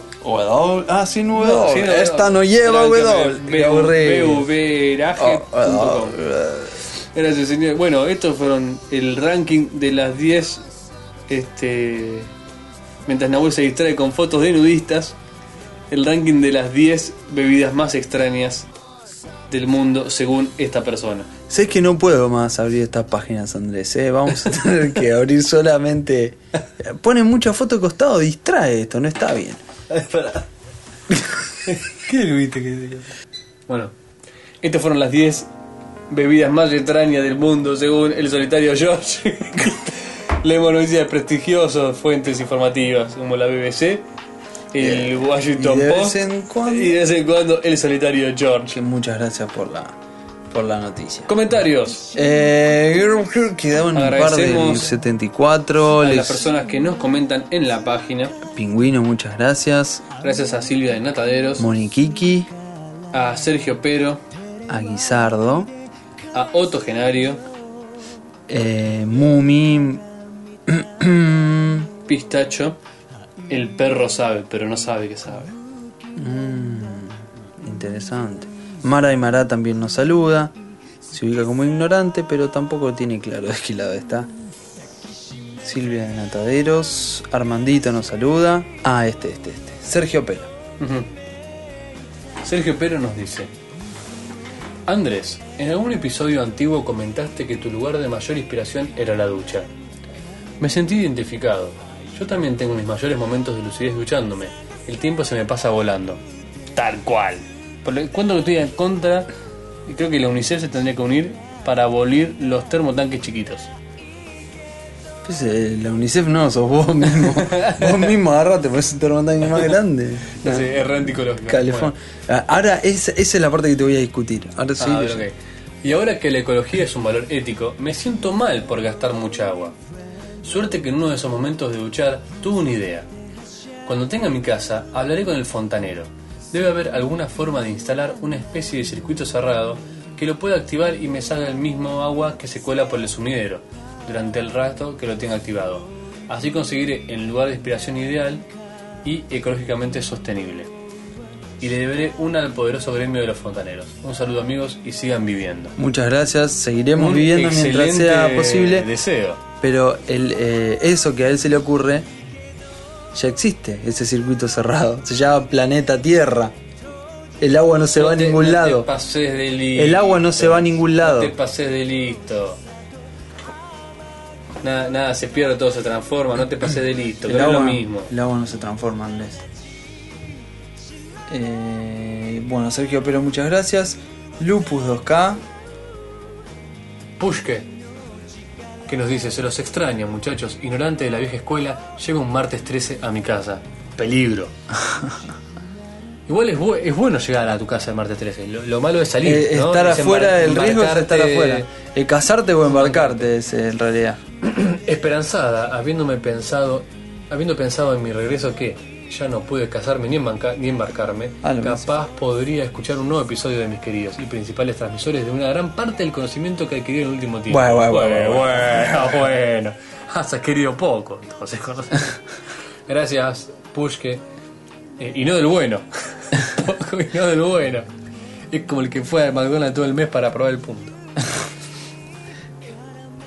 Speaker 3: Ah, sin
Speaker 2: No,
Speaker 3: W.
Speaker 2: sí,
Speaker 3: Esta no lleva W. Qué Oh, aburrido.
Speaker 2: Beveraje.com. Gracias, señor. Bueno, estos fueron el ranking de las 10. Este, mientras Nahuel se distrae con fotos de nudistas. el ranking de las 10 bebidas más extrañas del mundo según esta persona.
Speaker 3: Sé que no puedo más abrir estas páginas, Andrés. ¿eh? Vamos a tener que abrir solamente. Pone mucha foto de costado, distrae esto, no está bien.
Speaker 2: ¿Qué viste que Bueno, estas fueron las 10 bebidas más extrañas del mundo según el solitario George. Leemos noticias prestigiosas, fuentes informativas como la BBC, el Washington
Speaker 3: Y de
Speaker 2: Post
Speaker 3: vez en cuando-
Speaker 2: y de vez en cuando el solitario George.
Speaker 3: Che, Muchas gracias por la, por la noticia.
Speaker 2: Comentarios.
Speaker 3: Eh, quedaban un par del
Speaker 2: Agradecemos
Speaker 3: 74.
Speaker 2: A
Speaker 3: Les...
Speaker 2: las personas que nos comentan en la página,
Speaker 3: Pingüino, muchas gracias.
Speaker 2: gracias a Silvia de Nataderos,
Speaker 3: Moniquiqui,
Speaker 2: a Sergio Pero,
Speaker 3: a Guisardo,
Speaker 2: a Otto Genario,
Speaker 3: eh, Mumi, mm,
Speaker 2: Pistacho, el perro sabe, pero no sabe que sabe.
Speaker 3: Interesante. Mara y Mará también nos saluda. Se ubica como ignorante, pero tampoco tiene claro de qué lado está. Silvia de Nataderos. Armandito nos saluda. Ah, este, este, este. Sergio Pela.
Speaker 2: Ujú. Sergio Pero nos dice: Andrés, en algún episodio antiguo comentaste que tu lugar de mayor inspiración era la ducha. Me sentí identificado. Yo también tengo mis mayores momentos de lucidez duchándome. El tiempo se me pasa volando. Tal cual. Por lo cuando no estoy en contra, y creo que la UNICEF se tendría que unir para abolir los termotanques chiquitos.
Speaker 3: Pues, eh, la UNICEF no, sos vos mismo. vos mismo agarrate, por eso te montaña más grande.
Speaker 2: No sé, es re anticológico.
Speaker 3: Calefón.
Speaker 2: Bueno.
Speaker 3: Ah, Ahora, esa, esa es la parte que te voy a discutir. Ahora sí.
Speaker 2: Ah, a ver,
Speaker 3: yo-
Speaker 2: ok. Y ahora que la ecología es un valor ético, me siento mal por gastar mucha agua. Suerte que en uno de esos momentos de duchar tuve una idea. Cuando tenga mi casa, hablaré con el fontanero. Debe haber alguna forma de instalar una especie de circuito cerrado que lo pueda activar y me salga el mismo agua que se cuela por el sumidero durante el rato que lo tenga activado. Así conseguiré el lugar de inspiración ideal y ecológicamente sostenible y le deberé una al poderoso gremio de los fontaneros. Un saludo amigos y sigan viviendo.
Speaker 3: Muchas gracias. Seguiremos
Speaker 2: Un
Speaker 3: viviendo mientras
Speaker 2: excelente
Speaker 3: sea posible.
Speaker 2: Deseo.
Speaker 3: Pero el, eh, eso que a él se le ocurre ya existe, ese circuito cerrado. Se llama planeta Tierra. El agua no se va a
Speaker 2: No te-
Speaker 3: ningún
Speaker 2: no
Speaker 3: lado.
Speaker 2: Te pases de listo.
Speaker 3: El agua no se va a ningún
Speaker 2: No
Speaker 3: lado.
Speaker 2: te pases de listo. Nada, nada se pierde, todo se transforma. No te pases de listo.
Speaker 3: El
Speaker 2: que no es
Speaker 3: agua,
Speaker 2: lo mismo.
Speaker 3: el agua no se transforma, Andrés. Eh, bueno, Sergio Pero, muchas gracias. Lupus 2K.
Speaker 2: Pushke, que nos dice: Se los extraña, muchachos. Ignorante de la vieja escuela, llega un martes 13 a mi casa. Peligro. Igual es, bu- es bueno llegar a tu casa el martes 13. Lo, lo malo es salir.
Speaker 3: Eh,
Speaker 2: ¿no?
Speaker 3: estar
Speaker 2: Es
Speaker 3: afuera,
Speaker 2: embar-
Speaker 3: el riesgo es estar
Speaker 2: embarcarte-
Speaker 3: afuera. Eh, casarte o embarcarte es eh, en realidad.
Speaker 2: Esperanzada, habiéndome pensado, habiendo pensado en mi regreso que ya no pude casarme ni, embanca- ni embarcarme,
Speaker 3: Ah, lo
Speaker 2: capaz podría escuchar un nuevo episodio de mis queridos y principales transmisores de una gran parte del conocimiento que adquirí en el último tiempo.
Speaker 3: Bueno, bueno,
Speaker 2: bueno,
Speaker 3: bueno,
Speaker 2: bueno, bueno. Ah, Has adquirido poco, entonces conoces. Gracias, Pushke. Eh, y no del bueno. poco y no del bueno. Es como el que fue a McDonald's todo el mes para probar el punto.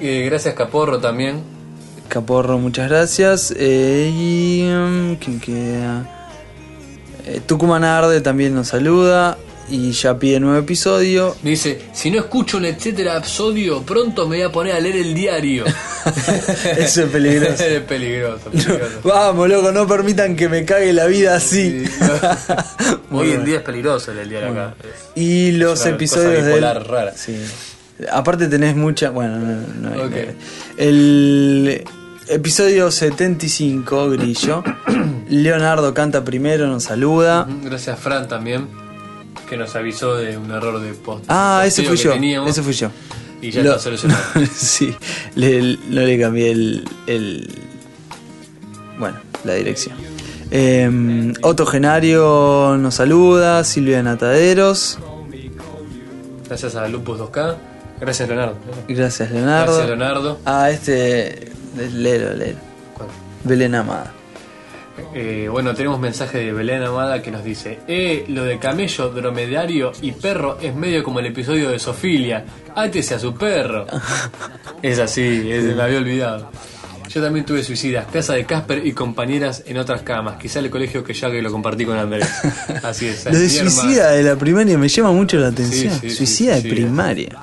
Speaker 2: Eh, gracias, Caporro, también.
Speaker 3: Caporro, muchas gracias. Eh, y. mm, ¿Quién queda? Eh, Tucumán Arde también nos saluda. Y ya pide nuevo episodio.
Speaker 2: Dice, si no escucho un etcétera absodio, pronto me voy a poner a leer el diario.
Speaker 3: Eso es peligroso.
Speaker 2: es peligroso, peligroso.
Speaker 3: Vamos, loco, no permitan que me cague la vida así.
Speaker 2: Sí,
Speaker 3: Muy
Speaker 2: Hoy en
Speaker 3: bueno.
Speaker 2: día es peligroso leer el diario acá.
Speaker 3: Y los
Speaker 2: Es una
Speaker 3: episodios
Speaker 2: cosa
Speaker 3: de.
Speaker 2: bipolar rara.
Speaker 3: Sí. Aparte tenés mucha. Bueno, no, no hay-
Speaker 2: Ok.
Speaker 3: El episodio 75, Grillo. Leonardo canta primero, nos saluda.
Speaker 2: Mm, Gracias, Fran, también, que nos avisó de un error de post.
Speaker 3: Ah, ese
Speaker 2: posteo
Speaker 3: fui
Speaker 2: que
Speaker 3: yo.
Speaker 2: teníamos.
Speaker 3: Ese fui yo.
Speaker 2: Y ya
Speaker 3: Lo-
Speaker 2: está solucionado.
Speaker 3: sí, le- no le cambié el, el- Bueno, la dirección. Eh, Otto Genario nos saluda, Silvia Nataderos.
Speaker 2: Gracias a Lupus 2K. Gracias, Leonardo.
Speaker 3: Gracias, Leonardo.
Speaker 2: Gracias, Leonardo.
Speaker 3: Ah, este. Lelo, Lelo.
Speaker 2: ¿Cuál?
Speaker 3: Belén Amada.
Speaker 2: Eh, bueno, tenemos mensaje de Belén Amada que nos dice: Eh, lo de camello, dromedario y perro es medio como el episodio de Sofilia. Átese a su perro. es así, es- me había eh, olvidado. Yo también tuve suicidas, casa de Casper y compañeras en otras camas. Quizá el colegio que ya que lo compartí con Andrés. Así es.
Speaker 3: Lo de
Speaker 2: así, hermano.
Speaker 3: suicida de la primaria me llama mucho la atención.
Speaker 2: Sí, sí, sí,
Speaker 3: suicida de
Speaker 2: sí.
Speaker 3: primaria.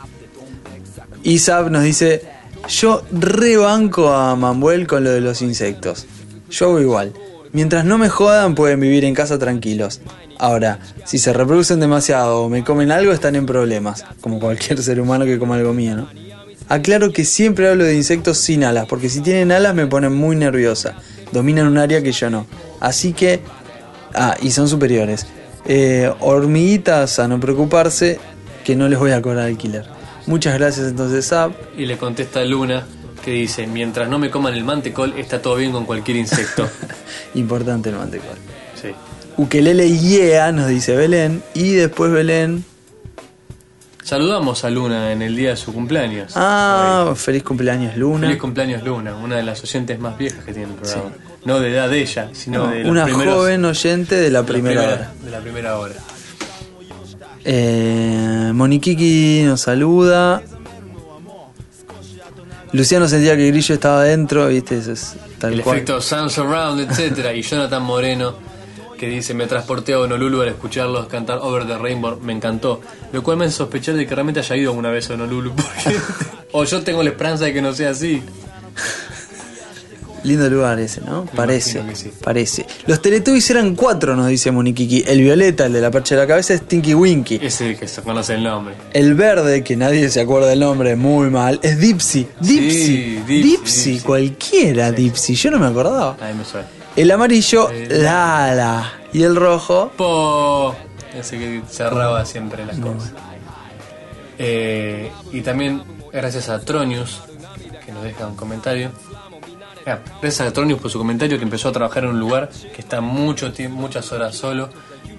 Speaker 3: Isab nos dice: Yo rebanco a Manuel con lo de los insectos. Yo hago igual. Mientras no me jodan, pueden vivir en casa tranquilos. Ahora, si se reproducen demasiado o me comen algo, están en problemas. Como cualquier ser humano que coma algo mío, ¿no? Aclaro que siempre hablo de insectos sin alas, porque si tienen alas me ponen muy nerviosa. Dominan un área que yo no. Así que Ah, y son superiores. Eh, hormiguitas, a no preocuparse, que no les voy a cobrar alquiler. Muchas gracias entonces, Zap.
Speaker 2: Y le contesta Luna que dice, mientras no me coman el mantecol, está todo bien con cualquier insecto.
Speaker 3: Importante el mantecol.
Speaker 2: sí.
Speaker 3: Ukelele Yeah, nos dice Belén. Y después Belén.
Speaker 2: Saludamos a Luna en el día de su cumpleaños.
Speaker 3: Ah, feliz cumpleaños, Luna.
Speaker 2: Feliz cumpleaños Luna, una de las oyentes más viejas que tiene el programa. No de edad de ella, sino de los
Speaker 3: Una
Speaker 2: primeros-
Speaker 3: joven oyente de
Speaker 2: de la
Speaker 3: la primera hora.
Speaker 2: de la primera hora.
Speaker 3: Eh, Moniquiqui nos saluda. Luciano sentía que Grillo estaba adentro, viste, eso es tal
Speaker 2: El
Speaker 3: cual.
Speaker 2: efecto Sound Surround, etcétera Y Jonathan Moreno, que dice, me transporté a Honolulu al escucharlos cantar Over the Rainbow, me encantó. Lo cual me hace sospechar de que realmente haya ido alguna vez a Honolulu. porque- o yo tengo la esperanza de que no sea así.
Speaker 3: Lindo lugar ese, ¿no? Parece.
Speaker 2: imagino que sí.
Speaker 3: Parece. Los Teletubbies eran cuatro, nos dice Moniquiqui. El violeta, el de la percha de la cabeza, es Tinky Winky.
Speaker 2: Es el que se conoce el nombre.
Speaker 3: El verde, que nadie se acuerda el nombre, muy mal, es Dipsy. Dipsy.
Speaker 2: Dipsy,
Speaker 3: Dipsy,
Speaker 2: Dipsy.
Speaker 3: cualquiera Dipsy. Yo no me acordaba.
Speaker 2: Ahí me suena.
Speaker 3: El amarillo,
Speaker 2: El-
Speaker 3: Lala. Y el rojo,
Speaker 2: Po. Ese que cerraba siempre las cosas. Eh, y también gracias a Tronius, que nos deja un comentario. Ah, gracias a Tronius por su comentario, que empezó a trabajar en un lugar que está mucho tiemp- muchas horas solo.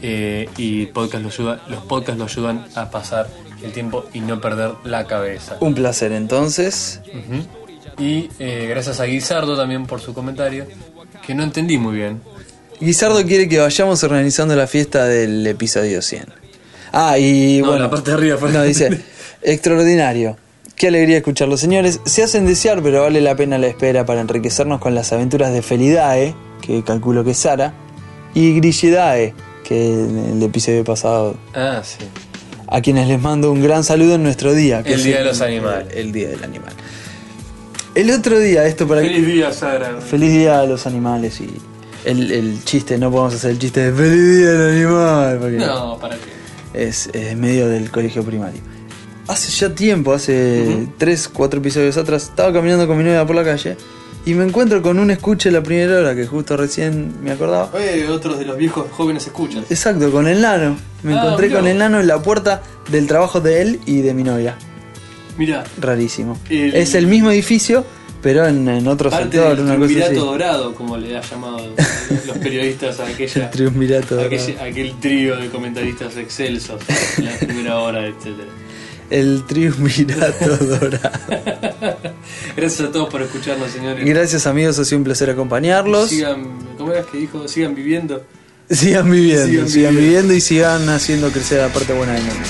Speaker 2: eh, y podcast lo ayuda, los podcasts lo ayudan a pasar el tiempo y no perder la cabeza.
Speaker 3: un placer entonces.
Speaker 2: Ujú. Y eh, gracias a Guisardo también por su comentario, que no entendí muy bien.
Speaker 3: Guisardo quiere que vayamos organizando la fiesta del episodio 100. Ah, y
Speaker 2: No,
Speaker 3: bueno,
Speaker 2: la parte de arriba fue-
Speaker 3: No, dice, extraordinario. Qué alegría escucharlos, señores. Se hacen desear, pero vale la pena la espera para enriquecernos con las aventuras de Felidae, que calculo que es Sara, y Grillidae, que en el episodio pasado,
Speaker 2: Ah, sí.
Speaker 3: a quienes les mando un gran saludo en nuestro día. que
Speaker 2: El
Speaker 3: es
Speaker 2: Día de los Animales.
Speaker 3: El, Día del Animal. El otro día, esto para que...
Speaker 2: día, Sara.
Speaker 3: Feliz día a los animales y el, el chiste, no podemos hacer el chiste de feliz día al animal, porque
Speaker 2: No, para qué.
Speaker 3: es, es medio del colegio primario. Hace ya tiempo, hace 3, 4 episodios atrás, estaba caminando con mi novia por la calle y me encuentro con un escuche a la primera hora que justo recién me acordaba.
Speaker 2: Eh, otros de los viejos jóvenes escuchan.
Speaker 3: Exacto, con el nano. Me
Speaker 2: Ah,
Speaker 3: encontré
Speaker 2: mirá.
Speaker 3: con el nano en la puerta del trabajo de él y de mi novia.
Speaker 2: Mira,
Speaker 3: Rarísimo.
Speaker 2: El-
Speaker 3: Es el mismo edificio, pero en, en otro
Speaker 2: parte
Speaker 3: sector,
Speaker 2: del
Speaker 3: una cosa
Speaker 2: triunvirato
Speaker 3: así.
Speaker 2: dorado, como le ha llamado los periodistas a aquella,
Speaker 3: Triunvirato. dorado.
Speaker 2: aquel, aquel trío de comentaristas excelsos en la primera hora, etcétera.
Speaker 3: El triunvirato dorado.
Speaker 2: Gracias a todos por escucharnos, señores.
Speaker 3: Gracias amigos, ha sido un placer acompañarlos.
Speaker 2: Sigan, ¿cómo era que dijo? Sigan viviendo.
Speaker 3: Sigan viviendo,
Speaker 2: Sigan
Speaker 3: sigan viviendo y sigan haciendo crecer la parte buena del mundo.